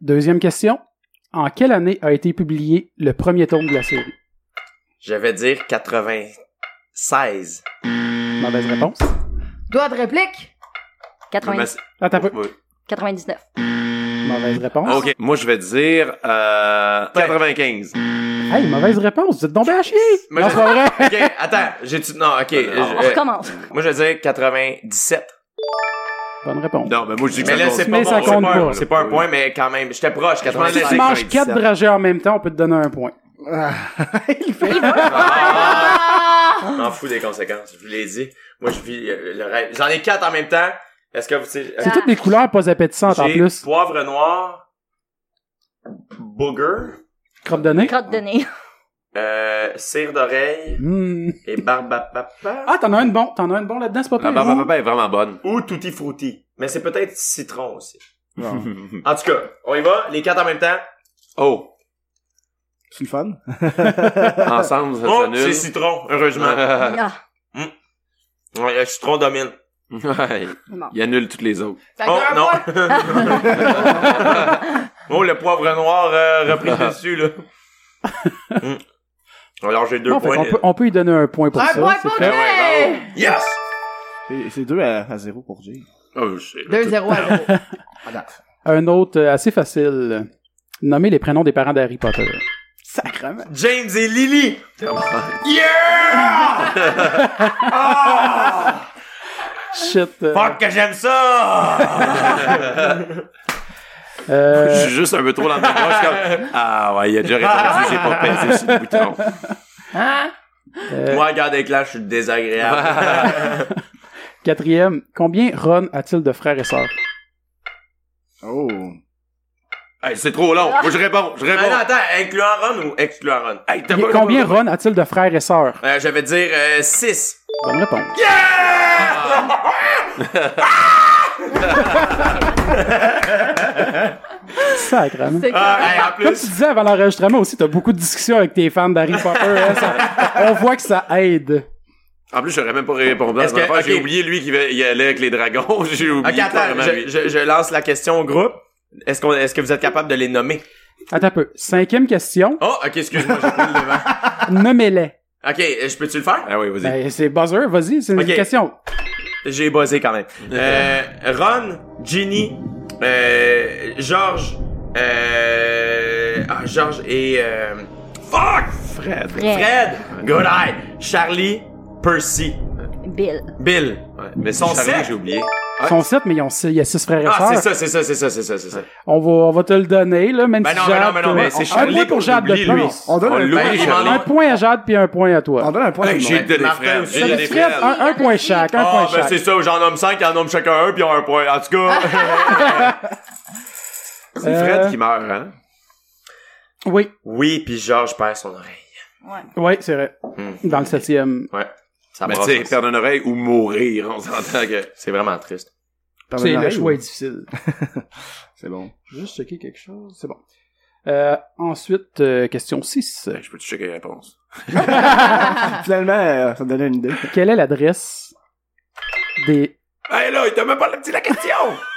S3: Deuxième question. En quelle année a été publié le premier tome de la série?
S1: Je vais dire 96.
S3: Mauvaise réponse.
S5: Doigt de réplique.
S8: 80
S2: Mais-
S3: Attends un peu.
S8: 99.
S3: Mauvaise réponse.
S1: Oh.
S2: Ok, moi, je vais dire euh, 95.
S3: Hey, mauvaise réponse. Vous êtes tombé à chier.
S1: Mais
S3: Non,
S1: je-
S3: c'est pas vrai.
S1: OK, attends. J'ai tu... Non, OK.
S8: On
S1: je- euh,
S8: recommence.
S1: moi, je vais dire 97.
S3: Bonne réponse.
S2: Non, mais moi, je dis que
S1: Mais
S2: ça
S1: là,
S2: compte
S1: c'est
S3: Mais
S1: pas,
S3: ça
S1: bon, c'est
S3: compte
S1: pas un-
S3: pas.
S1: C'est pas un point, mais quand même, j'étais proche.
S3: Si
S1: 96.
S3: tu manges 4 dragées en même temps, on peut te donner un point.
S1: Ah. Je m'en fous des conséquences. Je vous l'ai dit. Moi, je vis euh, le rêve. J'en ai 4 en même temps. Est-ce que vous... C'est
S3: C'est toutes des couleurs pas appétissantes en
S1: J'ai
S3: plus.
S1: poivre noir, booger,
S3: Crotte de nez.
S8: Crotte de nez.
S1: euh, cire d'oreille
S3: Hmm.
S1: et barbe à papa.
S3: Ah, t'en as une bon. T'en as une bon là-dedans, c'est
S1: Ah,
S3: pas
S2: La
S1: bah,
S3: pire.
S2: barbe à papa bah, est vraiment bonne.
S1: Ou tutti frutti. Mais c'est peut-être citron aussi.
S4: Non.
S1: En tout cas, on y va, les quatre en même temps.
S2: Oh,
S4: C'est le fun.
S2: ensemble, ça
S1: Oh,
S2: sonne
S1: c'est citron, heureusement.
S8: Ah,
S1: Ouais, le citron domine.
S2: Ouais.
S8: Bon.
S2: Il annule toutes les autres.
S5: Ça
S1: Oh,
S5: fait un
S1: non.
S5: point.
S1: oh, le poivre noir euh, repris dessus, là. Hmm. Alors, j'ai deux
S3: Non, fait
S1: points.
S3: qu'on peut, on peut y donner un point pour
S5: Un
S3: ça.
S5: point
S3: c'est
S5: pour
S3: fait.
S5: Jay.
S1: Yes!
S4: C'est- C'est 2 à, à 0 pour Jay.
S2: Oh, je sais.
S5: 2-0 à 0.
S3: Un autre euh, assez facile. Nommer les prénoms des parents d'Harry Potter.
S4: Sacrement.
S1: James et Lily!
S3: Shit. euh,
S1: Fuck que j'aime ça!
S3: euh,
S2: Je suis juste un peu trop dans le même bras, je suis comme, ah ouais, il a déjà répondu, j'ai pas pesé sur le bouton.
S5: Hein?
S3: euh,
S1: Moi, regarde les clashs, je suis désagréable.
S3: Quatrième. Combien Ron a-t-il de frères et sœurs?
S4: Oh.
S2: Hey, c'est trop long. Moi, je réponds, je
S1: Mais Ah, non,
S2: réponds.
S1: attends, incluant Ron ou excluant Ron?
S2: Hey, t'as
S3: Il-
S2: pas-
S3: Combien Ron a-t-il de frères et sœurs?
S1: Euh, je vais dire 6.
S3: Bonne réponse. Sacrément.
S5: C'est
S2: Ah, hey, en
S3: Comme
S2: plus,
S3: tu disais avant l'enregistrement aussi, t'as beaucoup de discussions avec tes fans d'Harry Potter. hein, ça- on voit que ça aide.
S2: en plus, j'aurais même pas répondu. à
S1: Est-ce
S2: cette
S1: que-
S2: affaire. J'ai
S1: ok.
S2: oublié lui qui va- il allait avec les dragons. J'ai oublié
S1: Ok, attends,
S2: carrément
S1: je,
S2: lui.
S1: je, je lance la question au groupe. Est-ce qu'on, est-ce que vous êtes capable de les nommer?
S3: Attends un peu. Cinquième question.
S1: Oh, ok, excuse-moi, j'ai pris le devant.
S3: Nommez-les.
S1: Ok, euh, je peux-tu le faire?
S2: Ah oui, vas-y.
S3: Ben, c'est buzzer, vas-y, c'est une
S1: Ok.
S3: question.
S1: J'ai buzzé quand même. Euh, Ron, Ginny, euh, George, euh, ah, George et, euh, fuck! Fred.
S8: Fred.
S1: Good eye. Charlie, Percy,
S8: Bill.
S1: Bill.
S2: Mais
S1: son
S2: Charlie,
S1: set.
S2: j'ai oublié.
S3: Ils sont sept, mais ils ont six- il y a six frères et
S1: Ah, c'est
S3: sœurs.
S1: ça, c'est ça, c'est ça, c'est ça, c'est ça.
S3: On va, on va te le donner, là, même
S1: Ben
S3: si
S1: non, ben
S3: Jade,
S1: non, ben non,
S3: toi-
S1: mais c'est
S3: un
S1: Charlie
S3: point pour
S1: qu'on
S3: Jade de
S2: oublie,
S3: plus.
S2: lui.
S4: On donne
S2: On
S4: un
S2: l'oublie,
S4: point.
S1: Charlie.
S3: Un point à Jade puis un point à
S4: On
S3: toi.
S4: donne un point. à
S2: Hey,
S4: tout le
S2: J'ai
S4: monde.
S2: donné
S1: Martin
S2: Fred.
S1: aussi.
S2: J'ai donné
S3: Fred,
S2: Fred.
S3: un, un point chaque, un
S1: Ah,
S3: point
S1: ben
S3: chaque.
S1: c'est ça, j'en nomme cinq, ils en nomment chacun un, puis ils ont un point. En tout cas,
S2: C'est Fred qui meurt, hein?
S3: Oui,
S1: oui, puis George perd son oreille.
S3: oui, c'est vrai.
S1: Hmm.
S3: Dans le septième.
S1: Ça
S2: Mais Ben, tu
S1: brasse.
S2: sais, perdre une oreille ou mourir, on s'entend que...
S1: C'est vraiment triste.
S4: Pardon,
S3: C'est le
S4: Marie,
S3: choix
S4: ou-
S3: est difficile.
S4: C'est bon.
S3: Juste checker quelque chose, c'est bon. Euh, ensuite, euh, question 6.
S2: Ben, Je peux te checker les réponses.
S5: Ah.
S4: Finalement, euh, ça me donnait une idée.
S3: Quelle est l'adresse des...
S2: Hey là, il t'a même pas dit la question!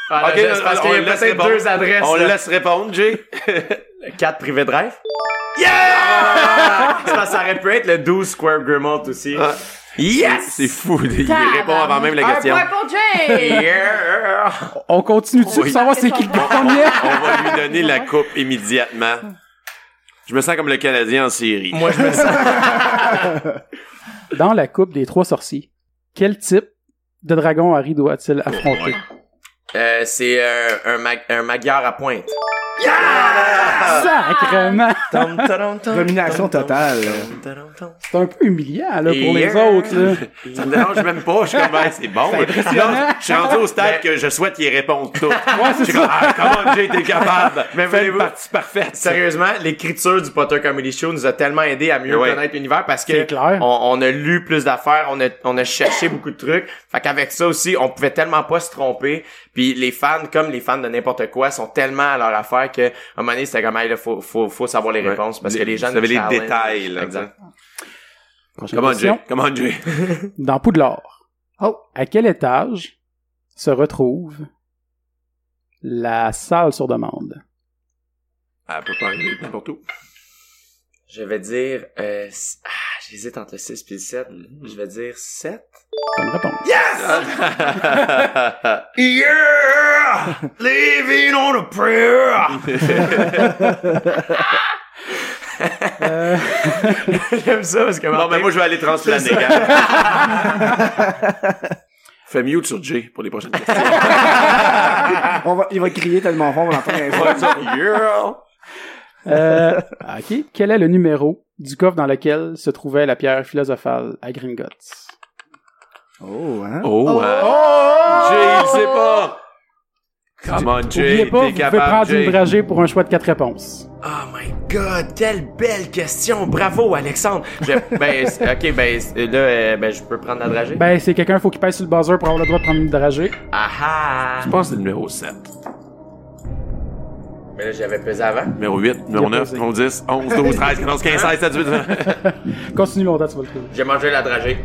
S1: Ah,
S2: Ok,
S1: là, c'est
S2: on-
S1: parce
S2: on
S1: qu'il y a
S2: le laisse
S1: peut-être
S2: répondre.
S1: deux adresses.
S2: on le
S1: là.
S2: laisse répondre, Jay.
S1: Quatre privés de rêve. C'est parce que ça aurait pu être le 12 Square Grimaud aussi.
S2: Ah. Yes! C'est fou, il répond avant même la question.
S5: Un point pour Jay!
S1: Yeah!
S3: On continue-tu
S2: Oui.
S3: pour savoir c'est qui le
S2: On
S3: premier?
S2: va lui donner la coupe immédiatement. Je me sens comme le Canadien en série.
S1: Moi, je me sens...
S3: Dans la coupe des trois sorciers, quel type de dragon Harry doit-il affronter?
S2: Oh
S1: Euh, c'est euh, un, mag- un magyar à pointe.
S3: Sacrement!
S4: Domination totale.
S3: C'est un peu humiliant, là, pour les
S1: Yeah.
S3: autres, là.
S2: Ça me dérange même pas. Je suis comme, ben, c'est bon. Là, je suis rendu au
S1: Ben,
S2: stade que je souhaite qu'ils répondent toutes. je suis comme, ah, comment Jay, t'es capable?
S1: Mais
S2: Fais une
S1: voulez-vous-
S2: partie parfaite.
S1: Sérieusement, l'écriture du Potter Comedy Show nous a tellement aidé à mieux
S2: Ouais.
S1: connaître l'univers parce que
S3: C'est clair.
S1: On, on a lu plus d'affaires, on a, on a cherché beaucoup de trucs. Fait qu'avec ça aussi, on pouvait tellement pas se tromper. Puis les fans, comme les fans de n'importe quoi, sont tellement à leur affaire que à un moment donné, c'était comme, hey, là, faut, faut, faut savoir les
S2: Ouais.
S1: réponses parce que les gens
S2: Vous savez
S1: nous
S2: les
S1: challengent.
S2: détails, là,
S1: Exact.
S2: Comment Jay?
S3: question.
S2: Comment Jay?
S3: Dans Poudlard. Oh. À quel étage se retrouve la salle sur demande?
S2: Ah, Elle peut pas arriver n'importe où.
S1: Je vais dire, euh, s- ah, j'hésite entre le 6 et le 7.
S2: Mm.
S1: Je vais dire 7.
S3: Bonne réponse.
S1: Yeah! Living on a prayer!
S3: Euh,
S1: J'aime ça parce que
S2: Bon,
S1: Martin-
S2: mais moi, je vais aller transplaner. gars. Fais mute sur Jay pour les prochaines questions.
S4: On va, il va crier tellement fort, on va l'entendre un soir.
S2: Yeah.
S3: euh, OK. Quel est le numéro du coffre dans lequel se trouvait la pierre philosophale à Gringotts?
S4: Oh, hein?
S2: Oh, hein. Jay, il sait pas. Come on, Jay, t'es
S3: N'oubliez pas, vous pouvez prendre
S2: capable,
S3: une
S2: Jay.
S3: dragée pour un choix de quatre réponses.
S1: Oh my god, quelle belle question! Bravo, Alexandre! Je- ben, c'est- ok, ben, c'est- là, euh, ben, je peux prendre la dragée?
S3: Ben, c'est quelqu'un, faut qu'il pèse sur le buzzer pour avoir le droit de prendre une dragée.
S1: Ah ah!
S2: Je pense que c'est le numéro 7,
S1: Mais là, j'avais pesé avant. Hein?
S2: numéro 8, numéro 9, numéro 10, 11, 12, 13, 14, 15, 16, 17, 18.
S3: Continue longtemps, tu vas le trouver.
S1: J'ai mangé la dragée.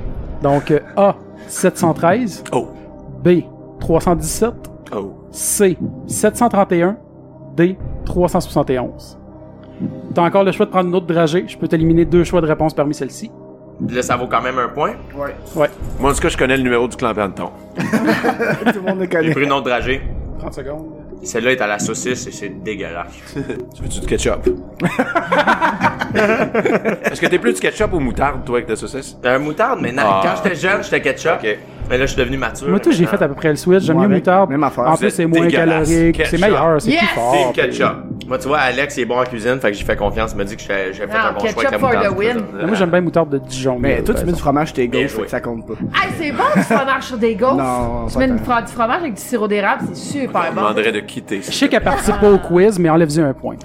S3: Donc, euh, A, 713.
S2: Oh,
S3: B, 317.
S2: oh.
S3: C, 731. D, 371. T'as encore le choix de prendre une autre dragée. Je peux t'éliminer deux choix de réponse parmi celles-ci.
S1: Là, ça vaut quand même un point.
S3: Oh.
S2: Moi, en tout cas, je connais le numéro du clan Panton.
S4: Tout le monde le
S1: J'ai
S4: connaît.
S1: pris une autre dragée.
S3: 30 secondes.
S1: Celle-là est à la saucisse et c'est dégueulasse.
S2: Tu veux-tu du ketchup? Est-ce que t'es plus du ketchup ou moutarde, toi, avec ta saucisse?
S1: Un moutarde, mais non.
S2: Ah.
S1: Quand j'étais jeune, j'étais ketchup. Mais là, je suis devenu mature.
S3: Moi, tout, j'ai
S1: maintenant.
S3: fait à peu près le switch. J'aime
S4: Moi,
S3: mieux
S4: avec.
S3: moutarde.
S4: Même affaire.
S3: En
S4: Vous
S3: plus,
S2: êtes
S3: c'est moins
S2: dégueulasse.
S3: calorique.
S2: Ketchup.
S3: C'est meilleur. C'est
S5: Yes!
S3: plus fort.
S2: Team
S3: puis-
S2: ketchup.
S1: Ah, Moi, tu vois, Alex, il est bon en cuisine, fait que j'ai fait confiance. Il m'a dit que j'ai j'ai fait
S5: Ah,
S1: un bon choix avec la
S5: ketchup for
S1: moutarde.
S5: the win.
S1: c'est pour ça.
S3: Moi, j'aime bien moutarde de Dijon.
S4: Mais
S3: là, Ben,
S4: toi,
S3: par Eh
S4: tu mets du fromage sur tes
S1: Bien
S4: gauches, fait
S1: joué.
S4: que ça compte pas.
S5: Hey, c'est bon du fromage sur des gaufres.
S4: Non,
S5: tu
S4: pas
S5: mets une
S4: tant.
S5: fra- du fromage avec du sirop d'érable, c'est super
S2: Je
S5: bon.
S2: demanderais de quitter.
S3: Je sais qu'elle participe pas au quiz, mais enlève-y un point.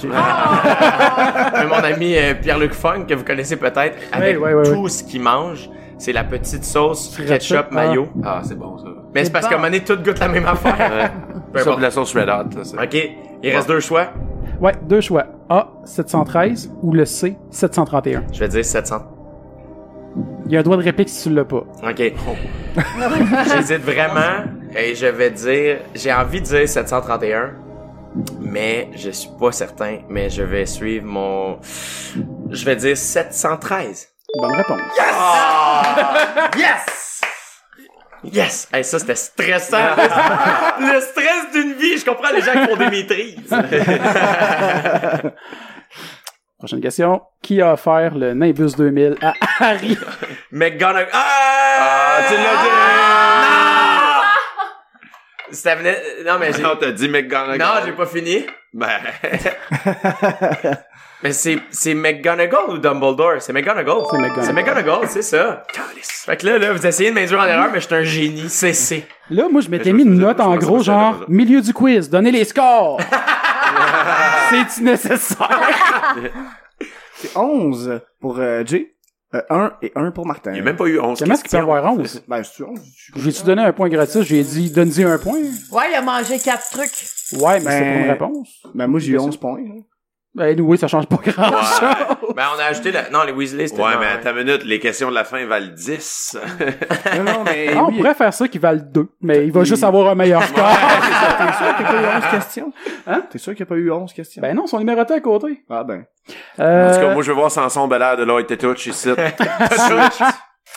S1: Mais mon ami euh, Pierre-Luc Funk, que vous connaissez peut-être, avec
S3: ouais, ouais,
S1: tout ce qu'il mange, c'est la petite sauce
S3: Sriracha.
S1: ketchup
S3: Ah.
S1: mayo.
S2: Ah, c'est bon, ça.
S1: Mais c'est
S5: C'est
S1: parce
S5: bon.
S1: qu'à un moment donné, tout goûte la même affaire. Peu
S2: Ça,
S1: importe.
S2: de la sauce red hot, ça, ça.
S1: Ok, il reste deux choix.
S3: Ouais, deux choix. A, 713 ou le C, 731.
S1: Je vais dire 700.
S3: Il y a un droit de réplique si tu l'as pas.
S1: Ok. J'hésite vraiment et je vais dire, j'ai envie de dire 731, mais je suis pas certain, mais je vais suivre mon, je vais dire 713.
S3: Bonne réponse.
S1: Ah! yes! Yes! Hey, ça, c'était stressant! Le stress d'une vie! Je comprends les gens qui font des maîtrises!
S3: Prochaine question. Qui a offert le Nimbus 2000 à Harry?
S1: McGonagall. Ah! Tu l'as dit! Non! Ça venait. Non, mais j'ai.
S2: Non, t'as dit McGonagall.
S1: Non, j'ai pas fini.
S2: Ben,
S1: Mais c'est, c'est McGonagall ou Dumbledore? C'est McGonagall.
S3: C'est McGonagall.
S1: C'est McGonagall, c'est ça. Fait que là, là, vous essayez de m'induire en erreur, mais je suis un génie. C'est, c'est.
S3: Là, moi, je m'étais
S2: je
S3: mis
S2: me
S3: une
S2: faisais-
S3: note
S2: je
S3: en
S2: me
S3: gros,
S2: faisais-
S3: genre, milieu du quiz, donnez les scores! C'est-tu nécessaire?
S4: C'est 11 pour euh, Jay, 1 et 1 pour Martin.
S2: il y a même pas eu 11
S3: Comment est-ce qu'il peut
S2: questions.
S3: avoir 11?
S4: Ben, c'est 11.
S3: J'ai-tu donné un point gratuit? J'ai dit, donne-y un point.
S5: Ouais, il a mangé quatre trucs.
S3: Ouais, mais c'est
S4: Ben-
S3: pas une réponse.
S4: Ben, moi, j'ai eu 11 points. là.
S3: Ben, oui, ça change pas grand-chose.
S1: Ben, on a ajouté la. Non, les Weasley, c'était.
S2: Ouais,
S1: non,
S2: mais à ta minute, les questions de la fin valent 10.
S4: Non, non, mais.
S3: Ah, on
S2: Ben
S4: oui,
S3: pourrait faire ça qui valent deux, mais il va
S4: Oui.
S3: juste avoir un meilleur score.
S4: T'es sûr qu'il n'y a pas eu 11 questions? Hein? T'es sûr qu'il n'y a pas eu 11 questions?
S3: ben non, son numéroté à côté.
S4: Ah, ben.
S2: En tout
S3: Euh,
S2: cas, moi, je veux voir Samson Belair de Lloyd Tetouch ici.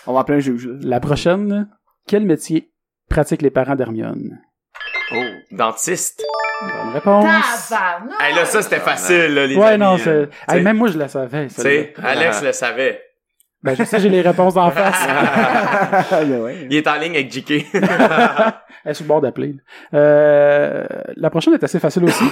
S4: On va appeler un juge. là.
S3: la prochaine, quel métier pratiquent les parents d'Hermione?
S1: Dentiste.
S3: Bonne réponse.
S5: Tabarnak!
S1: Hey, là, ça, c'était
S2: Ah,
S1: facile, là, les
S3: Ouais,
S1: amis,
S3: non,
S1: là.
S3: c'est...
S1: T'sais-
S3: Hey, même moi, je la savais.
S1: Tu
S3: celle-là.
S1: sais, Alex
S2: Ah.
S1: le savait.
S3: Ben, je sais, j'ai les réponses d'en face.
S4: ben ouais.
S1: Il est en ligne avec JK.
S3: Elle est sur le bord d'appeler. là. Euh, la prochaine est assez facile aussi.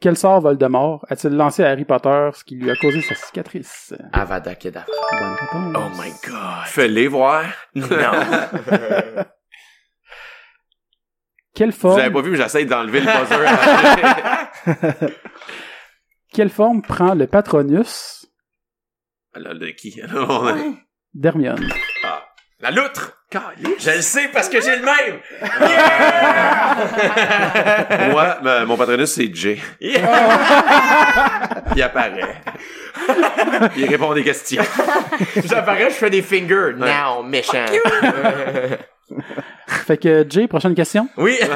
S3: Quel sort Voldemort a-t-il lancé à Harry Potter, ce qui lui a causé sa cicatrice?
S1: Avada Kedavra.
S3: Bonne réponse.
S1: Oh my god.
S2: Fais-les voir.
S1: Non.
S3: Quelle
S2: Vous
S3: forme,
S2: avez pas vu, mais j'essaie d'enlever le buzzer.
S3: quelle forme prend le Patronus
S2: Ah, Là, de qui? On a-
S3: d'Hermione?
S1: La loutre. Je le sais parce que j'ai le même. Yeah!
S2: Moi, ma- mon patronus, c'est Jay.
S1: Yeah!
S2: Il apparaît. Il répond à des questions.
S1: J'apparais, je fais des fingers. Non, méchant.
S3: Fait que, Jay, prochaine question.
S1: oui. là,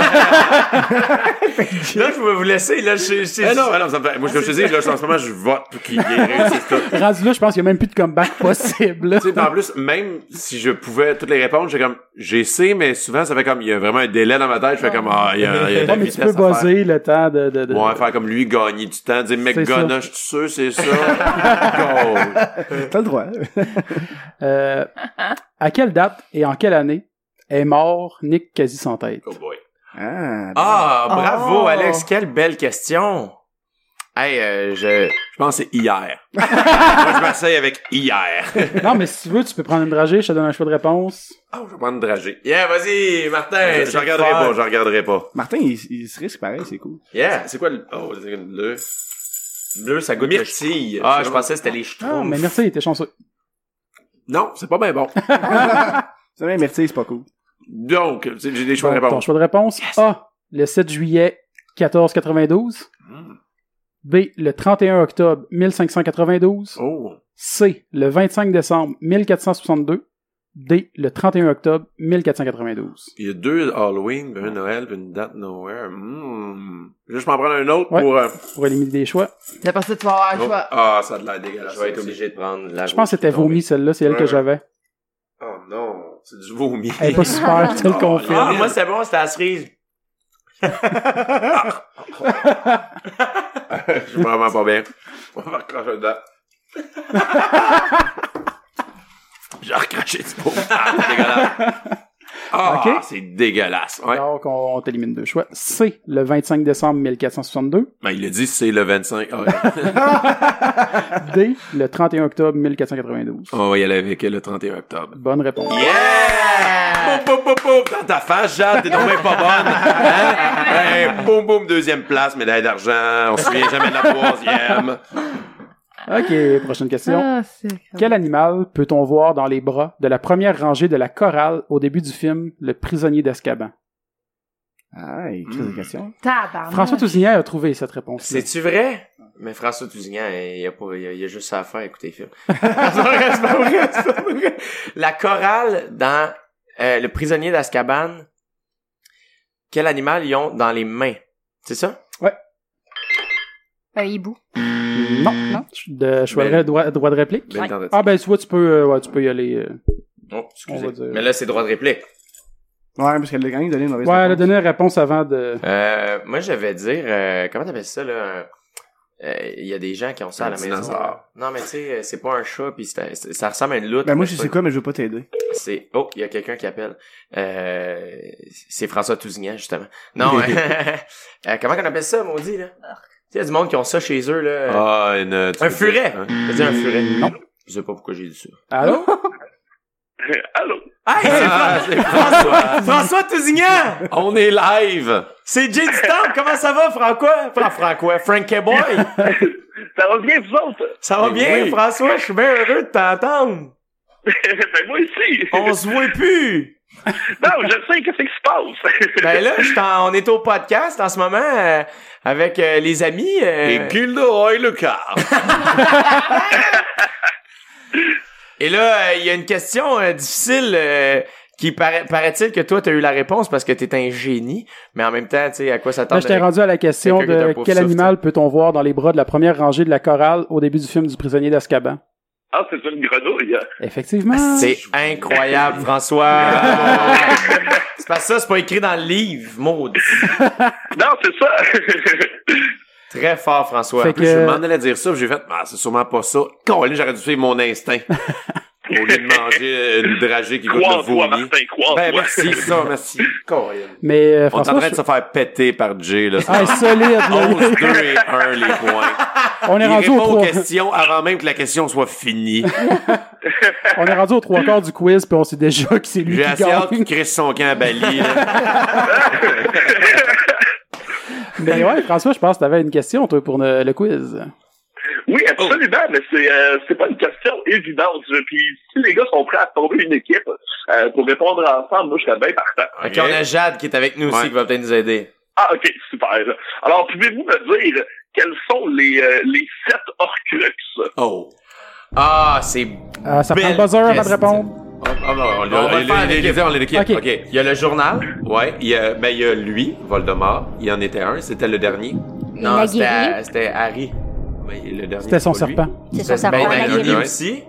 S1: je vais vous laisser. Là, je, je-
S2: Eh non, eh non, ça me fait- moi, je, comme je te dis, là, en ce moment, je vote pour qu'il réussisse tout.
S3: Rendu là, je pense qu'il n'y a même plus de comeback possible. là.
S2: Tu sais, puis en plus, même si je pouvais toutes les répondre, j'ai comme, j'ai sais, mais souvent, ça fait comme, il y a vraiment un délai dans ma tête, je fais comme, ah, il y a, il y a de la
S3: Ouais, mais tu
S2: vitesse
S3: peux
S2: à faire.
S3: buzzer le temps de... de, de-
S2: Ouais, faire comme lui, gagner du temps, dire, mec,
S3: C'est ça.
S2: je suis sûr, c'est ça. Go.
S4: T'as le droit.
S3: Euh, à quelle date et en quelle année est mort Nick Quasi-Sans-Tête?
S2: Go Oh, boy.
S4: Ah,
S1: Ah, bravo,
S5: Oh.
S1: Alex. Quelle belle question. Hey, euh, je...
S2: Je pense que c'est hier. moi, je m'asseye avec hier.
S3: Non, mais si tu veux, tu peux prendre une dragée, je te donne un choix de réponse.
S2: Ah, je vais prendre dragée.
S1: Yeah, vas-y, Martin.
S2: je regarderai pas, je regarderai pas.
S4: Martin, il, il se risque pareil, c'est cool.
S1: Yeah.
S2: C'est quoi le, oh, c'est le,
S1: Bleu, ça goûte
S2: myrtille.
S1: Ah, je pensais que c'était les
S3: Non,
S1: schtroumpfs.
S3: mais merci, il était chanceux.
S2: Non, c'est pas bien bon.
S4: C'est même merci, c'est pas cool.
S2: Donc, tu sais, j'ai des choix de
S3: Donc, ton
S2: réponse.
S3: choix de réponse. A. Le 7 juillet 1492. B. Le 31 octobre 1592.
S2: Oh.
S3: C. Le 25 décembre 1462. D. Le 31 octobre 1492.
S2: Il y a deux Halloween, puis un Noël, puis une date nowhere. Hmm. Là, je m'en prends un autre
S3: Ouais.
S2: pour... euh,
S3: Pour éliminer des choix.
S5: C'est parce que tu vas avoir un
S2: oh,
S5: choix.
S2: Ah, ça a de l'air dégueulasse.
S1: Je vais être obligé de prendre
S2: Ah,
S1: la
S3: Je pense que c'était vomi, celle-là. C'est elle
S2: Ouais,
S3: que j'avais.
S2: Oh non, c'est du vomi.
S3: Elle est pas super, je te le
S2: Ah,
S1: Ah,
S3: confirme.
S1: moi, c'est bon, c'était la cerise.
S2: je suis vraiment pas bien. On va recracher dedans. J'ai recraché du pot. Ah, c'est dégueulasse. Ah,
S3: Ok.
S2: c'est dégueulasse. Ouais.
S3: Donc, on, on t'élimine deux choix. C. Le 25 décembre 1462.
S2: Ben, il a dit c'est le 25. Ah, ouais.
S3: D. Le 31 octobre 1492.
S2: On va y aller avec le 31 octobre.
S3: Bonne réponse.
S2: Yeah! Boum, boum, boum, boum! Dans ta face, Jade, t'es donc bien pas bonne! Hein? Hey, boum, boum, deuxième place, médaille d'argent, on se souvient jamais de la troisième.
S3: OK, prochaine question.
S5: Ah, c'est...
S3: Quel animal peut-on voir dans les bras de la première rangée de la chorale au début du film Le prisonnier d'Azkaban?
S4: Ah, il pose des questions.
S5: Tabarnak.
S3: François Tousignan a trouvé cette réponse.
S1: C'est-tu vrai? Mais François Tousignan, il y a, pas, il y a, il y a juste ça à faire, écouter les films. C'est pas vrai, c'est pas vrai, c'est pas vrai. La chorale dans euh, Le prisonnier d'Azkaban, quel animal ils ont dans les mains? C'est ça?
S8: Un hibou.
S3: Non. non. Je- De, je choisirais
S1: Mais-
S3: droit, droit de réplique.
S1: Belle tentative.
S3: Ah ben, soit tu peux, euh, ouais, tu peux y aller. euh.
S1: Oh, excusez.
S3: On va dire.
S1: Mais là, c'est droit de réplique.
S4: Ouais, parce qu'elle a quand même donné une mauvaise
S3: Ouais, elle a
S4: réponse.
S3: donné la réponse avant de...
S1: Euh, moi, je vais dire, euh, comment t'appelles ça, là? euh, euh, Il y a des gens qui ont ça à
S2: Un
S1: la maison.
S2: dinosaure.
S1: là. Non, mais tu sais, euh, c'est pas un chat, puis c'est un- c'est- ça ressemble à une loutre.
S4: Ben moi
S1: mais
S4: je
S1: c'est
S4: sais
S1: pas-
S4: quoi, mais je veux pas t'aider.
S1: C'est oh, il y a quelqu'un qui appelle. Euh, c'est François Tousignan justement. Non, euh, comment qu'on appelle ça, maudit là Tu sais, il y a du monde qui ont ça chez eux là.
S2: Ah, une, tu
S1: un
S2: peux
S1: furet.
S2: dire, hein?
S1: Je veux dire un furet. Non. Je sais pas pourquoi j'ai dit ça.
S3: Allô?
S6: Allô?
S2: Ah, c'est François.
S1: François Tousignan,
S2: On est live.
S1: c'est Jay du Temple. Comment ça va, Francois Fra- Francois, Frankie Boy. Eh
S6: Ça va bien, vous autres?
S1: Ça va
S2: Mais
S1: bien,
S2: oui.
S1: François Je suis bien heureux de t'entendre.
S6: ben, moi aussi.
S1: On se voit plus.
S6: Non, je sais, qu'est-ce qui se passe?
S1: Ben là, je t'en- on est au podcast en ce moment euh, avec euh, les amis. euh,
S2: Et Gilderoy Lucas.
S1: Et là, euh, il y a une question euh, difficile euh, qui paraît- paraît-il que toi, tu as eu la réponse parce que tu es un génie, mais en même temps, tu sais, à quoi
S3: Là,
S1: s'attendre?
S3: je t'ai rendu à la question
S1: quelqu'un qui est un
S3: de
S1: pauvre
S3: quel
S1: souffle,
S3: animal peut-on voir dans les bras de la première rangée de la chorale au début du film du prisonnier d'Azkaban?
S6: Ah, c'est une grenouille.
S3: Effectivement.
S2: Ah,
S1: C'est incroyable, François! Ah, c'est parce que ça, c'est pas écrit dans le livre, maudit.
S6: Non, c'est ça.
S1: Très fort, François.
S3: Fait que-
S2: Je m'en allais dire ça, puis j'ai fait, ah, c'est sûrement pas ça. Colin, j'aurais dû suivre mon instinct.
S1: Ben,
S2: Au lieu de manger une dragée qui goûte le
S6: Crois-toi,
S2: vomi.
S6: Martin, crois-toi.
S2: Ben, merci, ça, merci. Colin.
S3: Mais
S2: On
S3: euh,
S2: est en
S3: François...
S2: train de se faire péter par Jay, là.
S3: Ah, solide, là.
S2: 11, 2 et 1, les points.
S3: On est
S2: Il
S3: rendu
S2: répond
S3: au
S2: aux
S3: trois...
S2: questions avant même que la question soit finie.
S3: On est rendu aux trois quarts du quiz, puis on sait déjà que c'est lui
S2: J'ai
S3: qui
S2: assez hâte qu'il
S3: gagne.
S2: crisse son camp à Bali. là.
S3: Mais ouais, François, je pense que t'avais une question, toi, pour le, le quiz.
S6: Oui, absolument, mais c'est euh, c'est pas une question évidente. Je- Puis si les gars sont prêts à former une équipe euh, pour répondre ensemble, moi je serais bien partant.
S1: Ok, on a Jade qui est avec nous aussi,
S2: Ouais.
S1: qui va peut-être nous aider.
S6: Ah, ok, super. Alors, pouvez-vous me dire quels sont les, euh, les sept Horcruxes?
S2: Oh.
S1: Ah, c'est...
S3: Euh, ça
S2: Ben,
S3: prend
S1: Belle
S3: le buzzer avant de
S1: question.
S3: répondre.
S2: Oh, oh, non, on
S1: On va
S2: l'a-
S1: le faire
S2: il- il-
S1: avec-
S2: il- on l'a l'équipe.
S3: Ok.
S2: OK.
S1: Il y a le journal.
S2: Ouais, il y a, ben, il y a lui, Voldemort. Il en était un, c'était le dernier.
S1: Non,
S8: la
S1: c'était
S8: guérie.
S1: c'était Harry.
S2: Ben, le dernier,
S3: C'était son
S2: pas lui.
S3: serpent.
S8: C'est son
S1: Ben,
S8: serpent,
S1: ben,
S8: Mm. la
S1: il y a lui
S8: guérie.
S2: guérison.
S1: aussi.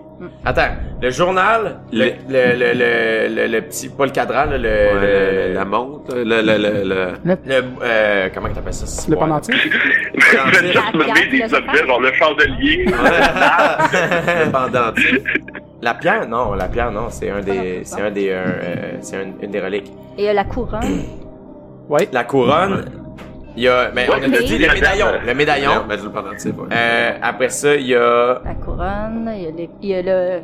S1: Attends, le journal, le,
S2: Le-
S1: le, le, le, le- le petit, pas le cadran, là, le,
S2: Euh,
S1: le-
S2: la montre, le, le, le, le-
S1: Le, euh, comment que t'appelles ça? ce
S3: Le
S1: soir?
S3: pendentif.
S6: Je vais
S8: La
S6: juste nommer
S8: pierre
S6: des
S8: philosophale.
S6: objets, genre le chandelier.
S1: Ah.
S2: le pendentif.
S1: La pierre, non, la pierre, non, c'est un des, c'est un des, euh, euh, c'est un- une des reliques.
S8: Et euh, la couronne.
S1: La couronne, il y a, mais on a
S8: Ok.
S1: dit le médaillon, le
S2: Non,
S1: médaillon.
S2: ben, c'est le pendentif, ouais.
S1: Euh, après ça, il y a,
S8: La couronne. Il y a, les- il y a le...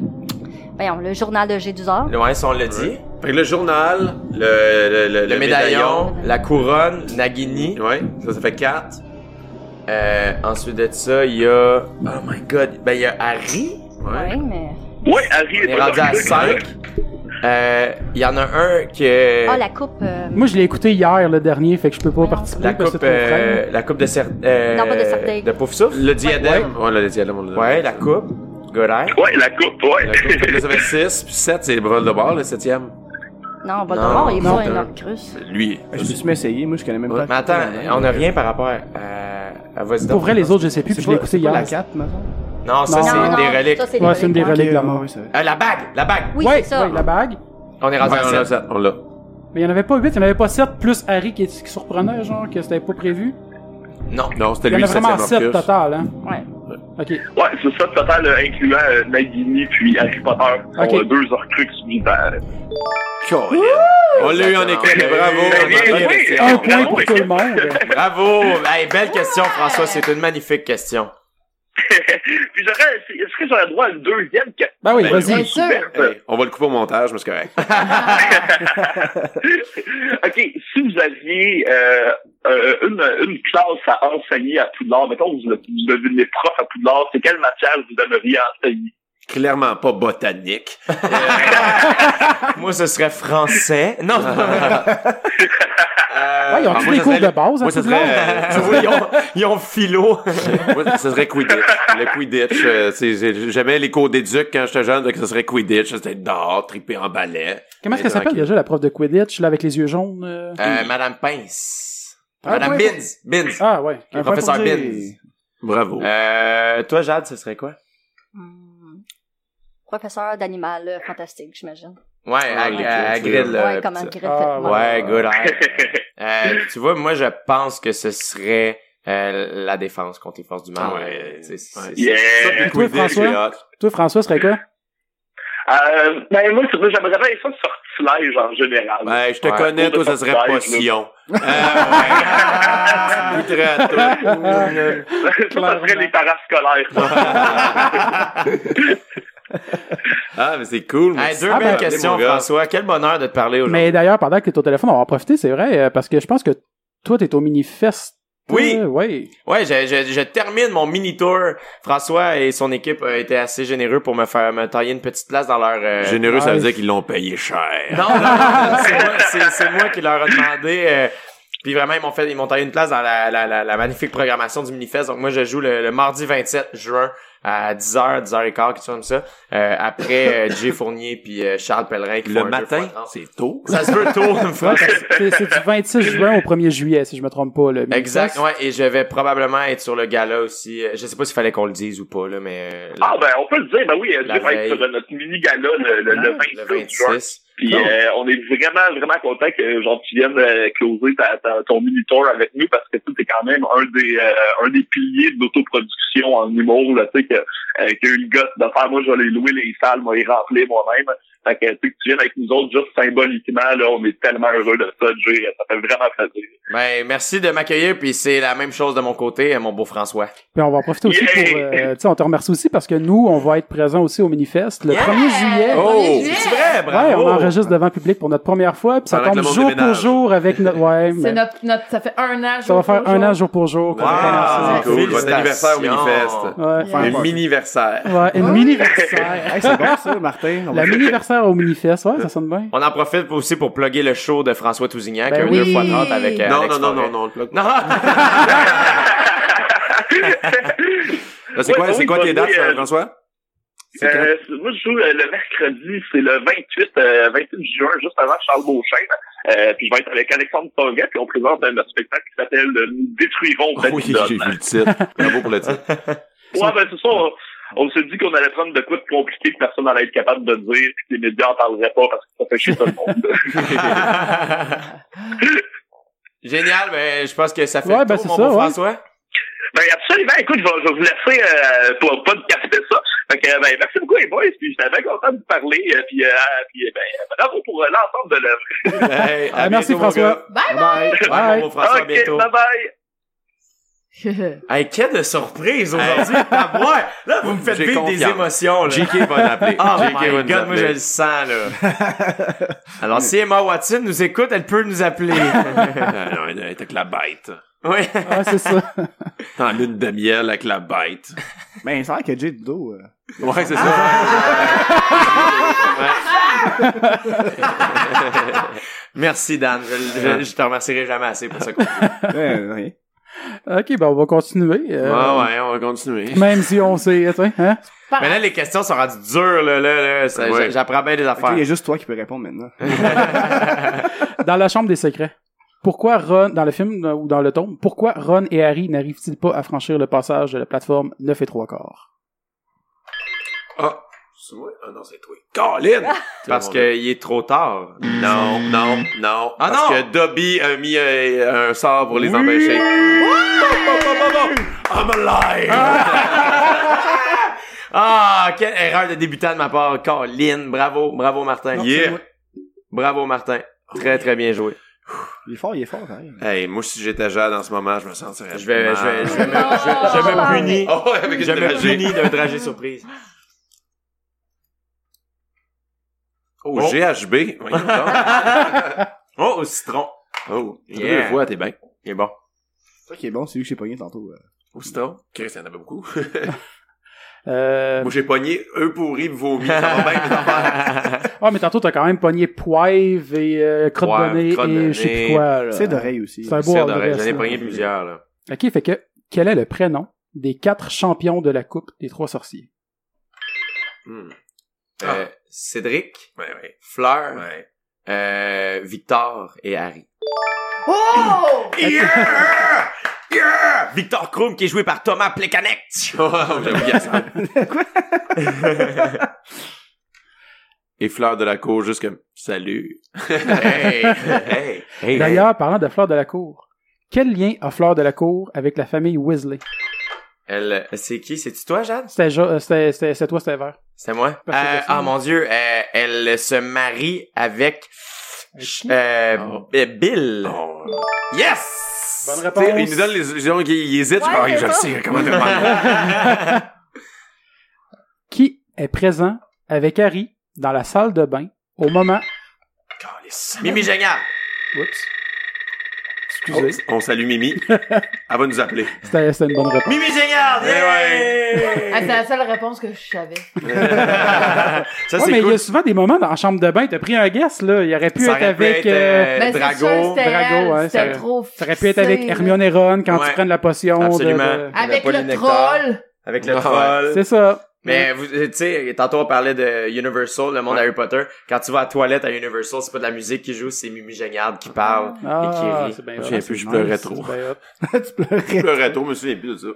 S8: Voyons, le journal de Gédusor.
S1: loin, si on l'a dit,
S2: Fait que le journal, le, le, le,
S1: le,
S2: le
S1: médaillon, la couronne, Nagini.
S2: Ouais, ça, ça fait 4.
S1: Euh, ensuite de ça, il y a, oh my god, ben il y a Harry.
S8: Oui, mais...
S6: Oui, Harry
S1: On
S6: est
S1: est
S6: un
S1: rendu à
S6: Horcrux.
S1: 5. Euh, il y en a un que...
S8: Ah, la coupe... euh,
S3: Moi, je l'ai écouté hier, le dernier, fait que je peux pas
S8: Voyons.
S3: participer.
S1: La
S3: parce
S1: coupe,
S3: que c'est trop frais.
S1: euh, la coupe de cer euh,
S8: Non, pas de cercueil.
S1: de Pouf Souffle.
S2: Le diadème. Ouais, le diadème, on l'a.
S1: Ouais, la coupe. Good eye.
S6: Oui, la coupe,
S2: La
S6: oui.
S2: coupe, fait que là, ça fait 6, puis 7, c'est Voldemort, le 7e.
S8: Non, Voldemort, il est
S3: non,
S8: pas un
S1: t'as-
S8: Horcrux.
S2: Lui.
S4: Je me suis mis à essayer, moi je connais même pas.
S1: Mais attends, on a rien par rapport à, à vas-y
S3: Pour
S1: donc.
S3: vrai, les autres, je sais plus, puis je l'ai écouté hier.
S4: la 4 maintenant.
S1: Non, ça,
S3: Non,
S1: c'est
S3: non,
S1: une des
S8: non,
S1: reliques.
S8: ça, c'est
S3: Ouais, c'est une des
S8: reliques.
S3: reliques de la mort.
S4: ouais, ça.
S1: Euh, la bague, la bague.
S8: Oui,
S3: Ouais,
S8: c'est ça.
S3: ouais, la bague.
S1: On est
S2: Ouais,
S1: rendu
S2: on
S1: à
S2: l'a,
S1: 7.
S2: ça, on l'a.
S3: Mais il y en avait pas 8, il y en avait pas 7, plus Harry qui est qui surprenait, genre, que c'était pas prévu.
S1: Non.
S2: Non, c'était
S3: Il y en
S2: lui,
S3: a
S2: le
S3: vraiment
S2: 7e
S3: 7
S2: Orcus.
S3: total, hein.
S8: Ouais.
S3: Ok.
S6: Ouais, c'est ça, total, euh, incluant euh, Nagini puis Harry Potter, qui
S3: Ok.
S6: sont euh, deux Horcruxes vivants.
S2: Colin. On l'a eu en équipe,
S1: Exactement.
S2: bravo.
S6: Ben, bien
S2: Bonne
S6: joué.
S2: question.
S3: Un
S6: non,
S3: point pour
S6: oui.
S3: tout le monde.
S1: Bravo. Hey, belle question, François. C'est une magnifique question.
S6: Puis j'aurais, est-ce que j'aurais droit à une deuxième que-
S3: Ben oui,
S2: Ben,
S3: vas-y.
S5: Bien sûr.
S6: Euh,
S2: Hey, on va le couper au montage, mais c'est correct.
S6: OK, si vous aviez euh, euh, une, une classe à enseigner à Poudlard, mettons vous êtes- vous devenez prof à Poudlard, c'est quelle matière vous aimeriez enseigner?
S2: Clairement pas botanique.
S1: Moi, ce serait français. Non.
S3: Ouais, ils ont
S2: Ah,
S3: tous
S2: moi,
S3: des
S2: ça
S3: cours
S2: serait-
S3: de base, hein,
S2: Moi, ça
S3: tout le monde?
S2: serait, euh,
S1: Tu vois, ils ont, ils ont philo.
S2: Moi, ça serait Quidditch. Le Quidditch, euh, c'est- j'ai- j'aimais les cours d'éduc quand j'étais jeune, donc ça serait Quidditch. C'était dehors, trippé en balai.
S3: Comment est-ce qu'elle s'appelle
S2: Tranquille.
S3: déjà, la prof de Quidditch, là, avec les yeux jaunes? euh?
S2: Hein?
S1: Euh, Madame Pince.
S4: Ah,
S1: Madame
S4: ouais.
S1: Binz. Binz.
S3: Ah, ouais.
S4: Un
S1: professeur
S4: point pour dire.
S1: Binz.
S2: Bravo.
S1: Euh, toi, Jade, ce serait quoi?
S8: Hmm. Professeur d'animal euh, fantastique, j'imagine.
S1: Ouais,
S2: Ah,
S1: à,
S2: les
S1: à- à
S2: cultures.
S1: Grid, là,
S8: ouais, comme un
S1: pis
S8: griffon.
S3: Ah,
S1: ça. Ouais, good eye. Euh, tu vois, moi, je pense que ce serait euh, la défense contre les forces du mal. Euh,
S2: Ah ouais.
S1: C'est- c'est-
S2: Ouais.
S1: c'est-
S6: Yeah!
S3: Toi, François? Toi, François, serait quoi?
S6: Euh, ben, moi, c'est vrai, j'aimerais bien ça sortilège en général.
S2: Ouais, je te
S1: Ouais.
S2: connais, toi, ça serait pas
S6: Sortilège,
S2: Sion. Ah, ouais. Goûterait à toi.
S6: ça, ça serait les parascolaires.
S2: Ah, mais c'est cool.
S1: Hey,
S2: merci.
S1: deux
S3: Ah,
S1: belles
S3: ben,
S1: questions,
S2: mon gars.
S1: François. Quel bonheur de te parler aujourd'hui.
S3: Mais d'ailleurs, pendant que t'es au téléphone, on va en profiter, c'est vrai, euh, parce que je pense que toi, t'es au mini-fest.
S1: Oui.
S3: Euh, oui.
S1: Ouais, je, je, je termine mon mini tour. François et son équipe euh, étaient assez généreux pour me faire me tailler une petite place dans leur. euh,
S2: Généreux, ça veut
S3: Ouais.
S2: dire qu'ils l'ont payé cher.
S1: Non, non, non, c'est moi, c'est- c'est moi qui leur ai demandé. euh, puis vraiment, ils m'ont fait, ils m'ont taillé une place dans la, la, la, la magnifique programmation du Minifest. Donc moi, je joue le, le mardi 27 juin à 10h, 10h15, quelque chose comme ça. Euh, après euh, Jay Fournier puis euh, Charles Pellerin qui
S2: Le
S1: font un
S2: matin,
S1: 2x30.
S2: c'est tôt.
S1: Ça se veut tôt, une fois.
S3: Ouais, parce que c'est c'est du 26 juin au 1er juillet, si je me trompe pas. Le mini-fest.
S1: Exact, ouais, et je vais probablement être sur le gala aussi. Euh, Je sais pas s'il fallait qu'on le dise ou pas, là, mais... euh,
S6: ah, ben, on peut le dire, ben oui, elle
S1: La
S6: va être
S1: veille.
S6: sur notre mini-gala le, le, le 26
S1: le
S6: juin.
S1: 26.
S6: Puis euh, on est vraiment, vraiment content que genre tu viennes euh, closer ta, ta- ton mini-tour avec nous parce que tu es quand même un des euh, un des piliers de l'autoproduction en humour, là, tu sais, que, euh, que une gosse de faire, moi je vais aller louer les salles, moi les remplir moi-même. Fait que, tu sais, que tu viennes avec nous autres juste symboliquement, là, on est tellement heureux de ça, Jay, ça fait vraiment plaisir.
S1: Ben, merci de m'accueillir, puis c'est la même chose de mon côté, euh, mon beau François.
S3: Puis Ben, on va en profiter aussi
S6: Yeah!
S3: pour... euh, tu sais, on te remercie aussi parce que nous, on va être présents aussi au Minifest le 1er juillet.
S5: Oh!
S1: c'est vrai,
S3: Ouais,
S1: bravo!
S3: on enregistre devant public pour notre première fois, puis ça
S2: Pendant que
S3: tombe
S2: le monde
S3: jour pour
S2: déménage.
S3: jour avec notre... Ouais, mais
S5: C'est notre, notre, ça fait un an.
S3: ça va faire un an jour pour jour. qu'on
S2: Wow,
S3: va
S1: Ah,
S2: c'est Ah,
S3: commencer.
S2: cool. Bon
S1: félicitations.
S2: anniversaire au Minifest.
S3: Ouais.
S5: Yeah.
S4: Faire
S2: Le
S4: peur.
S2: mini-versaire.
S3: Ouais, une
S5: Ouais.
S3: mini-versaire.
S4: Hey, c'est bon ça, Martin. On va-
S3: La mini-versaire au Minifest, ouais, ça sonne bien.
S1: On en profite aussi pour plugger le show de François Tousignan,
S3: Ben
S1: qui a eu
S5: oui.
S1: 2 fois 30 avec euh,
S2: Non,
S1: Alex
S2: non, non, non,
S1: Forêt.
S2: non, on le plug.
S1: Non! Ben,
S2: Là, C'est quoi,
S6: Ouais,
S2: c'est quoi
S6: ouais,
S2: tes
S6: ouais,
S2: dates,
S6: euh,
S2: François? C'est quand?
S6: Euh, moi, je joue euh, le mercredi, c'est le 28, euh, 28 juin, juste avant Charles Beauchesne. Euh, puis je vais être avec Alexandre Tonga, puis on présente euh, notre spectacle qui s'appelle euh, Nous détruirons
S2: Ah Oui,
S6: Babylone.
S2: j'ai vu le titre. Bravo pour le titre.
S6: Ouais, ben c'est ça. On, on s'est dit qu'on allait prendre de quoi de compliqué que personne n'allait être capable de dire, puis que les médias en parleraient pas parce que ça fait chier tout le monde.
S1: Euh, Génial, ben, je pense que ça fait
S3: Ouais,
S1: le
S3: ben,
S1: tour,
S3: c'est
S1: mon
S3: ça,
S1: beau
S3: ouais.
S1: François.
S6: ben absolument, écoute, je vais, je vais vous laisser euh, pour pas de casser ça. Fait que, ben, merci beaucoup les boys, puis j'étais bien content de vous parler, euh, puis, euh, puis ben, bravo pour euh, l'ensemble de l'œuvre.
S2: Hey, à
S3: Ah, merci,
S2: bientôt, mon
S3: François.
S2: gars.
S1: Bye!
S3: Bye.
S1: mon beau François, à
S6: ok,
S1: bientôt.
S6: bye bye!
S1: Hey, quelle de surprise aujourd'hui! Tabouin! Là, vous me faites
S2: J'ai
S1: vivre des
S2: confiance.
S1: émotions, là.
S2: JK va l'appeler.
S1: Oh
S2: JK
S1: my
S2: va nous
S1: god, moi je
S2: appeler.
S1: le sens, là. Alors, si Emma Watson nous écoute, elle peut nous appeler.
S2: Ah, non, elle était avec la bête.
S1: oui.
S3: Ouais, c'est ça.
S2: En lune de miel avec la bête. Ah!
S4: Ben, c'est vrai que Jay Dudo. euh,
S2: Ouais, c'est ça.
S1: Merci, Dan. Je, je- je te remercierai jamais assez pour ça. Ouais,
S4: ben, rien.
S3: OK, ben on va continuer.
S2: Ouais,
S3: euh,
S2: ouais, on va continuer.
S3: Même si on sait, tu sais, hein?
S1: Mais là, les questions sont rendues dures, là, là, là. Ça-
S2: Ouais.
S1: J'apprends bien des
S4: Il y a
S1: affaires.
S4: juste toi qui peux répondre maintenant.
S3: Dans la chambre des secrets. Pourquoi Ron, dans le film euh, ou dans le tome, pourquoi Ron et Harry n'arrivent-ils pas à franchir le passage de la plateforme 9 et 3 quarts?
S2: Ah, c'est moi? Ah non, c'est toi. Colin!
S1: Parce qu'il est trop tard.
S2: Non, non, non.
S1: Ah,
S2: parce
S1: non.
S2: que Dobby a mis euh, un sort pour les
S1: Oui.
S2: empêcher. Bon, bon, bon, bon, bon. I'm alive!
S1: Ah, quelle erreur de débutant de ma part. Colin, bravo. Bravo, Martin.
S2: Yeah.
S1: Bravo, Martin. Très, très bien joué.
S4: Il est fort, il est fort, hein. quand même.
S2: Hey, moi, si j'étais Jade en ce moment, je me sentirais.
S1: Je vais, je vais, je vais, me-
S5: Non.
S1: je, je me punis.
S2: Oh, avec
S1: Je
S2: une
S1: me
S2: dragée.
S1: punis d'un trajet surprise.
S2: Oh,
S1: Bon.
S2: GHB. Voyons donc.
S1: Oh, au citron.
S2: Oh,
S1: Yeah.
S2: deux fois, t'es bien.
S1: Il est bon.
S4: C'est ça qui est bon, c'est lui que j'ai pogné tantôt. euh.
S2: Au citron. Chris, il y en avait beaucoup.
S3: Euh,
S2: Moi, j'ai pogné eux pourris, vomi. Ça va bien, mes affaires.
S3: ah, mais tantôt, t'as quand même pogné poivre et euh, crotte
S1: Poivre,
S3: de nez
S1: crotte de
S3: et je sais
S1: nez.
S3: plus quoi. là.
S4: C'est d'oreille aussi.
S3: Euh, C'est un beau
S1: C'est vrai,
S3: adresse,
S1: J'en ai
S3: là.
S1: pogné plusieurs, là.
S3: OK, fait que quel est le prénom des quatre champions de la Coupe des trois sorciers?
S2: Hmm.
S1: Euh, Cédric,
S2: Ouais, ouais,
S1: Fleur,
S2: ouais.
S1: euh, Victor et Harry.
S5: Oh!
S1: Yeah! Yeah! Victor Krum qui est joué par Thomas Plekanec.
S2: Oh, j'ai oublié ça. Et Fleur de la Cour, juste comme, salut.
S1: hey, hey, hey.
S3: D'ailleurs, parlant de Fleur de la Cour, quel lien a Fleur de la Cour avec la famille Weasley?
S1: Elle, c'est qui? C'est-tu toi, Jade?
S3: C'était jo- euh, c'était- c'était- c'est toi, c'était vert.
S1: C'est moi?
S3: Parce que
S1: Euh,
S3: c'est
S1: ah,
S3: ça.
S1: mon Dieu, euh, elle se marie avec,
S3: Avec
S1: Ch-
S3: qui?
S1: euh,
S2: Oh.
S1: B- Bill.
S2: Oh.
S1: Yes!
S3: Bonne
S2: Tu sais,
S3: réponse.
S2: Il nous donne les, disons qu'il hésite, je
S5: Ouais,
S2: fais, ah,
S5: c'est
S2: je le
S5: ça.
S2: sais, comment te demander.
S3: Qui est présent avec Harry dans la salle de bain au moment...
S1: Mimi Génial.
S3: Oups.
S2: Oh,
S3: Excusez.
S2: On salue Mimi. Elle va nous appeler.
S3: C'était c'était une bonne réponse.
S1: Mimi Génial!
S2: Eh ouais.
S5: Ah, c'est la seule réponse que je savais.
S2: Euh,
S1: Ça, c'est
S3: ouais, mais il y
S1: cool.
S3: a souvent des moments dans la chambre de bain, t'as pris un guest, là. Il aurait pu
S1: Ça
S3: être
S1: aurait pu
S3: avec.
S1: être,
S3: euh,
S1: euh,
S5: Ben, c'est
S1: Drago,
S5: sûr, c'était
S3: Drago,
S5: elle,
S3: ouais,
S5: c'était
S3: ça-
S5: trop
S3: ça aurait pu être avec
S5: fixé,
S3: Hermione et Ron quand
S1: Ouais.
S3: tu prennent la potion. de-
S1: Absolument.
S3: de-
S5: Avec
S1: Le
S5: le
S1: polynectar.
S5: troll!
S1: Avec le
S2: Ouais.
S1: troll.
S3: C'est ça.
S1: Mais vous, euh, tu sais, tantôt on parlait de Universal, le monde Harry Potter. Quand tu vas à la toilette à Universal, c'est pas de la musique qui joue, c'est Mimi Géniard qui parle.
S3: Ah,
S1: Et qui rit.
S3: c'est bien
S2: Je me
S3: hot.
S2: souviens plus, je
S3: C'est
S2: pleurais
S3: nice,
S2: trop.
S3: c'est bien hot.
S4: tu pleurais.
S2: Le retour, je me souviens plus de ça.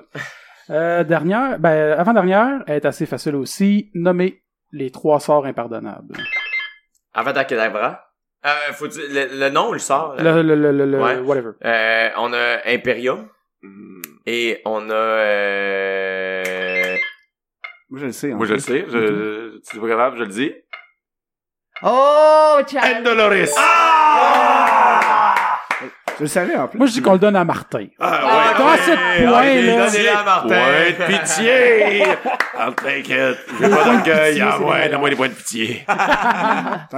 S3: Euh, dernière, ben, avant-dernière, elle est assez facile aussi. Nommer les trois sorts impardonnables.
S1: Avada Kedavra. Euh, faut le, le nom, on le sort. là.
S3: Le, le, le, le, le-
S1: Ouais.
S3: whatever.
S1: Euh, on a Imperium
S2: Hmm.
S1: et on a euh...
S4: Moi, je le sais. hein.
S2: Moi, je le sais. Je, c'est pas grave, je le dis.
S5: Oh, Charles!
S2: Dolores.
S4: Je le savais, en plus.
S3: Moi, je dis qu'on le donne à Martin.
S2: Ah,
S3: Dans ce point, là.
S1: Donnez-la à Martin.
S2: Point de pitié. Ah, I'll take it. J'ai pas d'orgueil.
S3: Pitié,
S2: Ah
S3: c'est
S2: ouais,
S3: malade.
S2: donne-moi des points de pitié.
S4: T'en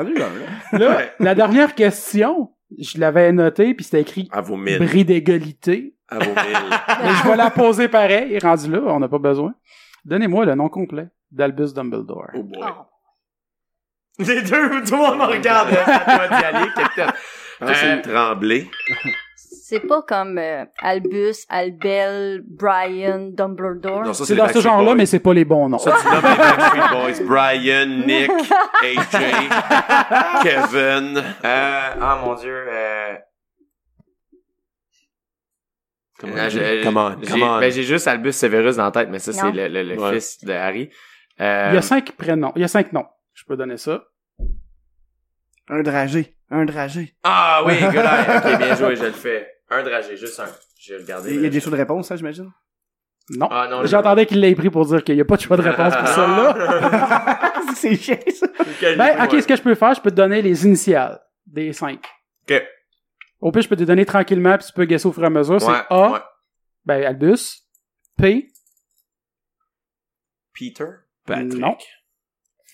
S4: as eu un, là.
S3: Là, la dernière question, je l'avais notée, puis c'était écrit
S2: À vos mille.
S3: bris d'égalité.
S2: À vos mille.
S3: Mais je vais la poser pareil, rendu là, on n'a pas besoin. Donnez-moi le nom complet d'Albus Dumbledore.
S2: Oh boy.
S1: Les deux, tout le monde me regarde. là. C'est à toi d'y aller, capitaine.
S2: Ah, c'est
S1: Euh,
S2: une tremblée.
S8: C'est pas comme euh, Albus, Albel, Brian, Dumbledore.
S2: Non, ça,
S3: C'est
S2: les
S3: dans ce
S2: Backstreet
S3: genre-là,
S2: Boys.
S3: mais c'est pas les bons noms.
S2: Ça, tu nommes les Backstreet Boys. Brian, Nick, AJ, Kevin.
S1: Euh, ah mon dieu, euh...
S2: Come
S1: Non, je-
S2: come on,
S1: j'ai-
S2: come on.
S1: Ben, j'ai juste Albus Severus dans la tête, mais ça, c'est
S8: Non.
S1: le, le- le
S2: Ouais.
S1: fils de Harry.
S3: Il y
S1: Euh,
S3: a cinq prénoms. Il y a cinq noms. Je peux donner ça.
S4: Un dragé. Un dragé.
S1: Ah oui, gars, ok, bien joué, je le fais. Un dragé, juste un. J'ai regardé.
S4: Il y a des choses de réponse, ça, j'imagine?
S3: Non.
S1: Ah non,
S3: J'entendais qu'il l'ait pris pour dire qu'il n'y a pas de choix de réponse pour celle-là.
S4: c'est chiant, ça.
S3: Ben, ok, ce que je peux faire, je peux te donner les initiales des cinq.
S1: Ok.
S3: Au pire, je peux te donner tranquillement, puis tu peux guesser au fur et à mesure.
S1: Ouais,
S3: c'est A,
S1: ouais.
S3: ben, Albus, P,
S1: Peter?
S2: Patrick.
S3: non,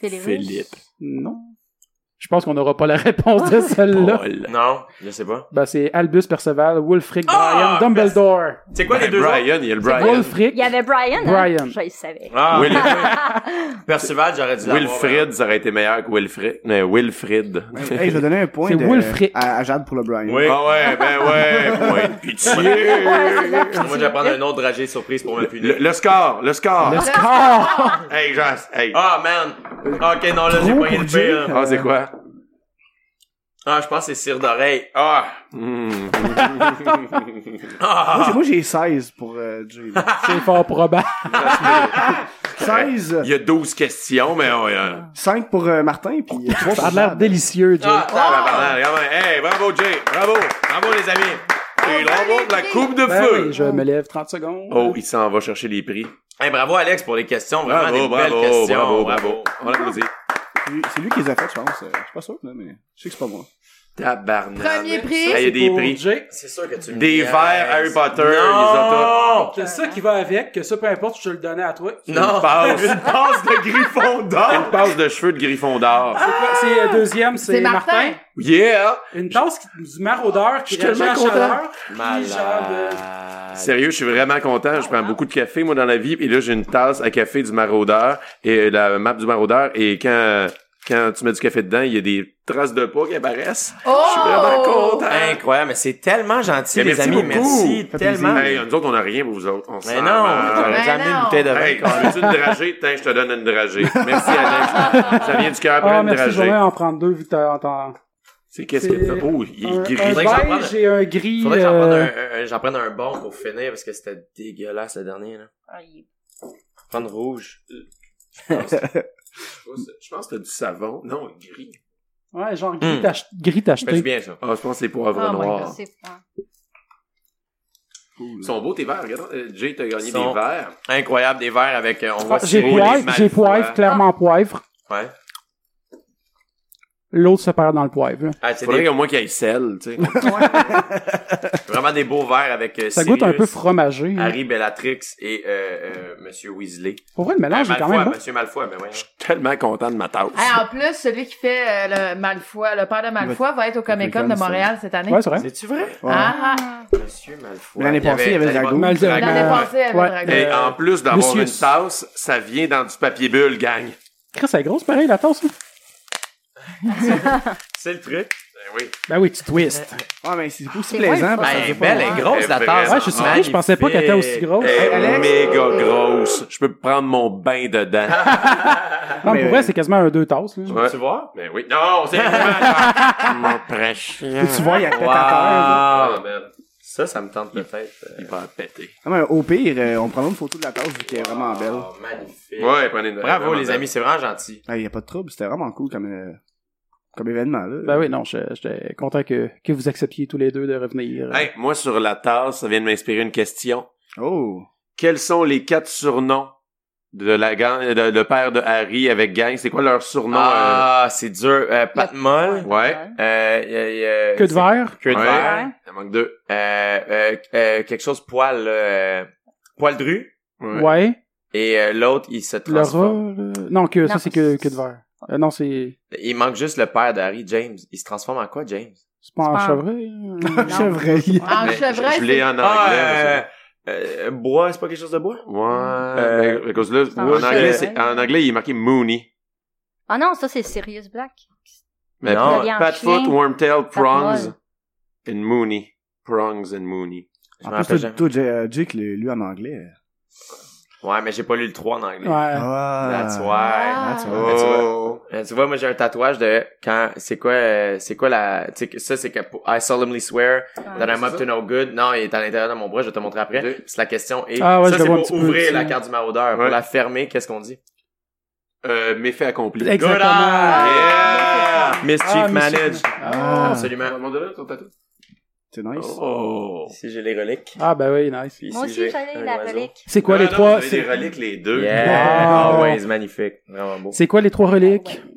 S8: Philippe.
S2: Philippe.
S3: non. Je pense qu'on n'aura pas la réponse de celle-là.
S2: Paul.
S1: Non, je sais pas.
S3: Ben, c'est Albus, Perceval, Wulfric,
S1: Ah,
S3: Brian, Dumbledore.
S1: C'est quoi les
S2: Ben,
S1: deux autres?
S2: Brian, il y a le Brian.
S3: Wulfric.
S8: Il y avait Brian. hein?
S3: Brian.
S8: Je le savais.
S1: Ah,
S2: Will-
S1: Percival, j'aurais dû l'avoir,
S2: Wilfred, ça aurait été meilleur que Wilfred. Mais Wilfred.
S4: hey, je vais donner un point
S3: C'est
S4: de-
S3: Wilfrid.
S4: à, à Jade pour le Brian.
S1: Oui.
S2: Ah ouais, ben ouais, point de pitié.
S1: hein. Moi, je vais prendre un autre dragé surprise pour me punir.
S2: Le, le score, le score.
S3: Le score!
S2: Hey, Joss, hey.
S1: Ah,
S2: Ah,
S1: man! Ok, non, là, j'ai
S4: Trop
S1: pas eu le
S4: pour Jay.
S1: pire.
S2: c'est quoi?
S1: Ah, je pense que c'est cire d'oreille. Ah!
S2: Hmm.
S4: Moi, j'ai- moi, j'ai 16 pour euh, Jay. là.
S3: c'est fort probable.
S4: 16.
S2: Il y a 12 questions, mais on... euh,
S4: 5 euh, pour euh, Martin, puis 3
S3: Ça a
S4: pour
S3: l'air
S4: Jade.
S3: délicieux, Jay.
S1: Ah, tabarnak.
S2: tabarnak, quand même. Hey, bravo, Jay. Bravo.
S1: Bravo, les amis!
S2: Et bravo de la
S1: Ah.
S2: coupe de
S3: Ben
S2: feu.
S3: oui, je me lève 30 secondes.
S2: Oh, il s'en va chercher les prix.
S1: Hey, bravo, Alex, pour les questions. Vraiment
S2: Bravo,
S1: des
S2: bravo,
S1: belles questions.
S2: bravo, bravo. On l'applaudit.
S4: C'est lui- C'est lui qui les a fait, je pense. Euh, Je suis pas sûr, là, mais je sais que c'est pas moi.
S2: Tabarnak.
S5: Premier prix.
S2: Ah, il y a des
S3: Pour
S2: prix.
S3: Jay,
S1: C'est sûr que tu me
S2: Des
S1: niaises.
S2: verres Harry Potter, ils ont
S3: Non! C'est ça qui va avec, que ça, peu importe, je te le donnais à toi.
S2: tout. Une passe. Une passe de griffon d'or. Une passe de cheveux de griffon d'or.
S3: C'est quoi? C'est euh, deuxième, c'est
S5: C'est Martin.
S3: Martin.
S2: Yeah!
S3: Une tasse qui- du maraudeur qui réagit à la chaleur. Puis genre de-
S1: Malade.
S2: Sérieux, je suis vraiment content. Je prends beaucoup de café, moi, dans la vie. Et là, j'ai une tasse à café du maraudeur et la map du maraudeur. Et quand, quand tu mets du café dedans, il y a des traces de pas qui apparaissent.
S5: Oh!
S2: Je suis vraiment content.
S1: Incroyable, mais c'est tellement gentil,
S2: Mais
S1: les
S2: merci
S1: amis.
S2: beaucoup.
S1: Merci
S4: Fait
S1: tellement.
S4: plaisir.
S2: Hey, nous autres, on n'a rien pour vous autres. On
S1: Mais non, on
S5: Ben
S1: aurait jamais
S5: non.
S1: une bouteille de vin.
S2: Hey, tu veux une dragée? Tiens, je te donne une dragée. Merci, Alex. Ça vient du cœur, prends
S3: Ah,
S2: une
S3: merci,
S2: dragée.
S3: j'aurais en prendre deux vu que t'as entendu.
S2: C'est qu'est-ce que t'as? Oh, il
S3: Un,
S2: est
S3: un
S1: Faudrait que
S2: gris.
S1: j'en
S3: beige
S1: prenne.
S3: et un gris.
S1: Faudrait que j'en prenne
S3: euh,
S1: un- un, un- j'en prenne un bon pour finir parce que c'était dégueulasse le dernier. Là. Prendre rouge.
S2: Je pense que t'as du savon. Non, gris.
S3: Ouais, genre
S1: Hmm.
S3: gris t'ach- gris
S1: Mais c'est
S3: t'acheté.
S1: bien ça.
S2: Ah, je pense que c'est poivre
S8: Ah, ouais,
S2: noir.
S8: c'est- ouais.
S2: Ils sont beaux tes verres. Regarde, euh, Jay, t'as gagné
S1: Ils sont-
S2: des verres.
S1: Incroyable, des verres avec. euh, on
S3: Ah,
S1: va
S3: J'ai
S1: serrer les
S3: poivre, j'ai
S1: malfois.
S3: poivre, clairement poivre.
S1: Ouais.
S3: L'autre se perd dans le poivre. là.
S1: Ah, c'est
S2: Faudrait
S1: des-
S2: qu'au moins qu'il y ait sel, tu sais.
S1: vraiment des beaux verres avec. euh,
S3: Ça goûte un
S1: Sirius,
S3: peu fromagé. hein.
S1: Harry Bellatrix et euh, euh, Monsieur Weasley.
S3: Pour vrai, le mélange
S1: Euh,
S3: est Ah quand
S1: Malfoy,
S3: même bon.
S1: Monsieur Malfoy, mais ouais.
S2: Je suis tellement content de ma tasse.
S5: Hey, en plus, celui qui fait euh, le Malfoy, le père de Malfoy, va être au Comic Con de Montréal cette année.
S3: Ouais, c'est vrai.
S1: C'est-tu vrai?
S4: Ouais.
S5: Ah,
S1: Monsieur Malfoy.
S4: L'année passée, il y avait Drago.
S1: pas-
S3: Mal-
S5: ah, l'année
S3: Euh,
S5: passée, elle
S3: ouais.
S5: avait
S2: Et
S5: dragué.
S2: en plus d'avoir une
S3: Lucius.
S2: tasse, ça vient dans du papier bulle, gang.
S1: Ben
S3: Chris, elle est grosse pareil, la tasse. hein.
S1: C'est le truc.
S2: Ben oui.
S3: Ben oui, tu twists.
S1: Euh,
S4: Ah, mais c'est pas aussi
S8: C'est moins
S4: plaisant.
S8: le
S4: parce que
S1: Elle
S4: ça
S1: est
S4: fait pas
S1: Ben, belle, elle est
S4: mal.
S1: grosse la
S2: Elle est
S1: tasse.
S2: vraiment-
S3: Ouais, je suis surpris, je pensais pas qu'elle était aussi grosse.
S2: Elle
S1: Euh,
S2: est
S4: Alex?
S2: méga grosse. Ah, Je peux prendre mon bain dedans.
S3: Non,
S4: mais-
S3: pour vrai, c'est quasiment un deux tasses. là.
S2: Ouais.
S1: Tu vois?
S2: Ben oui. Non, c'est vraiment- Mon précieux.
S4: Tu vois, il y a pète à terre.
S1: Wow! Ah, Ça, ça me tente euh. peut-être.
S2: Ah, ben, Il va péter.
S4: Ah, mais au pire, euh, on prendra une photo de la tasse vu qu'elle est vraiment belle. Ah,
S1: Oh, magnifique.
S2: Ouais, prenez une
S1: Bravo
S2: vraiment
S1: les
S2: belle.
S1: amis, c'est vraiment gentil.
S4: Il y a pas de trouble, c'était vraiment cool comme, euh, comme événement. Là.
S3: Ben oui, non, je- j'étais content que, que vous acceptiez tous les deux de revenir.
S2: Hey, moi, sur la tasse, ça vient de m'inspirer une question.
S4: Oh!
S2: Quels sont les quatre surnoms de la gang, de- le père de Harry avec gang? C'est quoi leur surnom?
S1: ah, c'est dur. Euh, Pat Moll.
S2: euh? Ouais.
S1: Euh, euh, euh,
S3: Que de verre.
S1: Que de
S2: Ouais.
S1: verre.
S2: Il en manque deux.
S1: Euh, euh, euh, quelque chose poil, euh, poil dru.
S3: Ouais.
S1: Et euh, l'autre, il se
S3: Le rat.
S1: transforme.
S3: le- Non, que ça,
S8: Non.
S3: c'est que, que de verre. Euh, non, c'est.
S1: Il manque juste le père d'Harry, James. Il se transforme en quoi, James?
S3: C'est pas un
S8: Ah.
S3: chevreuil. euh,
S4: Chevreuil.
S5: En
S1: mais
S5: chevreuil,
S2: Je l'ai
S5: c'est-
S2: en anglais.
S1: Ah,
S2: mais
S1: euh, euh, bois, c'est pas quelque chose de bois?
S2: c'est- Ouais.
S1: Euh,
S2: ben, à cause de là,
S8: c'est en
S2: en anglais,
S1: anglais.
S2: c'est, en anglais, il est marqué Mooney.
S8: Ah non, ça, c'est Sirius Black.
S2: Mais
S1: Non.
S8: Le lien en
S2: Patfoot,
S8: chien.
S2: Wormtail, Prongs,
S8: Molle.
S2: and Mooney. Prongs and Mooney.
S1: Je
S4: En
S1: m'en
S4: plus,
S1: rappelle
S4: toi,
S1: jamais.
S4: toi, J- euh, Jake, le- lui en anglais.
S1: Ouais, mais j'ai pas lu le 3 en anglais.
S3: Ouais.
S4: Ah,
S1: That's why.
S5: Ah.
S4: That's
S1: Mais
S4: why.
S1: tu
S2: Oh.
S1: vois- mais tu vois, moi j'ai un tatouage de quand c'est quoi euh, c'est quoi la tu sais que ça c'est que pour- I solemnly swear
S3: Ah.
S1: that I'm up to no good. Non, il est à l'intérieur de mon bras, je vais te montrer après.
S2: Deux.
S1: Puis C'est la question et
S3: Ah ouais,
S1: ça
S3: je le
S1: c'est
S3: vois un
S1: pour
S3: petit peu,
S1: ouvrir
S3: tu
S1: la
S3: sais.
S1: carte du maraudeur, pour
S2: Ouais.
S1: la fermer, qu'est-ce qu'on dit
S2: Euh, méfait accompli.
S1: Good
S3: Exactement.
S2: Yeah!
S1: Mischief
S3: Ah,
S1: managed.
S3: Ah.
S1: Absolument.
S4: C'est nice.
S2: Oh!
S1: Ici j'ai les reliques.
S3: ah, ben oui, nice.
S1: Puis
S8: Moi
S1: ici,
S8: aussi,
S1: j'ai
S2: Ah,
S8: j'allais
S1: un
S8: la
S1: oiseau.
S8: relique.
S3: C'est quoi
S2: Ben Non,
S3: les
S2: non,
S3: trois?
S2: vous avez
S3: c'est-
S2: des reliques, les deux.
S1: Yeah,
S3: Wow.
S1: always magnifique, vraiment beau.
S3: C'est quoi les trois reliques?
S8: Ah Ouais.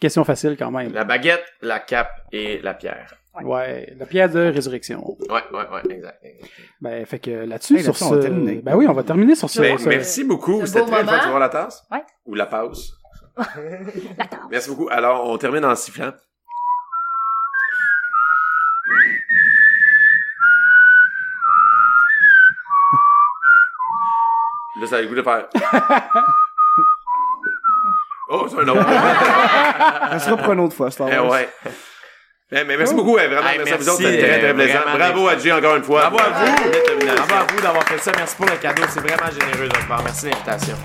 S3: Question facile quand même.
S1: La baguette, la cape et la pierre.
S3: Ouais. La pierre de résurrection.
S1: Ouais, ouais, ouais, exact. exact.
S3: Ben, fait que là-dessus,
S4: Hey,
S3: sur
S4: là-dessus, on va
S3: ce.
S4: terminer.
S3: Ben oui, on va terminer sur ce.
S2: Ben,
S3: ce-
S2: merci beaucoup.
S5: ce
S2: C'était
S5: beau
S2: très
S5: moment.
S2: fun de voir la tasse.
S8: Ouais.
S2: Ou la pause.
S8: La tasse.
S2: Merci beaucoup. Alors, on termine en sifflant. Là, ça a le goût de faire. oh, c'est un autre.
S4: Ça sera pour une autre fois, Star
S2: Eh
S4: Wars.
S2: ouais. Eh, mais merci beaucoup, eh, vraiment,
S1: Oh. Hey,
S2: merci, à vous
S1: merci,
S2: autres, c'était très, très
S1: euh,
S2: plaisant.
S1: vraiment,
S2: Bravo à Jay encore une fois.
S1: Bravo à vous.
S2: Belle domination.
S1: Bravo à vous d'avoir fait ça. Merci pour le cadeau. C'est vraiment généreux de votre part. Merci de l'invitation.